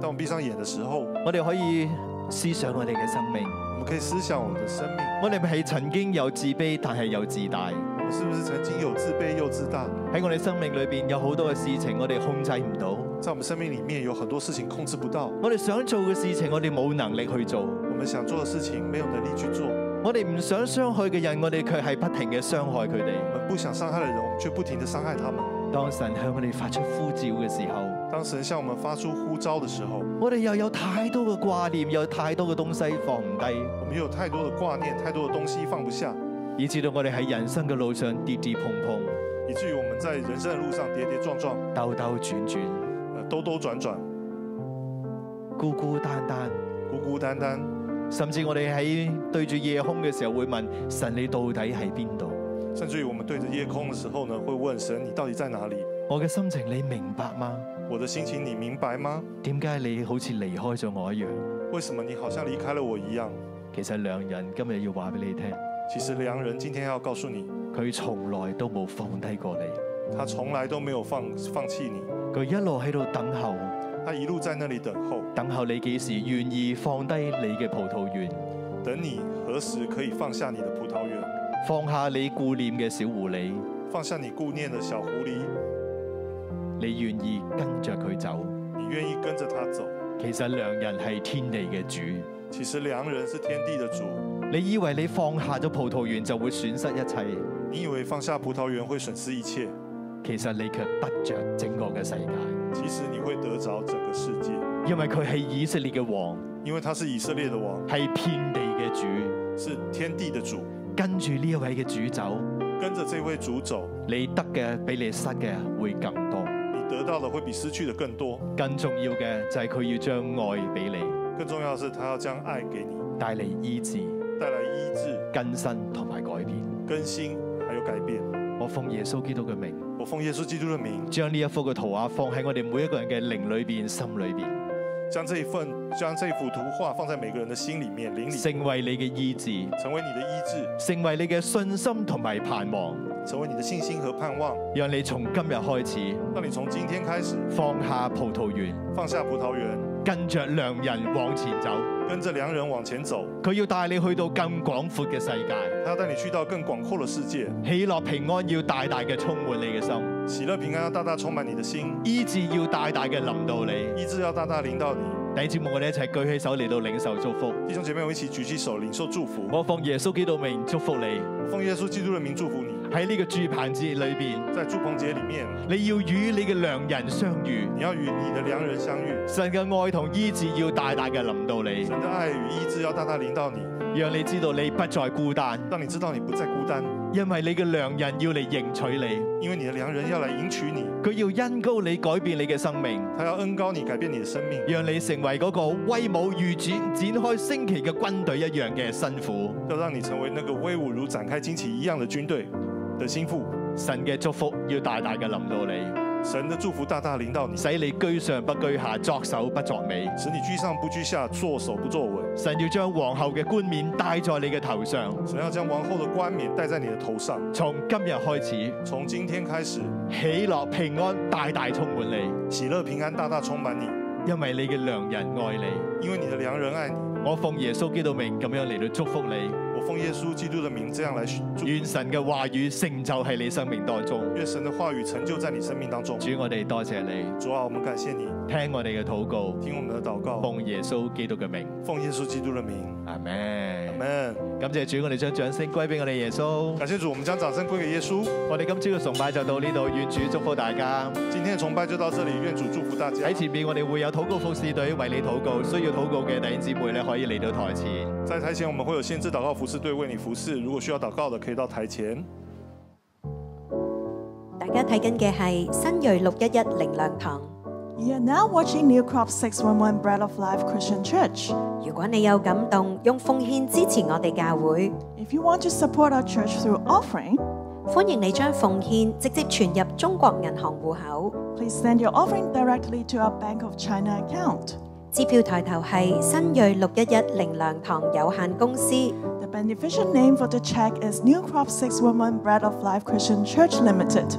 [SPEAKER 9] 當我們閉上眼的時候，
[SPEAKER 10] 我哋可以思想我哋嘅生命。
[SPEAKER 9] 我們可以思想我們的生命。
[SPEAKER 10] 我哋係曾經有自卑，但係有自大。
[SPEAKER 9] 我們是不是曾經有自卑又自大？
[SPEAKER 10] 喺我哋生命裏邊有好多嘅事情，我哋控制唔到。
[SPEAKER 9] 在我們生命裡面有很多事情控制不到，
[SPEAKER 10] 我哋想做嘅事情，我哋冇能力去做。
[SPEAKER 9] 我們想做的事情沒有能力去做，我
[SPEAKER 10] 我哋唔想傷害嘅人，我哋卻係不停嘅傷害佢哋。
[SPEAKER 9] 們不想傷害的人，我們卻不停地傷害他們。
[SPEAKER 10] 當神向我哋發出呼召嘅時候，
[SPEAKER 9] 當神向我們發出呼召的時候，
[SPEAKER 10] 我哋又有太多嘅掛念，有太多嘅東西放唔低，
[SPEAKER 9] 我們有太多的掛念，太多的東西放不下，
[SPEAKER 10] 以至到我哋喺人生嘅路上跌跌碰碰、
[SPEAKER 9] 以至於我們在人生的路上跌跌撞撞，
[SPEAKER 10] 兜兜轉轉、
[SPEAKER 9] 呃兜兜轉轉，
[SPEAKER 10] 孤孤單單，
[SPEAKER 9] 孤孤單單，
[SPEAKER 10] 甚至我哋喺對住夜空嘅時候會問神：你到底喺邊度？
[SPEAKER 9] 甚至於我們對着夜空的時候呢，會問神：你到底在哪裡？
[SPEAKER 10] 我嘅心情你明白嗎？
[SPEAKER 9] 我的心情你明白嗎？
[SPEAKER 10] 點解你好似離開咗我一樣？
[SPEAKER 9] 為什麼你好像離開了我一樣？
[SPEAKER 10] 其實良人今日要話俾你聽，
[SPEAKER 2] 其实良人今天要告诉你，
[SPEAKER 9] 佢從來都冇放低過你，
[SPEAKER 2] 他从来都没有放放弃你，
[SPEAKER 9] 佢一路喺度等候，
[SPEAKER 2] 他一路在那里等候，
[SPEAKER 9] 等候你幾時願意放低你嘅葡萄園，
[SPEAKER 2] 等你何时可以放下你的葡萄园，
[SPEAKER 9] 放下你顧念嘅小狐狸，
[SPEAKER 2] 放下你顾念的小狐狸，
[SPEAKER 9] 你願意跟着佢走。
[SPEAKER 2] 你愿意跟着他走。
[SPEAKER 9] 其實良人係天地嘅主，
[SPEAKER 2] 其实良人是天地的主，
[SPEAKER 9] 你以為你放下咗葡萄園就會損失一切，
[SPEAKER 2] 你以为放下葡萄园会损失一切，
[SPEAKER 9] 其實你卻得着整個嘅世界，
[SPEAKER 2] 其实你会得着整个世界，
[SPEAKER 9] 因為佢係以色列嘅王，
[SPEAKER 2] 因为他是以色列的王，
[SPEAKER 9] 係遍地嘅主。
[SPEAKER 2] 是天地的主。
[SPEAKER 9] 跟住呢一位嘅主走，
[SPEAKER 2] 跟着这位主走，
[SPEAKER 9] 你得嘅比你失嘅會更多，
[SPEAKER 2] 你得到的会比失去的更多。
[SPEAKER 9] 更重要嘅就係佢要將愛俾你，
[SPEAKER 2] 更重要的是，他要将爱给你，
[SPEAKER 9] 帶嚟醫治、
[SPEAKER 2] 带来医治、
[SPEAKER 9] 更新同埋改變。
[SPEAKER 2] 更新，还有改变。
[SPEAKER 9] 我奉耶穌基督嘅名，
[SPEAKER 2] 我奉耶稣基督的名，
[SPEAKER 9] 將呢一幅嘅圖畫放喺我哋每一個人嘅靈裏邊、心裏邊。
[SPEAKER 2] 将这一份、将这幅图画放在每个人的心里面、灵里，
[SPEAKER 9] 成為你嘅意志，
[SPEAKER 2] 成为你的医治，
[SPEAKER 9] 成為你嘅信心同埋盼望，
[SPEAKER 2] 成为你的信心和盼望，
[SPEAKER 9] 讓你從今日開始
[SPEAKER 2] 让你从今天开始
[SPEAKER 9] 放下葡萄園，
[SPEAKER 2] 放下葡萄园，
[SPEAKER 9] 跟着良人往前走。
[SPEAKER 2] 跟着良人往前走。
[SPEAKER 9] 佢要帶你去到更廣闊嘅世界，
[SPEAKER 2] 他要带你去到更广阔的世界，
[SPEAKER 9] 喜樂平安要大大嘅充滿你嘅心，
[SPEAKER 2] 喜乐平安要大大充满你的心，
[SPEAKER 9] 醫治要大大嘅臨到你。
[SPEAKER 2] 医治要大大领到你。
[SPEAKER 9] 弟兄姊妹，我哋一齊舉起手嚟到領受祝福。
[SPEAKER 2] 弟兄姐妹，我们一起举起手，领受祝福。
[SPEAKER 9] 我奉耶穌基督名祝福你，
[SPEAKER 2] 奉耶稣基督的名祝福你，
[SPEAKER 9] 喺呢個住棚節裏邊，
[SPEAKER 2] 在祝棚节里面，
[SPEAKER 9] 你要與你嘅良人相遇，
[SPEAKER 2] 你要与你的良人相遇。
[SPEAKER 9] 神嘅愛同醫治要大大嘅臨到你。
[SPEAKER 2] 神的爱与医治要大大临到你，
[SPEAKER 9] 让你知道你不再孤单，
[SPEAKER 2] 让你知道你不再孤单，
[SPEAKER 9] 因为你嘅良人要嚟迎娶你，
[SPEAKER 2] 因为你的良人要来迎娶你，
[SPEAKER 9] 佢要恩高你改变你嘅生命，
[SPEAKER 2] 他要恩高你，改变你的生命，
[SPEAKER 9] 让你成为嗰个威武如展展开升旗嘅军队一样嘅辛苦。
[SPEAKER 2] 要让你成为那个威武如展开旌旗一样的军队的心腹。
[SPEAKER 9] 神嘅祝福要大大嘅临到你，
[SPEAKER 2] 神的祝福大大临到你，
[SPEAKER 9] 使你居上不居下，作首不作尾。
[SPEAKER 2] 使你居上不居下，作首不作尾。
[SPEAKER 9] 神要将皇后嘅冠冕戴在你嘅头上，
[SPEAKER 2] 神要将王后的冠冕戴在你的头上，
[SPEAKER 9] 从今日开始，
[SPEAKER 2] 从今天开始，
[SPEAKER 9] 喜乐平安大大充满你，
[SPEAKER 2] 喜乐平安大大充满你，
[SPEAKER 9] 因为你嘅良人爱你。
[SPEAKER 2] 因为你的良人爱你。
[SPEAKER 9] 我奉耶稣基督名咁样嚟到祝福你。
[SPEAKER 2] 我奉耶稣基督的名这样来祝，
[SPEAKER 9] 愿神嘅话语成就喺你生命当中。
[SPEAKER 2] 愿神的话语成就在你生命当中。
[SPEAKER 9] 主，我哋多谢你，
[SPEAKER 2] 主啊，我们感谢你，
[SPEAKER 9] 听我哋嘅祷告，
[SPEAKER 2] 听我们的祷告，
[SPEAKER 9] 奉耶稣基督嘅名，
[SPEAKER 2] 奉耶稣基督的名，
[SPEAKER 9] 阿
[SPEAKER 2] 阿
[SPEAKER 9] 门。
[SPEAKER 2] 门。
[SPEAKER 9] 感谢主，我哋将掌声归俾我哋耶稣。
[SPEAKER 2] 感谢主，我们将掌声归给耶稣。
[SPEAKER 9] 我哋今朝嘅崇拜就到呢度，愿主祝福大家。
[SPEAKER 2] 今天的崇拜就到这里，愿主祝福大家
[SPEAKER 9] 喺。前面我哋會有禱告服侍隊為你禱告，需要禱告嘅弟兄姊妹咧可以嚟到台前。
[SPEAKER 2] 在台前我们会有先知祷告服侍队为你服侍，如果需要祷告的可以到台前。
[SPEAKER 11] 大家睇緊嘅係新锐六一一靈糧堂。
[SPEAKER 3] You're now watching New Crop 611 Bread of Life Christian Church.
[SPEAKER 11] 如果你有感動，用奉獻支持我哋教會，
[SPEAKER 3] If you want to support our church through offering,
[SPEAKER 11] 歡迎你將奉獻直接存入中國銀行户口。
[SPEAKER 3] please send your offering directly to our Bank of China account.
[SPEAKER 11] 支票抬頭係新锐六一一靈糧堂有限公司，
[SPEAKER 3] The beneficial name for the check is New Crop 611 Bread of Life Christian Church Limited.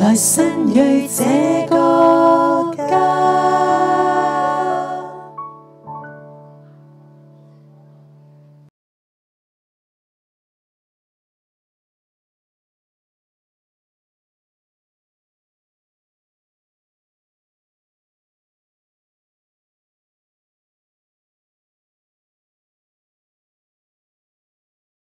[SPEAKER 10] 來新锐這歌。